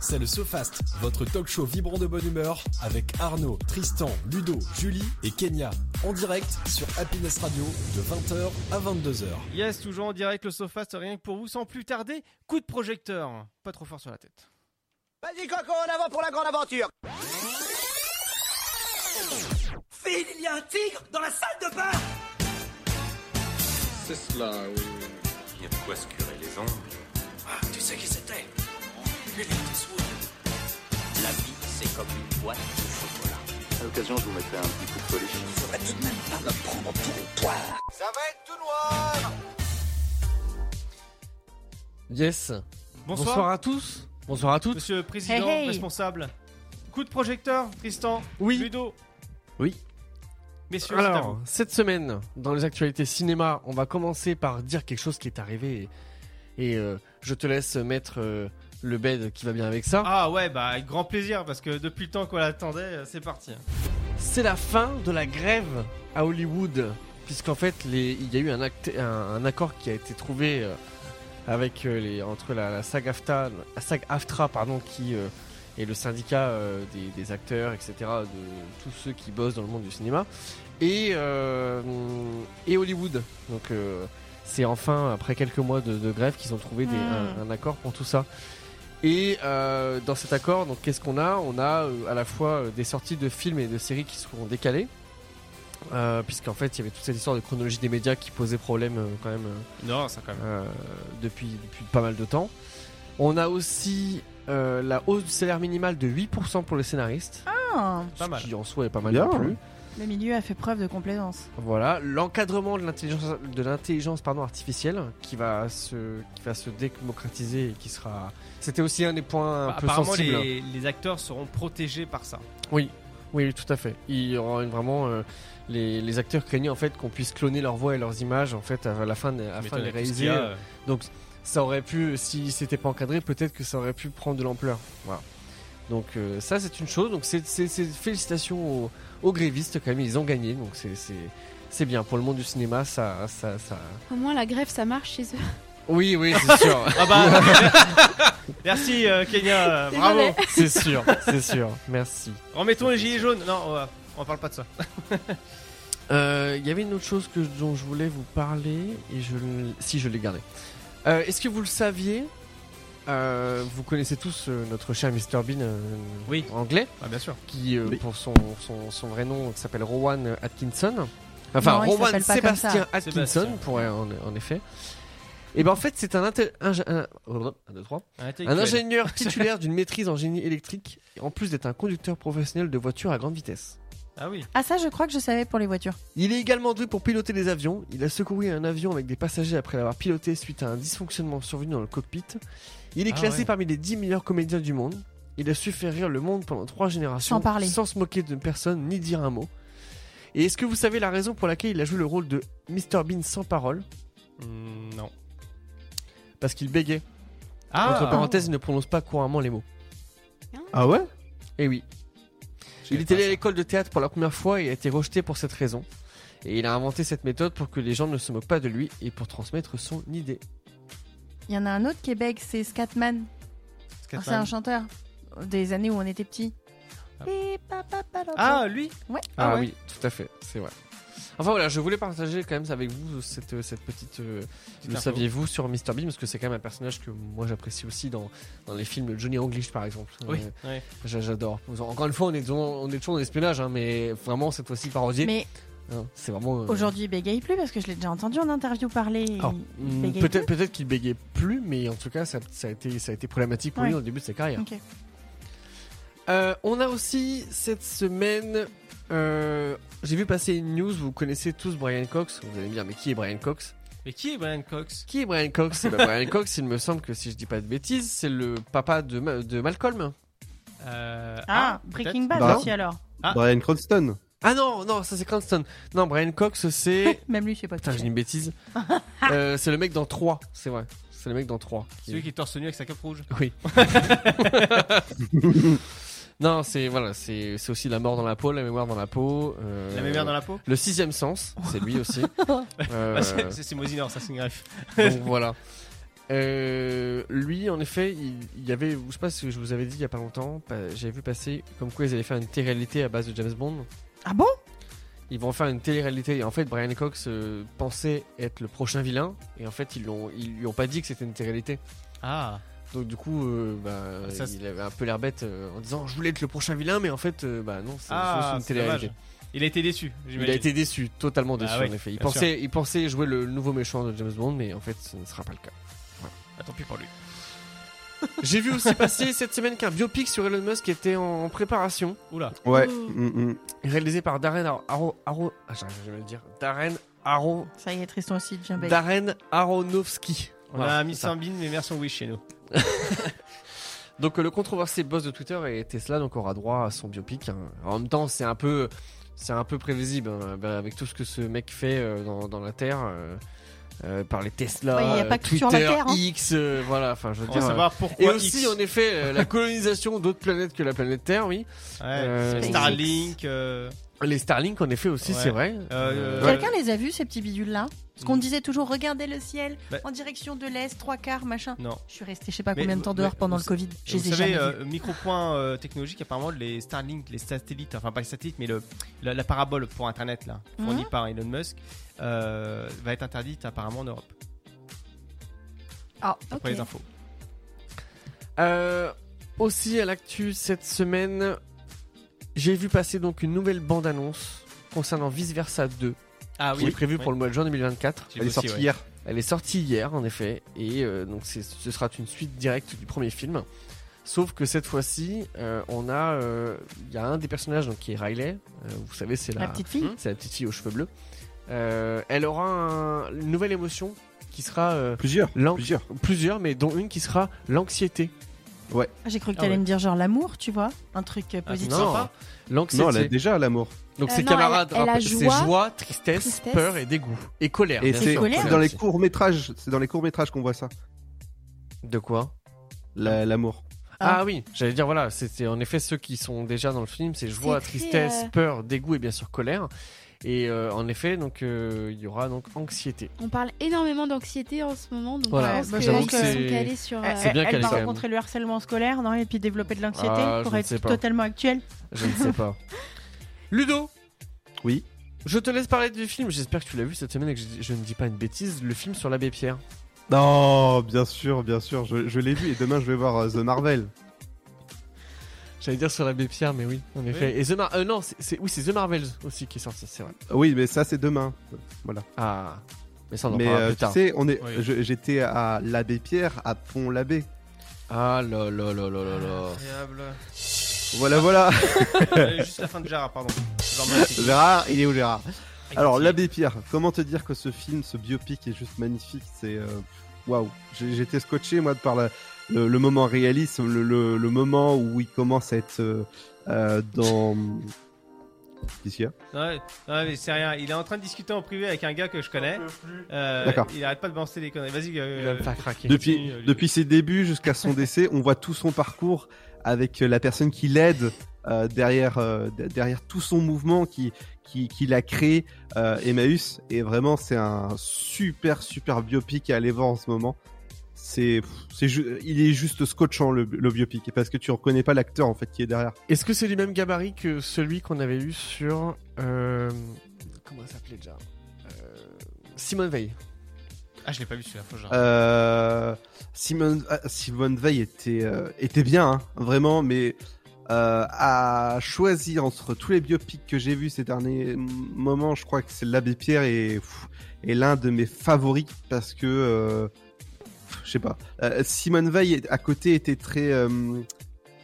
C'est le SoFast, votre talk show vibrant de bonne humeur avec Arnaud, Tristan, Ludo, Julie et Kenya. En direct sur Happiness Radio de 20h à 22h.
Yes, toujours en direct, le Sofast, rien que pour vous. Sans plus tarder, coup de projecteur. Pas trop fort sur la tête.
Vas-y Coco, en avant pour la grande aventure Phil, il y a un tigre dans la salle de bain
C'est cela, oui. Il y a de quoi se curer les ongles.
Ah, Tu sais qui c'était Il était sourd. La vie, c'est comme une boîte de chocolat.
À l'occasion, je vous mettrai un petit coup de polish.
Il faudrait tout de même pas me prendre pour une poire Ça va être tout noir
Yes.
Bonsoir,
à tous. Bonsoir à toutes.
monsieur le président,
Hey, hey.
responsable. Coup de projecteur, Tristan,
Oui.
Ludo.
Oui.
Messieurs, c'est à
Alors,
vous.
cette semaine, dans les actualités cinéma, on va commencer par dire quelque chose qui est arrivé. Et, et, euh, je te laisse mettre euh, le bed qui va bien avec ça.
Ah ouais, bah avec grand plaisir, parce que depuis le temps qu'on l'attendait, euh, c'est parti.
C'est la fin de la grève à Hollywood, puisqu'en fait, les- il y a eu un, acte- un- un accord qui a été trouvé euh, avec euh, les, entre la, la SAG AFTA, la SAG AFTRA pardon, qui euh, est le syndicat euh, des, des acteurs, etc., de tous ceux qui bossent dans le monde du cinéma, et, euh, et Hollywood. Donc, euh, c'est enfin, après quelques mois de, de grève, qu'ils ont trouvé des-
Mm.
un, un accord pour tout ça. Et euh, dans cet accord, donc qu'est-ce qu'on a On a euh, à la fois euh, des sorties de films et de séries qui seront décalées, euh, puisqu'en fait il y avait toute cette histoire de chronologie des médias qui posait problème euh, quand même euh,
Non, ça quand même.
euh, depuis, depuis pas mal de temps. On a aussi euh, la hausse du salaire minimal de 8% pour les scénaristes,
Ah,
Pas mal.
ce qui en soi est pas mal
Bien.
non plus.
le milieu a fait preuve de complaisance.
Voilà, l'encadrement de l'intelligence de l'intelligence pardon artificielle qui va se qui va se démocratiser et qui sera c'était aussi un des points un
Bah,
peu
apparemment,
sensibles.
les, les acteurs seront protégés par ça.
Oui, oui, oui, tout à fait. Il y aura une- vraiment euh, les, les acteurs craignaient en fait qu'on puisse cloner leur voix et leurs images en fait à la fin de, afin de les réaliser. euh, Donc ça aurait pu, si c'était pas encadré, peut-être que ça aurait pu prendre de l'ampleur. Voilà. Donc euh, ça c'est une chose. Donc c'est c'est- c'est- félicitations aux, aux grévistes quand même, ils ont gagné. Donc c'est c'est c'est bien pour le monde du cinéma. Ça ça ça.
Au moins, la grève, ça marche chez eux.
Oui oui c'est sûr.
Ah bah <laughs> Merci euh, Kenya, euh,
C'est
bravo.
vrai.
<laughs> c'est sûr c'est sûr. Merci.
Remettons les gilets jaunes. Non, on, va- on parle pas de ça.
Euh, Il y avait une autre chose que, dont je voulais vous parler et je l- si je l'ai gardé. Euh, Est-ce que vous le saviez Euh, Vous connaissez tous euh, notre cher Mr Bean euh,
Oui.
anglais
Ah bien sûr.
qui euh,
Oui.
pour son, son, son vrai nom s'appelle Rowan Atkinson. Enfin
Non, il
Rowan
s'appelle pas comme ça.
Sébastien Atkinson
Sébastien.
pour en, en effet. Et ben en fait c'est un, inté- ingé- un, oh, un, deux, trois. Un ingénieur titulaire d'une maîtrise en génie électrique en plus d'être un conducteur professionnel de voitures à grande vitesse.
Ah oui.
Ah ça, je crois que je savais pour les voitures.
Il est également doué pour piloter des avions. Il a secouru un avion avec des passagers après l'avoir piloté suite à un dysfonctionnement survenu dans le cockpit. Il est
Ah
classé
ouais.
parmi les 10 meilleurs comédiens du monde. Il a su faire rire le monde pendant trois générations
Sans parler.
sans se moquer de personne ni dire un mot. Et est-ce que vous savez la raison pour laquelle il a joué le rôle de Mr Bean sans parole
Mm, non.
Parce qu'il bégait.
Ah.
Entre parenthèses, il ne prononce pas couramment les mots.
Ah ouais
Et oui. Il est allé à l'école de théâtre pour la première fois et a été rejeté pour cette raison. Et il a inventé cette méthode pour que les gens ne se moquent pas de lui et pour transmettre son idée.
Il y en a un autre Québec, c'est Scatman. Alors, C'est un chanteur des années où on était petit.
Ah.
Ah,
Ah lui.
Ah,
Ah ouais.
oui, tout à fait, c'est vrai. Enfin voilà, je voulais partager quand même avec vous cette, euh, cette petite. euh,
Petite
le
info.
saviez-vous sur Mr. Bean Parce que c'est quand même un personnage que moi j'apprécie aussi dans, dans les films de Johnny English par exemple.
Oui.
Euh,
Ouais.
j'a- J'adore. Encore une fois, on est, toujours- on est toujours en espionnage, hein, mais vraiment cette fois-ci parodié.
mais
Hein, C'est vraiment. euh,
Aujourd'hui, il bégaye plus parce que je l'ai déjà entendu en interview parler. il-
Oh.
alors,
il
hmm,
bégaye
peut-être peut-être qu'il bégayait plus, mais en tout cas, ça, ça a, été, ça a été problématique pour
Ouais.
lui au début de sa carrière.
Ok.
Euh, on a aussi cette semaine. euh, J'ai vu passer une news, vous connaissez tous Brian Cox. Vous allez me dire, mais qui est Brian Cox
Mais qui est Brian Cox
Qui est Brian Cox
<laughs>
Eh ben, Brian Cox, il me semble que si je dis pas de bêtises, c'est le papa de, Ma- de Malcolm.
Euh,
Ah,
peut-être.
Breaking Bad
Bah.
aussi alors.
Ah.
Brian Cranston.
Ah non, non, ça c'est Cranston. Non, Brian Cox,
<laughs>
c'est.
Même lui, je sais pas.
Putain, j'ai une
<laughs>
bêtise. Euh, c'est le mec dans 3, c'est vrai. C'est le mec dans 3.
Celui qui est torse nu avec sa cape rouge.
Oui. non, c'est voilà, c'est c'est aussi la mort dans la peau, la mémoire dans la peau. euh,
La mémoire dans la peau
Le sixième sens, c'est lui aussi. Euh,
Bah, <laughs> c'est- C'est c'est Mosinor, ça c'est une greffe.
donc voilà. Euh, lui, en effet, il, il y avait, je sais pas si je vous avais dit il y a pas longtemps, pas- j'avais vu passer comme quoi ils allaient faire une télé-réalité à base de James Bond.
Ah bon
Ils vont faire une télé-réalité et en fait Brian Cox euh, pensait être le prochain vilain et en fait ils l'ont, ils lui ont pas dit que c'était une télé-réalité.
Ah,
Donc du coup, euh, bah,
Ça, c'est-
il avait un peu l'air bête euh, en disant je voulais être le prochain vilain, mais en fait, euh, bah non, c'est
ah
juste
c'est
une télé-réalité.
dommage. Il a été déçu,
Il a été déçu, totalement
Bah
déçu
ouais,
en effet. Il
bien sûr.
pensait, il pensait jouer le nouveau méchant de James Bond, mais en fait, ce ne sera pas le cas.
Ah, Tant pis pour lui.
J'ai vu aussi passer cette semaine qu'un biopic sur Elon Musk était en en préparation,
Oula.
Ouais.
Oh.
Mm, mm.
réalisé par Darren Aro- Aro, Aro- ah, j'arrive jamais à le dire, Darren Aro,
Ça y est, Tristan aussi devient bégaye.
Darren Aronofsky.
On
Voilà,
a mis
c'est ça.
5 bins, mais merci on Wish chez nous.
Donc euh, le controversé boss de Twitter et Tesla donc aura droit à son biopic. hein. En même temps, c'est un peu c'est un peu prévisible hein. Ben, avec tout ce que ce mec fait euh, dans, dans la Terre euh, euh, par les Tesla,
Ouais, il y a
euh,
pas que
Twitter,
sur la Terre, hein.
X, euh, voilà. Enfin, je veux
On
dire.
va
euh,
savoir pourquoi.
Et aussi,
X.
en effet, euh, la colonisation d'autres planètes que la planète Terre, oui.
Ouais,
euh,
Starlink. euh,
Les Starlink, en effet, aussi,
Ouais.
c'est vrai.
Euh,
ouais.
Quelqu'un les a vus ces petits bidules là Parce qu'on
Mm.
disait toujours regardez le ciel
Bah.
en direction de l'est, trois quarts, machin.
Non.
Je suis resté je sais pas
Mais
combien de
vous-
temps
mais
dehors pendant
vous
le Covid. Je
Vous
les ai
savez,
jamais vus.
euh, micro-point euh, technologique, apparemment, les Starlink, les satellites, enfin pas les satellites, mais le, la, la parabole pour Internet, là, fournie
Mhm.
par Elon Musk, euh, va être interdite apparemment en Europe,
Ah, ok.
après les infos.
Euh, aussi à l'actu cette semaine, j'ai vu passer donc une nouvelle bande-annonce concernant Vice Versa 2,
Ah
qui est prévue pour le mois de juin 2024.
Elle est sortie hier.
Elle est sortie hier, en effet, et euh, donc c'est- ce sera une suite directe du premier film. Sauf que cette fois-ci, euh, on a, euh, il y a un des personnages donc, qui est Riley. euh, vous savez, c'est la, Hmm
La petite fille.
c'est la petite fille aux cheveux bleus. Euh, elle aura un- une nouvelle émotion qui sera euh,
Plusieurs.
l'an-
Plusieurs.
plusieurs, mais dont une qui sera l'anxiété.
Ah, J'ai cru que
Ah
t'allais
ouais.
me dire genre l'amour, tu vois, un truc euh, positif.
non,
sympa.
l'anxiété.
Non, elle a déjà l'amour.
Donc
Euh,
ses
non,
camarades,
elle- elle a
un peu- c'est
joie,
joie, tristesse,
tristesse.
peur et dégoût et
Ah,
colère.
Et
bien
c'est
sûr,
colère.
c'est
colère
dans les
aussi.
courts métrages. C'est dans les courts métrages qu'on voit ça.
De quoi
La- L'amour.
Ah,
Ah.
oui, j'allais dire voilà, c'était en effet ceux qui sont déjà dans le film, c'est joie,
très,
tristesse,
euh,
peur, dégoût et bien sûr colère. Et euh, en effet, donc euh, il y aura donc anxiété.
On parle énormément d'anxiété en ce moment, donc
Voilà,
je
bah,
pense que là,
j'avoue
ils
que
c'est-
sont calés sur. euh,
c'est bien
elle
qu'elle
va
est quand même.
rencontrer le harcèlement scolaire, non Et puis développer de l'anxiété
Ah, je
pour
ne
être
sais pas.
totalement actuel.
Je ne sais pas. <laughs> Ludo,
Oui.
je te laisse parler du film. J'espère que tu l'as vu cette semaine et que je, je ne dis pas une bêtise. Le film sur l'abbé Pierre.
Non, bien sûr, bien sûr. Je, je l'ai vu et demain je vais voir euh, The Marvel.
J'allais dire sur l'abbé Pierre, mais oui, en effet. Et The Mar- euh, non, c'est c'est- oui, c'est The Marvels aussi qui est sorti, c'est vrai.
Oui, mais ça c'est demain.
Ah, mais ça on en
mais
parlera
euh,
plus
tu
tard.
sais, on est.
Oui.
je- J'étais à l'abbé Pierre, à Pont-l'Abbé.
Ah là là là là là là.
Incroyable.
Voilà, voilà. <laughs> Oh.
Euh, Juste la fin de Jara, pardon. Genre, merci.
Gérard, il est où Gérard Alors,
Merci.
l'abbé Pierre, comment te dire que ce film, ce biopic est juste magnifique C'est. euh, Waouh J'ai- J'étais scotché, moi, de par la- le, le moment réalisme, le, le- le moment où il commence à être euh, euh, dans. Qu'est-ce qu'il y a
Ouais, ouais, mais c'est rien. Il est en train de discuter en privé avec un gars que je connais. Euh,
D'accord.
Il arrête pas de balancer des conneries. Vas-y. euh,
Il va me faire craquer. euh,
depuis,
continue, Olivier.
depuis ses débuts jusqu'à son décès, on voit tout son parcours avec euh, la personne qui l'aide euh, derrière, euh, de- derrière tout son mouvement qui, qui, qui l'a créé, euh, Emmaüs. Et vraiment, c'est un super, super biopic à aller voir en ce moment. C'est, pff, c'est, ju- il est juste scotchant le, le biopic parce que tu reconnais pas l'acteur en fait qui est derrière.
Est-ce que c'est du même gabarit que celui qu'on avait eu sur. euh, comment ça s'appelait déjà Euh, Simone Veil.
Ah, je l'ai pas vu celui-là. Faut que je regarde.
Euh, Simone, ah, Simone Veil était, euh, était bien, hein, vraiment, mais Euh, à choisir entre tous les biopics que j'ai vus ces derniers m- moments, je crois que c'est l'abbé Pierre et pff, est l'un de mes favoris parce que euh, pff, je sais pas. Euh, Simone Veil est- à côté était très euh,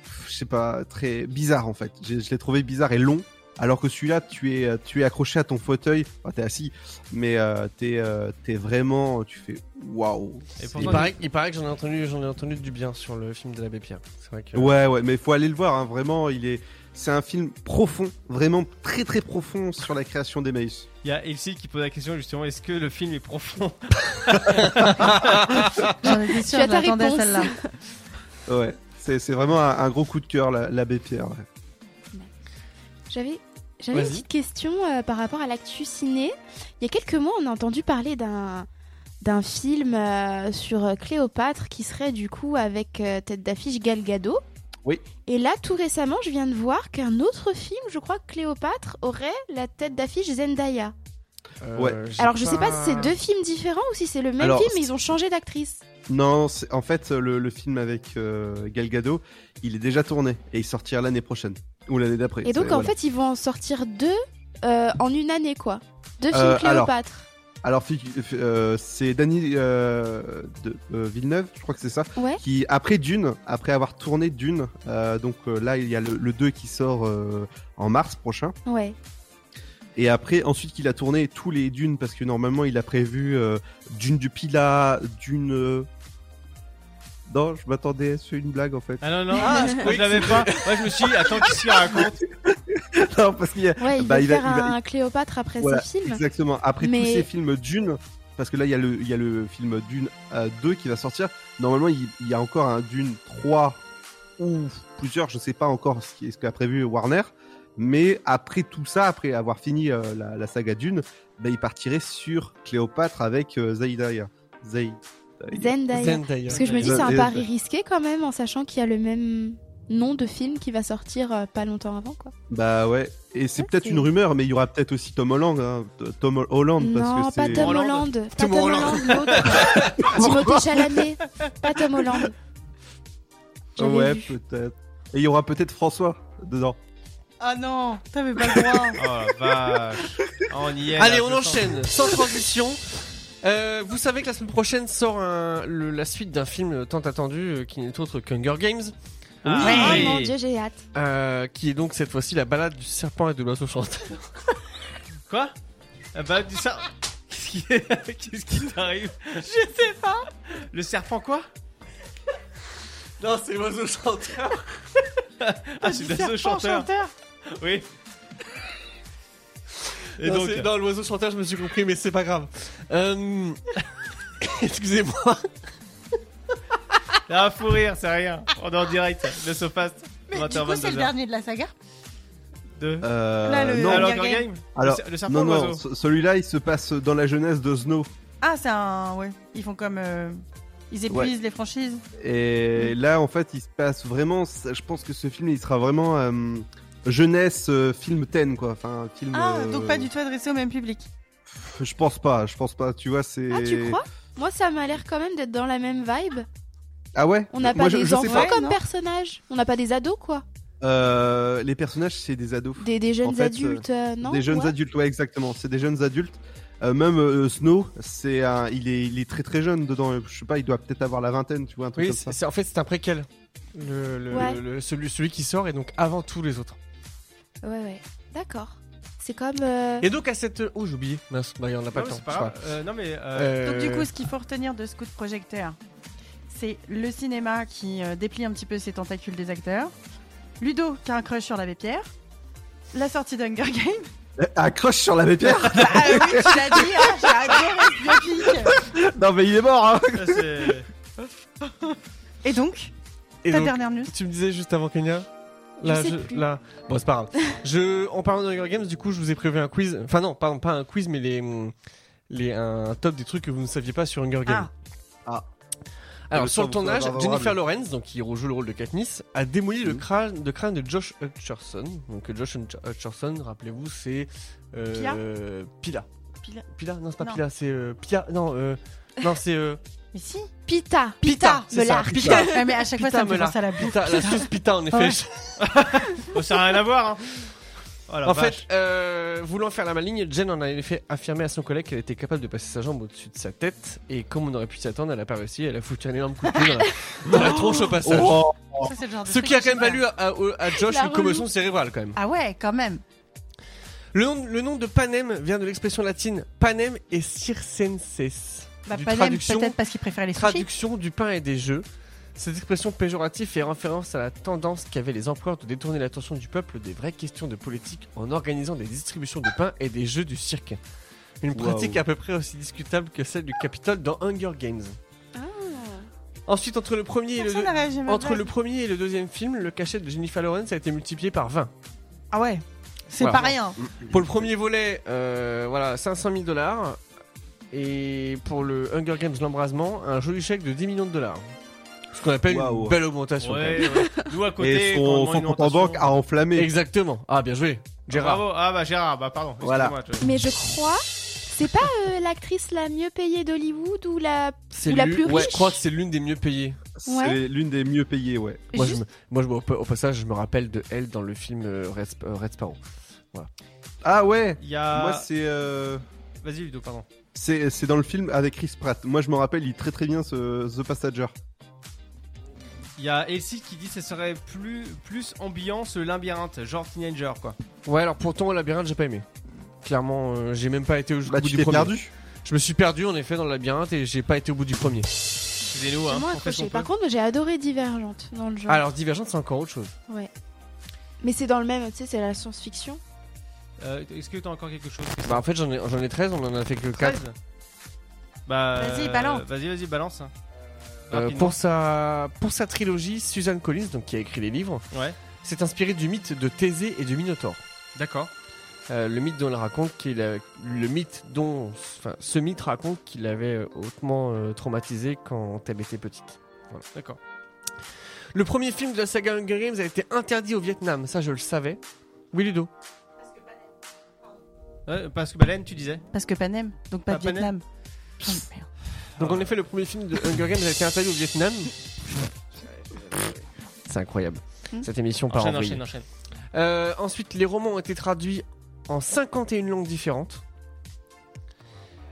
pff, je sais pas très bizarre en fait. J'ai- Je l'ai trouvé bizarre et long. Alors que celui-là, tu es, tu es accroché à ton fauteuil, enfin, t'es assis, mais euh, t'es, euh, t'es vraiment, tu fais waouh.
Il
C'est-
paraît, il paraît que j'en ai entendu, j'en ai entendu du bien sur le film de l'abbé Pierre. C'est vrai que.
Ouais, ouais, mais faut aller le voir, hein, vraiment. Il est, c'est un film profond, vraiment très très profond sur la création d'Emmaüs.
Il y a Elsie qui pose la question justement est-ce que le film est profond <laughs>
J'en étais sûre,
Tu as ta
je l'attendais à
réponse.
celle-là.
Ouais, c'est, c'est vraiment un, un gros coup de cœur, la- l'abbé Pierre. ouais.
J'avais j'avais une
Vas-y.
petite question euh, par rapport à l'actu ciné. Il y a quelques mois, on a entendu parler d'un d'un film euh, sur euh, Cléopâtre qui serait du coup avec euh, tête d'affiche Gal Gadot.
Oui.
Et là, tout récemment, je viens de voir qu'un autre film, je crois Cléopâtre, aurait la tête d'affiche Zendaya.
Euh,
Ouais.
j'ai
Alors, je sais pas si c'est deux films différents ou si c'est le même
Alors,
film, mais ils ont changé d'actrice.
Non, c'est- en fait, le, le film avec euh, Gal Gadot, il est déjà tourné et il sortira l'année prochaine ou l'année d'après.
Et donc,
c'est-
en
voilà.
fait, ils vont en sortir deux euh, en une année, quoi. Deux films
Euh, alors,
Cléopâtre.
Alors, fi- fi- euh, c'est Danny euh, de euh, Villeneuve, je crois que c'est ça,
Ouais.
qui après Dune, après avoir tourné Dune, euh, donc euh, là il y a le, le 2 qui sort euh, en mars prochain.
Ouais.
Et après, ensuite qu'il a tourné tous les dunes, parce que normalement il a prévu euh, Dune du Pila, Dune. euh, Non, je m'attendais à ce- une blague en fait.
Ah non, non, moi, je l'avais pas. Moi je me suis dit attends, qu'est-ce qu'il raconte
<laughs> non, parce qu'il y a.
Ouais, il
Bah,
veut
il va-
faire
il va-
un Cléopâtre après
Voilà,
ce film.
Exactement. Après tous
Mais-
ces films Dune, parce que là il y a le, il y a le film Dune euh, 2 qui va sortir, normalement il, il y a encore un Dune 3 ou plusieurs, je sais pas encore ce qui- ce qu'a prévu Warner. Mais après tout ça, après avoir fini euh, la, la saga Dune, bah, il partirait sur Cléopâtre avec euh, Zendaya. Zendaya.
Zendaya.
Zen d'ailleurs.
Parce que je me dis,
Zen-
c'est un
Zen-
pari risqué quand même, en sachant qu'il y a le même nom de film qui va sortir euh, pas longtemps avant, quoi.
Bah ouais, et c'est
Ouais,
peut-être
c'est-
une rumeur, mais il y aura peut-être aussi Tom Holland. hein. T- Tom Holland,
non,
parce que
pas
c'est.
Tom
Holland.
Holland. Pas
Tom
Tom
Holland.
Holland,
<laughs>
l'autre. Timothée Chalamet. Pas Tom Holland. J'avais
ouais,
vu.
peut-être. Et il y aura peut-être François dedans.
Ah non, t'avais <laughs> pas le droit.
Oh la vache Ah, On y est. là,
Allez,
je
on
sens.
enchaîne, sans transition. Euh, vous savez que la semaine prochaine sort un- le- la suite d'un film tant attendu euh, qui n'est autre qu'Hunger Games,
Ah,
Oh
oui.
mon dieu, j'ai hâte.
euh, qui est donc cette fois-ci la balade du serpent et de l'oiseau chanteur.
Quoi Ah Bah, dis ça. Qu'est-ce qui, <laughs> Qu'est-ce qui t'arrive Je sais pas. Le serpent quoi
Non, c'est l'oiseau chanteur.
Ah, c'est le chanteur. Oui. Et donc,
non, l'oiseau chanteur, je me suis compris, mais c'est pas grave. Euh, <laughs> Excusez-moi.
ah, faut rire, c'est rien. On est en direct, le Sofast.
Mais du
20h,
coup, c'est
22h.
le dernier de la saga.
Deux.
Euh,
Là, le-
non,
le-
Alors,
Hunger
Hunger
Game.
Game
alors,
le, ser- le serpent
non,
ou
non,
l'oiseau
ce- celui-là, il se passe dans la jeunesse de Snow.
Ah, c'est un. Ouais. Ils font comme. euh, Ils épuisent les franchises.
Et là, en fait, il se passe vraiment. ça- Je pense que ce film, il sera vraiment euh, jeunesse, euh, film ten, quoi. Enfin, film.
Ah,
euh,
donc pas du tout adressé au même public.
Je pense pas, je pense pas. Tu vois, c'est.
Ah, tu crois Moi, ça m'a l'air quand même d'être dans la même vibe.
Ah ouais
On n'a
Moi,
pas
je,
des
je sais
enfants
pas.
Ouais,
comme
non.
personnages. On n'a pas des ados, quoi.
Euh, les personnages, c'est des ados.
Des, des jeunes
fait, euh,
adultes, euh, non
des jeunes
ouais.
adultes, ouais, exactement. C'est des jeunes adultes. Euh, même euh, Snow, c'est un- il est, il est très très jeune dedans. Je sais pas, il doit peut-être avoir la vingtaine, tu vois, un truc
Oui,
comme ça.
c'est- c'est- en fait, c'est un préquel. Le, le-
Ouais.
le- celui, celui qui sort est donc avant tous les autres.
Ouais, ouais. D'accord. C'est comme. euh,
Et donc à cette... Oh, j'ai oublié. Mince, bah, on n'a pas
Non, mais
le temps.
c'est pas
je
grave.
crois.
Euh, non, mais. euh,
Euh,
Donc, du coup, ce qu'il faut retenir de ce coup de projecteur, c'est le cinéma qui euh, déplie un petit peu ses tentacules des acteurs, Ludo qui a un crush sur l'abbé Pierre, la sortie
<laughs>
d'Hunger Game.
Euh, <laughs> Accroche sur la pierre
Bah
Ah
euh, oui, tu l'as dit, hein, j'ai adoré ce biopic.
Non, mais il est mort, hein
ça, <laughs> c'est-
Et donc,
et
ta
donc,
dernière news
Tu me disais juste avant Kenya Là,
Je sais plus.
là. Bon, c'est pas grave. je, en parlant de Hunger Games, du coup, je vous ai prévu un quiz. Enfin, non, pardon, pas un quiz, mais les, hum, les, un top des trucs que vous ne saviez pas sur Hunger Games.
Ah.
Alors,
Le
sur le
temps vous
tournage,
sera favorable.
Jennifer Lawrence, donc qui rejoue le rôle de Katniss, a démoli le
Mhm.
crâne, de crâne de Josh Hutcherson. Donc, Josh Hutch- Hutcherson, rappelez-vous, c'est. euh, Pila.
Pila.
Pila Non, c'est pas
Non.
Pila, c'est. euh, Pia. Non, euh, non c'est. euh,
Mais si
Pita.
Pita, c'est
me
ça,
largue.
<laughs>
pita.
Ouais, Mais à chaque fois,
Pita
ça me fait
Melard.
penser à la bouffe.
Pita, la sauce pita, en effet. <laughs>
Ouais.
Oh, ça n'a rien à voir. Hein. Oh, la
en
vache.
fait, euh, voulant faire la maligne, Jen en a en effet affirmé à son collègue qu'elle était capable de passer sa jambe au-dessus de sa tête. Et comme on aurait pu s'y attendre, elle a pas réussi. Elle a foutu un énorme coup de pied dans la, dans la tronche au passage.
Ça, c'est le genre
Oh.
de
Ce
truc
qui a
que
quand même
j'aime
valu à, à- au- à Josh
La
une commotion cérébrale quand même.
pas. Ah ouais, quand même.
Le nom, le nom de panem vient de l'expression latine panem et circenses.
Bah,
Du
pas même,
traduction-
peut-être parce qu'il préfère les sushis.
Traduction du pain et des jeux. Cette expression péjorative fait référence à la tendance qu'avaient les empereurs de détourner l'attention du peuple des vraies questions de politique en organisant des distributions de pain et des jeux du cirque. Une pratique à peu près aussi discutable que celle du Capitole dans Hunger Games. Ensuite, entre le premier, et le,
Ah. Personne
deux-
n'a réagi à ma
entre
blague.
le premier et le deuxième film, le cachet de Jennifer Lawrence a été multiplié par 20.
Ah ouais, c'est hein.
Voilà.
pas rien.
Pour le premier volet, euh, voilà, 500 000 dollars. Et pour le Hunger Games l'embrasement, un joli chèque de 10 millions de dollars. Ce qu'on appelle une
Waouh.
belle augmentation. quand même.
Ouais, ouais. Nous à côté.
Et
quand on
son,
demande
son
une
compte en
augmentation-
banque a enflammé.
Exactement. Ah, bien joué,
Ah,
Gérard.
bravo. Ah, bah Gérard, bah pardon.
Voilà.
excuse-moi, je-
Mais je crois, c'est pas euh, l'actrice la mieux payée d'Hollywood ou la.
C'est
Ou la
l'une-
plus
ouais,
riche.
je crois que c'est l'une des mieux payées.
C'est l'une des mieux payées, ouais.
Moi,
Juste-
je me- moi, je me- au, au passage, je me rappelle de elle dans le film euh, Red, Sp- euh, Red Sparrow.
Ah ouais
Il y a.
Moi, c'est. euh,
Vas-y, Ludo, pardon.
C'est c'est dans le film avec Chris Pratt. Moi, je me rappelle, il très très bien ce The Passenger.
Il y a Elsie qui dit que ce serait plus, plus ambiance labyrinthe, genre teenager, quoi.
Ouais, alors pourtant, le labyrinthe, j'ai pas aimé. Clairement, euh, j'ai même pas été au
Bah,
bout
tu
du
t'es
premier.
perdu
Je me suis perdu en effet dans le labyrinthe et j'ai pas été au bout du premier.
Excusez-nous,
J'ai
hein.
moins
on fait ce
accroché.
qu'on
Par
peut.
contre, j'ai adoré Divergente dans le genre.
Alors, Divergente, c'est encore autre chose.
Mais c'est dans le même, tu sais, c'est la science-fiction.
Euh, Est-ce que t'as encore quelque chose
Bah, en fait, j'en ai, j'en ai 13, on en a fait que 4.
13 Bah.
Vas-y,
euh,
balance.
Vas-y, vas-y, balance. hein.
Euh,
Rapidement.
pour, sa, pour sa trilogie, Suzanne Collins, donc, qui a écrit les livres,
Ouais.
s'est inspirée du mythe de Thésée et du Minotaure.
D'accord.
Euh, le mythe dont elle raconte qu'il a- le mythe dont, enfin, ce mythe raconte qu'il avait euh, hautement euh, traumatisé quand elle était petite. Voilà.
D'accord.
Le premier film de la saga Hunger Games a été interdit au Vietnam, ça je le savais. Oui Ludo.
Ouais, parce que baleine, tu disais.
Parce que Panem, donc pas
Ah,
de
Panem.
Vietnam. Oh, merde.
Donc
Ah.
en effet le premier film de Hunger Games a été interdit au
<laughs>
Vietnam. C'est incroyable.
Hmm.
Cette émission part en
Enchaîne,
vrille.
enchaîne, enchaîne.
Euh, ensuite, les romans ont été traduits en 51 langues différentes.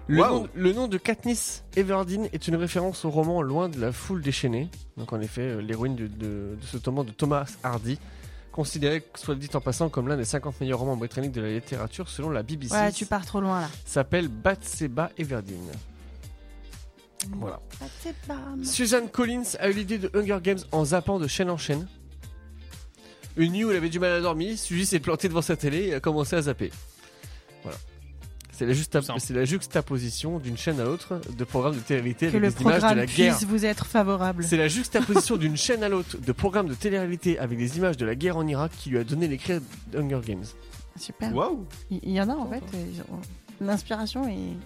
Le,
Waouh.
nom, le nom de Katniss Everdeen est une référence au roman Loin de la foule déchaînée. Donc, en effet, euh, l'héroïne de, de- de ce roman de Thomas Hardy, considéré, soit dit en passant, comme l'un des 50 meilleurs romans britanniques de la littérature selon la BBC,
Ouais, tu pars trop loin là.
s'appelle Batseba Everdeen. Voilà. Suzanne Collins a eu l'idée de Hunger Games en zappant de chaîne en chaîne. Une nuit où elle avait du mal à dormir, Suzy s'est plantée devant sa télé et a commencé à zapper. Voilà. C'est la, juxta-
Simple.
c'est la juxtaposition d'une chaîne à l'autre de programmes de télé-réalité
Que
avec
le
des images de
programme
la guerre.
puisse vous être favorable.
C'est la juxtaposition d'une chaîne à l'autre de programmes de télé-réalité avec des images de la guerre en Irak qui lui a donné l'écrit Hunger Games.
Super.
Waouh
Il il y en a en fait. euh, ils ont- L'inspiration est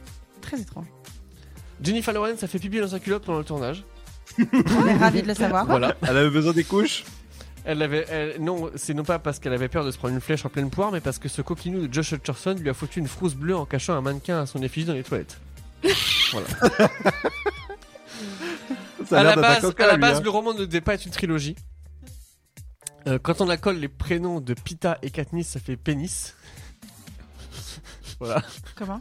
très étrange.
Jennifer Lawrence a fait pipi dans sa culotte pendant le tournage.
On est ravis de le savoir.
Voilà.
Elle avait besoin des couches
Elle avait, elle- non, c'est non pas parce qu'elle avait peur de se prendre une flèche en pleine poire, mais parce que ce coquinou de Josh Hutcherson lui a foutu une frousse bleue en cachant un mannequin à son effigie dans les toilettes.
Ça
à
a
la
l'air d'un
base,
coca,
à la
lui,
base,
hein.
le roman ne devait pas être une trilogie. Euh, quand on accole les prénoms de Pita et Katniss, ça fait pénis. voilà.
Comment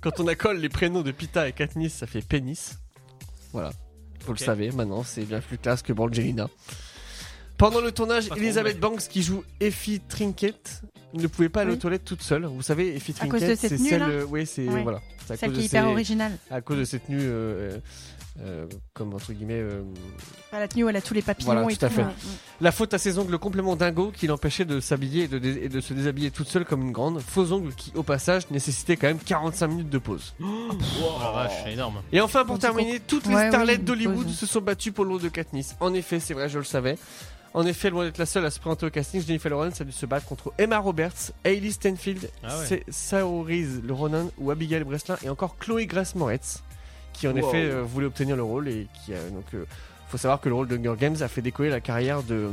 Quand on accole les prénoms de Pita et Katniss, ça fait pénis. Voilà. Vous
Ok.
le savez, maintenant c'est bien plus classe que Brangelina. Pendant le tournage,
Pas trop,
Elizabeth
mais-
Banks, qui joue Effie Trinket, ne pouvait pas aller
Oui.
aux toilettes toute seule. Vous savez, Effie
À cause
Trinket,
de cette
c'est
tenue,
celle.
là
euh, oui, c'est.
Ouais.
Voilà. C'est à
Celle
cause
qui
de
est hyper
ses-
originale.
À cause de cette tenue, euh, euh, euh, comme entre guillemets. euh,
Bah, La tenue, elle a tous les papillons
Voilà,
et hein.
tout à fait.
Ouais.
La faute à ses ongles complètement dingo qui l'empêchait de s'habiller et de, dé- et de se déshabiller toute seule comme une grande. Faux ongles qui, au passage, nécessitaient quand même 45 minutes de pause.
Oh la vache, c'est énorme.
Et enfin, pour
On dit
terminer, toutes les
Ouais, oui,
starlettes
une
d'Hollywood
pause.
se sont battues pour le rôle de Katniss. En effet, c'est vrai, je le savais. En effet, loin d'être la seule à se présenter au casting, Jennifer Lawrence a dû se battre contre Emma Roberts, Hailey Stenfield,
Ah ouais.
c'est Saoirse Le Ronan ou Abigail Breslin et encore Chloé Grace Moretz, qui en
Wow.
effet euh, voulait obtenir le rôle et qui euh, donc euh, faut savoir que le rôle de Hunger Games a fait décoller la carrière de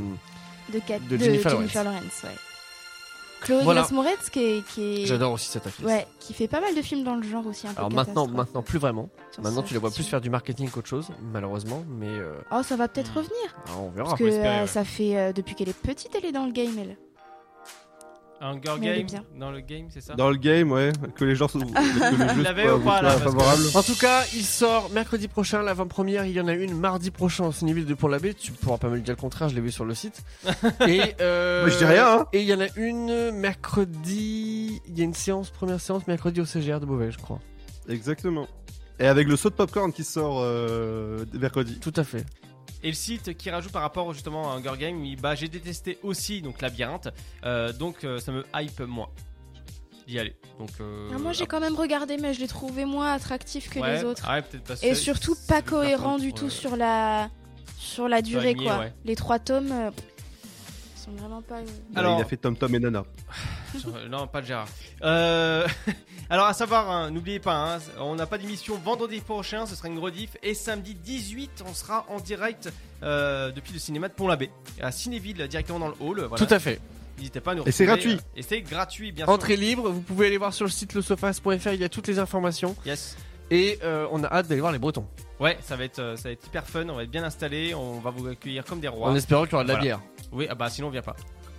De, Kat-
De Jennifer Lawrence.
Lawrence, ouais. Chloé
Voilà.
Grace Moretz qui est, qui est-
J'adore aussi cette actrice.
Ouais, qui fait pas mal de films dans le genre aussi un peu
Alors maintenant,
catastrophe.
maintenant plus vraiment.
Sur
Maintenant,
sa
tu la vois
fiction.
plus faire du marketing qu'autre chose, malheureusement, mais euh,
Oh, ça va peut-être revenir.
ah, on verra.
Parce que euh, ça fait euh, depuis qu'elle est petite, elle est dans le game, elle.
Hunger
Mais elle est
Game
bien.
dans le game, c'est ça
hein. Dans le game, ouais, que les gens sont. que le
Vous
jeu
l'avez
soit-
ou pas,
soit
là, parce que-
favorable.
En tout cas, il sort mercredi prochain, l'avant-première. Il y en a une mardi prochain au Cinéville de Pont-l'Abbé. Tu pourras pas me le dire le contraire, je l'ai vu sur le
<laughs>
site. et euh,
Mais je dis rien, hein.
Et il y en a une mercredi. Il y a une séance, première séance mercredi au CGR de Beauvais, je crois.
Exactement. Et avec le saut de popcorn qui sort euh, mercredi.
Tout à fait.
Et le site qui rajoute par rapport justement à Hunger Game, il- bah, j'ai détesté aussi donc labyrinthe, euh, donc euh, ça me hype moins d'y aller. Donc euh,
Ah, moi, j'ai quand même regardé, mais je l'ai trouvé moins attractif que
ouais,
les autres.
ouais, peut-être parce
Et
que
surtout
c'est-
pas
par
cohérent
contre,
du
euh,
tout sur la sur la durée
lignée,
quoi.
ouais.
Les trois tomes euh, pff, ils sont vraiment pas. euh,
Alors-
Il a fait Tom Tom et Nana.
Sur- Non, pas de Gérard. Euh, <laughs> Alors, à savoir, hein, n'oubliez pas, hein, on n'a pas d'émission vendredi prochain, ce sera une rediff. Et samedi 18, on sera en direct euh, depuis le cinéma de Pont-l'Abbé, à Cinéville, directement dans le hall. voilà.
Tout à fait.
N'hésitez pas à nous
Et c'est
retrouver,
gratuit.
euh, Et c'est gratuit, bien
Entrée
sûr.
libre. Vous pouvez aller voir sur le site lesofas.fr. Il y a toutes les informations.
Yes.
Et euh, on a hâte d'aller voir les Bretons.
Ouais, ça va, être, euh, ça va être hyper fun, on va être bien installé, on va vous accueillir comme des rois.
En espérant qu'il y aura de la
Voilà.
bière.
Oui, ah bah sinon on vient pas.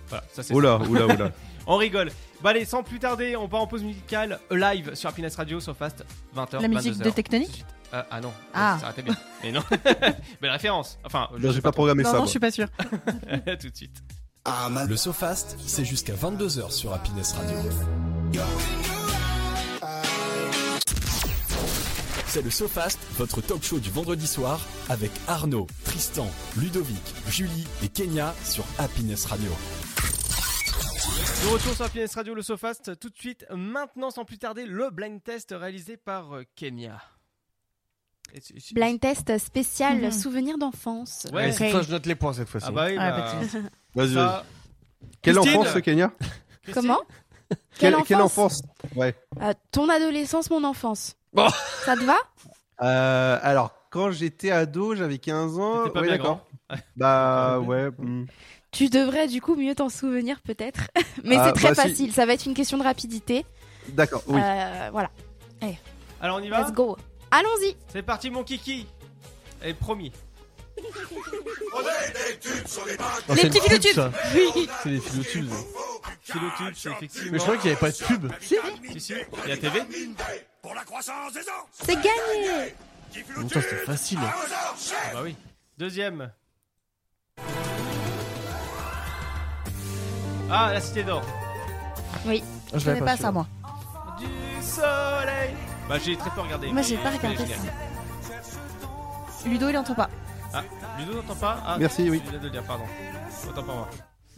Voilà, ça c'est
Oula, oula, oula.
On rigole. Bah allez, sans plus tarder, on part en pause musicale live sur Happiness Radio sur Fast 20h.
La musique
22h.
de Tectonique
Tout de suite. Euh, ah non,
Ah.
ça arrêtait bien. Mais non, belle référence. Enfin, je
Non,
sais
Bah, j'ai pas programmé
Non,
ça.
non,
moi.
je suis pas sûr.
pas. <laughs> tout de suite.
I'm a
Le SoFast, c'est jusqu'à 22h sur Happiness Radio. C'est le SoFast, votre talk show du vendredi soir avec Arnaud, Tristan, Ludovic, Julie et Kenya sur Happiness Radio.
De retour sur Happiness Radio, le SoFast. Tout de suite, maintenant, sans plus tarder, le blind test réalisé par euh, Kenya. Et tu- tu-
Blind test spécial
Mhm.
souvenir d'enfance.
Ouais.
Et cette fois, je note les points cette fois-ci.
Ah bah oui,
Ah,
bah,
pas de soucis.
Vas-y, vas-y.
ça,
Quelle
Christine
enfance, ce Kenya
Christine
Comment
Quelle,
Quelle enfance,
quelle enfance Ouais.
Euh, Ton adolescence, mon enfance.
Bon.
<laughs> Ça te va
Euh, alors, quand j'étais ado, j'avais 15 ans.
T'étais pas
ouais,
bien
d'accord. Bah,
Ah,
ouais. hmm.
Tu devrais du coup mieux t'en souvenir peut-être. <laughs> Mais
Ah,
c'est très
bah, si.
facile, ça va être une question de rapidité.
D'accord, oui.
Euh, voilà,
Alors on y va
let's go. Allons-y.
C'est parti, mon kiki. Et promis.
Non,
Les
Oh, c'est
petits
une pub,
filotubes.
ça.
Oui.
C'est des filotubes.
Philotube, c'est effectivement.
Mais je crois qu'il n'y avait pas de pub.
Si, si, il y a TV.
C'est gagné.
En même temps, c'était facile.
Ah bah oui. Deuxième. Ah, la cité d'or.
Ah,
Je connais pas ça,
celui-là.
moi.
Du soleil. Bah j'ai très peu regardé.
Moi, j'ai pas
Mais
regardé
génial.
ça. Ludo, il entend pas.
Ah, Ludo n'entend pas ah,
Merci, oui.
Je viens de le dire, pardon. Autant pour moi.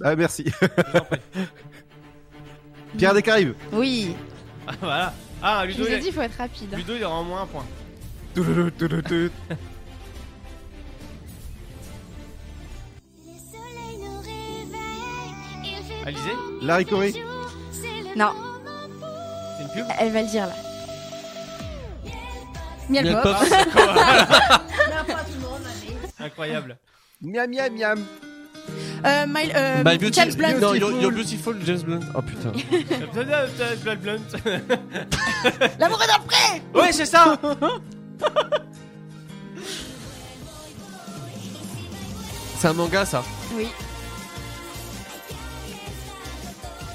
Ah, merci. <laughs>
Je vous en prie. <laughs>
Pierre des Caraïbes.
Oui.
Ah, voilà. Ah,
Je
Ludo,
vous ai
il...
dit, faut être rapide.
Ludo, il aura au moins un point.
Touloulou, touloulou, touloulou.
Alizé,
Larry Corey.
Non,
c'est une pub
elle va le dire là.
Miel
Miel
pop.
pop.
<laughs> Incroyable.
Miam, miam, miam.
Euh, My- euh,
My Beauty-
James Blunt.
Bah, Non, Your, Your Beautiful James Blunt. Oh putain.
Blood Blunt.
L'amour est dans le pré
Oui, c'est ça.
C'est un manga ça.
Oui.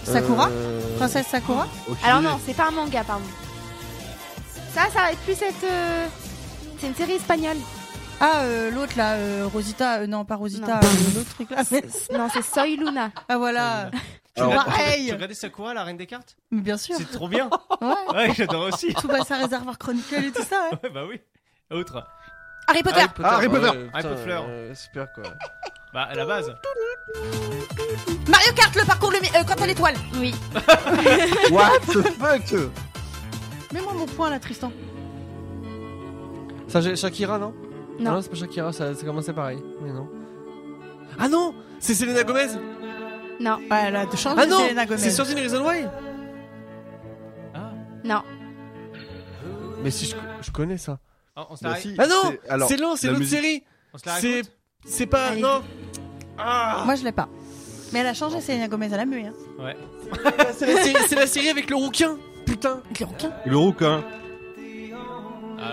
Sakura
Euh,
Princesse Sakura
Aucune
Alors
idée.
non, c'est pas un manga, pardon. Ça, ça va être plus être. euh, C'est une série espagnole.
Ah, euh, l'autre là, euh, Rosita. euh, non, pas Rosita,
Non.
euh, l'autre truc là.
Non, c'est Soy Luna.
Ah voilà.
Alors,
Tu
Pareil
regardais Sakura, la reine des cartes
Mais bien sûr.
C'est trop bien.
Ouais.
Ouais, j'adore aussi. <laughs>
Tout ça Réservoir Chronicle et tout ça. hein. ouais.
Ouais, bah oui. Autre.
Harry Potter.
Ah, Harry Potter.
ouais, putain,
Harry Potter.
euh, Super quoi.
Bah, à la base.
Mario Kart, le parcours le mi- euh, quand à l'étoile.
Oui.
What the fuck
Mets-moi mon point là, Tristan.
Ça, j'ai- Shakira non
Non.
c'est pas Shakira, ça, ça commençait pareil. Mais non. Ah non C'est Selena Gomez
Non,
Ouais, là, de chance,
Ah
de
non
Ah Selena Gomez.
C'est Sorting Reason Why
Ah,
non.
Mais si je, je connais ça.
on, on se la,
Bah, si,
Ah non
c'est- alors,
C'est non, c'est
la
l'autre
musique-
série
on se la
C'est.
raconte
C'est pas.
Ah.
Allez.
Non
Moi, je l'ai pas. Mais elle a changé Selena Gomez à la mue. Hein.
Ouais.
Euh, C'est la, série- c'est la série avec le rouquin Putain
Avec le requin
Le hein. rouquin.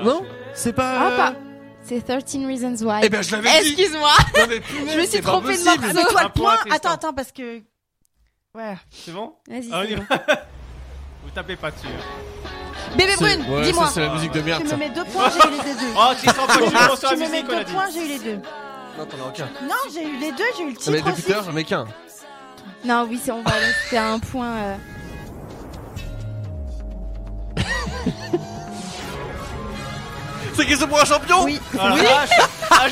Non C'est pas.
Ah,
euh,
pas C'est 13 Reasons Why.
Eh ben, je l'avais dit
Excuse-moi
Non, mais punaise,
je me suis
c'est pas
trompée de
possible.
morceau.
Mais toi,
Un
le
point
point.
à Tristan.
Attends, attends, parce que. Ouais.
C'est bon
Vas-y,
Ah, on y
c'est bon.
va. <laughs> Vous tapez pas dessus. hein.
Bébé
C'est-
Brune,
ouais, ça,
dis-moi.
C'est la musique de
Tu
merde
me
ça.
mets deux points, j'ai eu les deux.
Oh, Tristan,
Tu me
continue, on sur la
mets- tu me mets
musique, on a
deux
dit.
points, j'ai eu les deux.
Non, t'en as aucun.
Non, j'ai eu les deux, j'ai eu le
Ah, mais
titre
depuis
aussi.
tout à l'heure, j'en mets qu'un.
Non, oui, c'est- on va rester à un point. euh.
C'est question pour un champion
Oui.
Ah, la vache. Ah,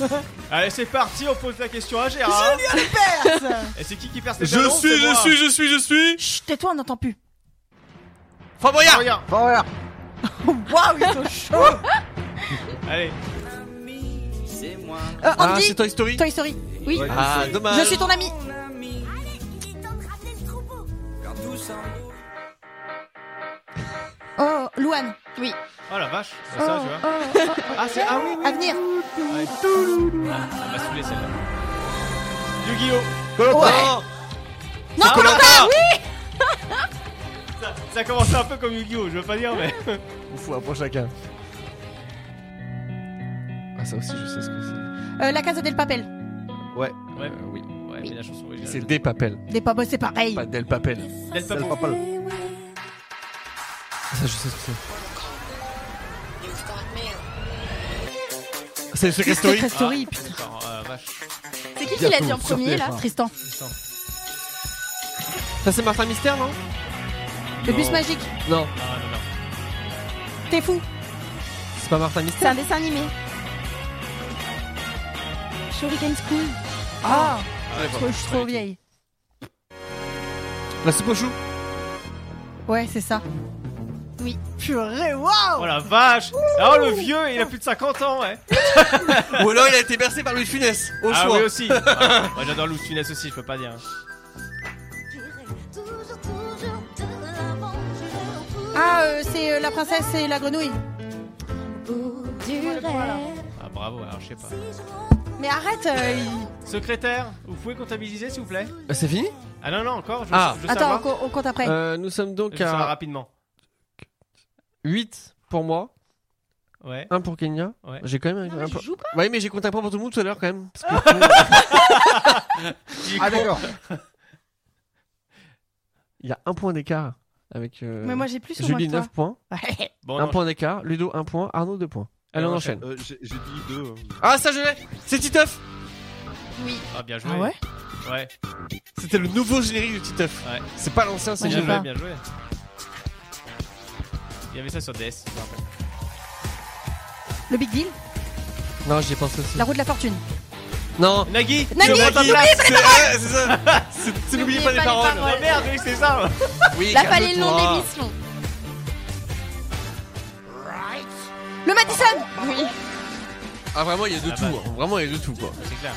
j'ai- Allez, c'est parti, on pose la question à Gérard. hein. Et c'est qui qui perd cette
Bah
Je
ballons,
suis,
c'est
je
moi.
suis, je suis, je suis
Chut, tais-toi, on n'entend plus.
Fort
Ah,
Boyard
Regarde,
Voilà.
Waouh, ils sont chauds.
allez.
C'est moi.
Euh,
Ah,
Andy,
c'est Toy Story
Toy Story. Oui.
Ah, dommage
Je suis ton ami.
Quand tout s'en-
Ah.
Oh, Louane. Oui.
Oh la vache, c'est ça, tu vois. Ah, c'est. Ah oui,
Avenir.
Ouais. Ah, elle m'a saoulé celle-là. Yu-Gi-Oh!
Oh, Colanta
Non,
Colanta
Ça, ça a commencé un peu comme Yu-Gi-Oh! Je veux pas dire, mais.
Il faut un point chacun. Ah, ça aussi, je sais ce que c'est.
Euh, la Casa del Papel.
Ouais,
Euh, oui.
ouais, mais la chanson originale.
C'est Del Papel,
Des papas, c'est pareil.
pas Del Papel.
Del Papo.
Ah, Ça, je sais ce que c'est. C'est le Secret Story
Secret Story.
Ah, d'accord, euh, vache.
C'est qui qui l'a dit en premier là
Tristan.
<laughs> Ça, c'est Martin Mystère, non
Le bus magique.
Non,
Ah, non, non.
T'es fou.
c'est pas Martin
C'est
Mystère.
un dessin animé. Shuriken School.
Ah,
Ah,
je suis trop vieille.
La soupe aux choux
Ouais, c'est ça.
Oui.
Purée, waouh.
Oh la vache! Oh le vieux, il a plus de 50 ans, ouais!
<laughs> Ou alors, il a été bercé par Louis de Funès, au
ah
choix.
oui,
<laughs>
aussi! Ah, moi j'adore Louis de Funès aussi, je peux pas dire. hein.
Ah, euh, c'est euh, la princesse et la grenouille.
Ah bravo, alors je sais pas.
Mais arrête. euh, il-
Secrétaire, vous pouvez comptabiliser s'il vous plaît?
Euh, C'est fini
Ah non, non, encore, je,
Ah.
je veux
Attends, on,
savoir.
co- on compte après.
Euh, Nous sommes
Je
donc
veux savoir
à
rapidement.
8 pour moi,
Ouais,
1 pour Kenya.
ouais.
J'ai quand même
Non,
un
mais je
point.
joue pas.
Ouais, mais j'ai compté un point pour tout le monde tout à l'heure quand même. Parce que
Ah d'accord.
il y a un point d'écart avec. euh,
Mais moi, j'ai plus ou moins
Julie
que toi.
9 points,
Ouais.
Bon,
un
non,
point d'écart, Ludo 1 point, Arnaud 2 points. Allez, on
On
enchaîne.
Euh, J'ai j'ai dit deux. hein.
Ah, ça je l'ai C'est Titeuf
Oui.
je- Ah bien joué.
Ah ouais
Ouais,
C'était le nouveau générique de Titeuf.
Ouais.
C'est pas l'ancien, c'est
Moi,
bien
j'ai
joué,
le
pas.
bien joué. Il y avait ça sur DS, je me rappelle.
Le Big Deal.
Non, j'y ai pensé aussi.
La roue de la fortune.
Non
Nagui!
Nagui,
je prends ta
Nagui,
place.
C'est vrai, c'est ça C'est- c'est N'oubliez pas les paroles
Ah merde, oui, c'est ça!
Oui,
Là,
calme-toi.
fallait le nom de l'émission.
Le Madison. Oui.
Ah, vraiment, il y a de
Ah
tout,
bah.
hein. vraiment, il y a de tout quoi.
C'est clair.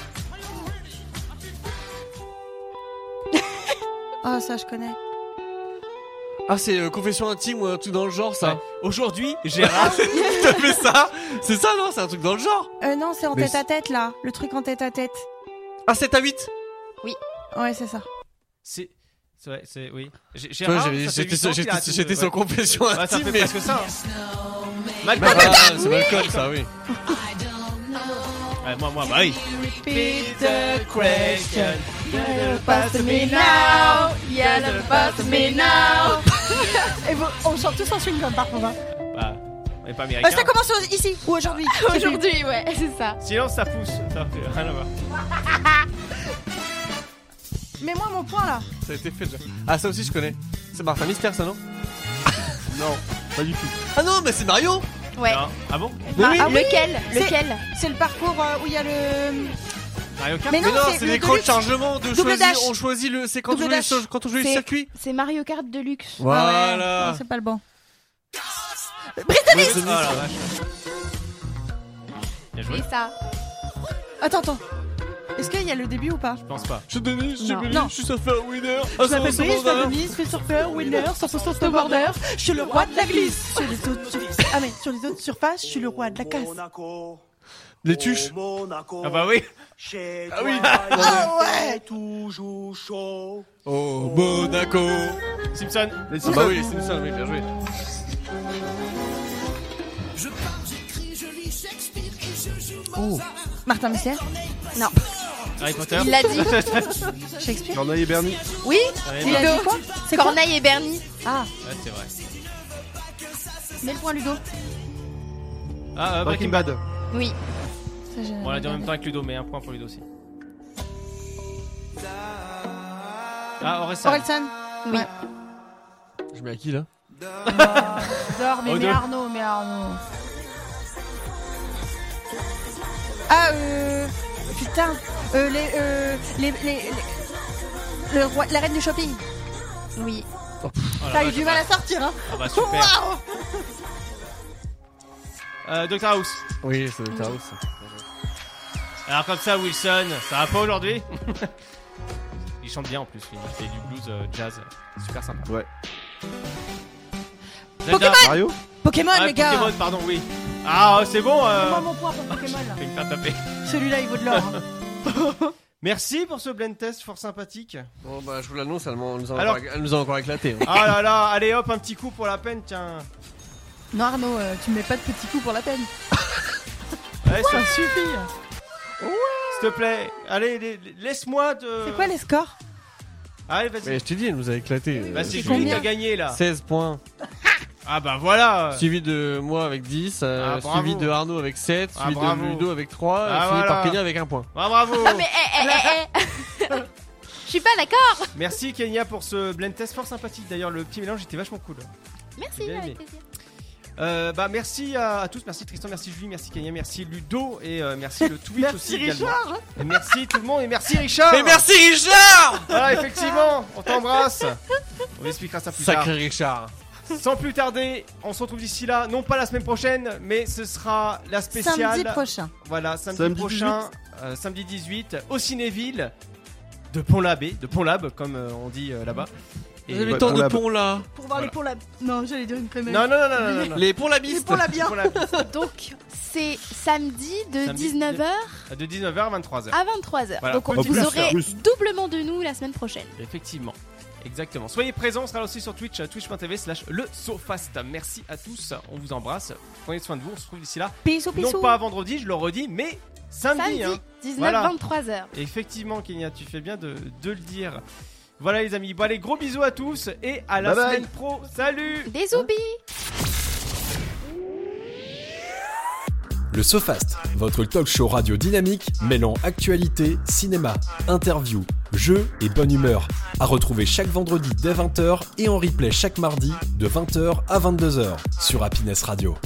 Ah, ça, je connais.
Ah, c'est euh, confession intime ou un truc dans le genre ça
Ouais. Aujourd'hui, <laughs> Gérard.
<laughs> Ah, T'as fait ça C'est ça non C'est un truc dans le genre
Euh, non, c'est en
Mais
tête à tête là. Le truc en tête à tête.
Ah, 7 à 8
Ouais, c'est ça.
C'est. C'est vrai, c'est. Oui. Gé-
Tu vois,
Gérard, ça
j'avais-
fait
J'étais
huit ans
sur,
qu'il a
j'étais-
arrêté de-
j'étais sur
ouais.
confession
Ouais, ça
intime,
fait
mais.
presque ça. hein. Bah, Mal
Ah, c'est Malcolm, ça, oui.
Ouais, moi, moi, bah oui. Repeat the question.
<laughs> Et vous, on chante tous en swing comme par contre. hein.
Bah, on est pas
Euh,
américain.
ça commence au- ici ou <laughs> aujourd'hui. Je sais
<laughs>
plus.
Aujourd'hui, ouais, c'est ça.
Silence, ça pousse. Ça fait ah, bah. rien à voir.
Mais moi, mon point là.
Ça a été fait déjà. Ah, ça aussi, je connais. C'est Martin Mystère, ça, <laughs> non
Non, pas du tout.
Ah non, mais c'est Mario
Ouais. Bah,
Non. Ah bon
Mais oui
Ah oui,
Lequel
C'est-
Lequel
C'est le parcours euh, où il y a le.
Mario Kart
Mais non,
Mais non,
c'est
c'est
le
l'écran de
Deluxe.
chargement de
Double
choisir.
dash.
On choisit le. C'est quand on
Double
joue les
dash.
choses- quand on joue les
C'est-
circuits.
C'est Mario Kart Deluxe.
Ah ouais,
Voilà.
non, c'est pas le bon.
Oui, c'est- oh la vache. Bien joué,
Et ça.
Attends, attends. Est-ce qu'il y a le début ou pas
je pense pas.
Je Denis, je
Non.
Denis,
Non.
je suis surfeur winner.
Ah,
Je m'appelle Brice, je suis Denis, je suis surfeur, winner, 100% snowboarder. Je suis le ah, roi de la glisse. Sur les autres, sur... Ah, mais sur les autres surfaces, je suis le roi de la casse.
Les tuches
Ah bah oui
Ah oui
Ah
<laughs>
ouais
Toujours chaud.
Oh, Monaco
Simpson
Les Simpsons. Ah bah oui, les Simpsons, oui, bien joué.
Je pars, j'écris, je lis Shakespeare et je joue
Oh.
Martin Mystère
Non.
Harry Potter
Il l'a
<laughs>
dit.
Shakespeare
Corneille et Bernie.
Oui
Ouais,
Il
bah,
a dit quoi C'est quoi
Corneille et Bernie.
Ah,
ouais, c'est vrai.
mets le point Ludo.
Ah, euh,
Breaking
Breaking Bad.
Bad.
Oui.
Ça, j'ai-
Bon, on l'a dit en même temps avec Ludo, mais un point pour Ludo aussi. Ah, Orelsan.
Orelsan
Oui.
Ouais.
Je mets à qui là
Dors, mais,
Oh,
mais
deux.
Arnaud, mais Arnaud. Ah, euh. Putain. Euh, les, euh, les, les, les- Le roi, la reine du shopping.
Oui.
Oh la
T'as eu
vache,
du mal à sortir, hein
Ah bah super.
Waouh
Euh, Dr House.
Oui, c'est Doctor House.
Alors comme ça, Wilson, ça va pas aujourd'hui <laughs> Il chante bien en plus, il fait du blues euh, jazz, super sympa.
Ouais.
Zelda.
Mario
Pokémon,
Ah,
les gars
Pokémon, pardon, oui. Ah, c'est bon. euh,
Moi, mon point pour Pokémon, là.
je vais me faire taper.
Celui-là, il vaut de l'or. <laughs> hein.
Merci pour ce blend test fort sympathique.
Bon, bah, je vous l'annonce, elle, m'en- elle nous a
Alors-
encore- elle nous a encore éclaté. hein.
Ah là là, allez hop, un petit coup pour la peine, tiens.
Non, Arnaud, euh, tu me mets pas de petits coups pour la peine.
Ouais, ça suffit. S'il te plaît, allez, la- laisse-moi te.
C'est quoi les scores
Allez, vas-y.
Mais je t'ai dit, elle nous a éclaté. euh,
Bah, c'est
C'est
Julie qui
combien
a gagné là.
16 points.
Ah bah voilà.
Suivi de moi avec 10, euh,
Ah, bravo.
suivi de Arnaud avec 7,
Ah,
suivi
bravo.
de Ludo avec 3, et
Ah,
fini
voilà.
par Kenya avec 1 point.
Ah, bravo.
Ah, mais eh, eh, eh, eh. <laughs> Je suis pas d'accord.
Merci Kenya pour ce blend test fort sympathique. D'ailleurs, le petit mélange était vachement cool.
Merci,
J'ai bien aimé.
avec plaisir.
Euh, bah merci à, à tous, merci Tristan, merci Julie, merci Kenya, merci Ludo et euh, merci le Twitch aussi également. Et merci tout le monde et merci Richard.
Mais merci Richard
Voilà, effectivement, on t'embrasse. On expliquera ça plus
Sacré Richard
tard. Sans plus tarder, on se retrouve d'ici là, non pas la semaine prochaine, mais ce sera la spéciale.
Samedi prochain.
Voilà, samedi,
Samedi
prochain, euh, samedi 18, au Cinéville de Pont-l'Abbé, de Pont-Lab comme euh, on dit euh, là-bas. Et-
Les temps de Pont-Lab.
pont là
Pour voir
Voilà.
les pour la. Non, j'allais dire une connerie.
Non, non, non, non, non,
<laughs>
non, non.
Les ponts la
Les pour la bien.
Pont-Lab.
Donc, c'est samedi de
Samedi,
19h
De 19h à 23h.
à 23h.
Voilà.
Donc, on-
En
vous
plus,
aurez
en plus.
doublement de nous la semaine prochaine.
Effectivement. Exactement. Soyez présents, on sera là aussi sur Twitch, euh, twitch.tv slash le SoFast. Merci à tous, on vous embrasse, prenez soin de vous, on se retrouve d'ici là.
Bisous,
Non
bisous.
pas à vendredi, je le redis, mais samedi.
Samedi,
hein.
19-23h.
Effectivement, Kenya, tu fais bien de, de le dire. Voilà les amis, bon allez, gros bisous à tous et à la
Bye bye.
semaine pro. Salut
Des zoubis
Le SoFast, votre talk show radio dynamique mêlant actualité, cinéma, interview, jeux et bonne humeur. À retrouver chaque vendredi dès 20h et en replay chaque mardi de 20h à 22h sur Happiness Radio.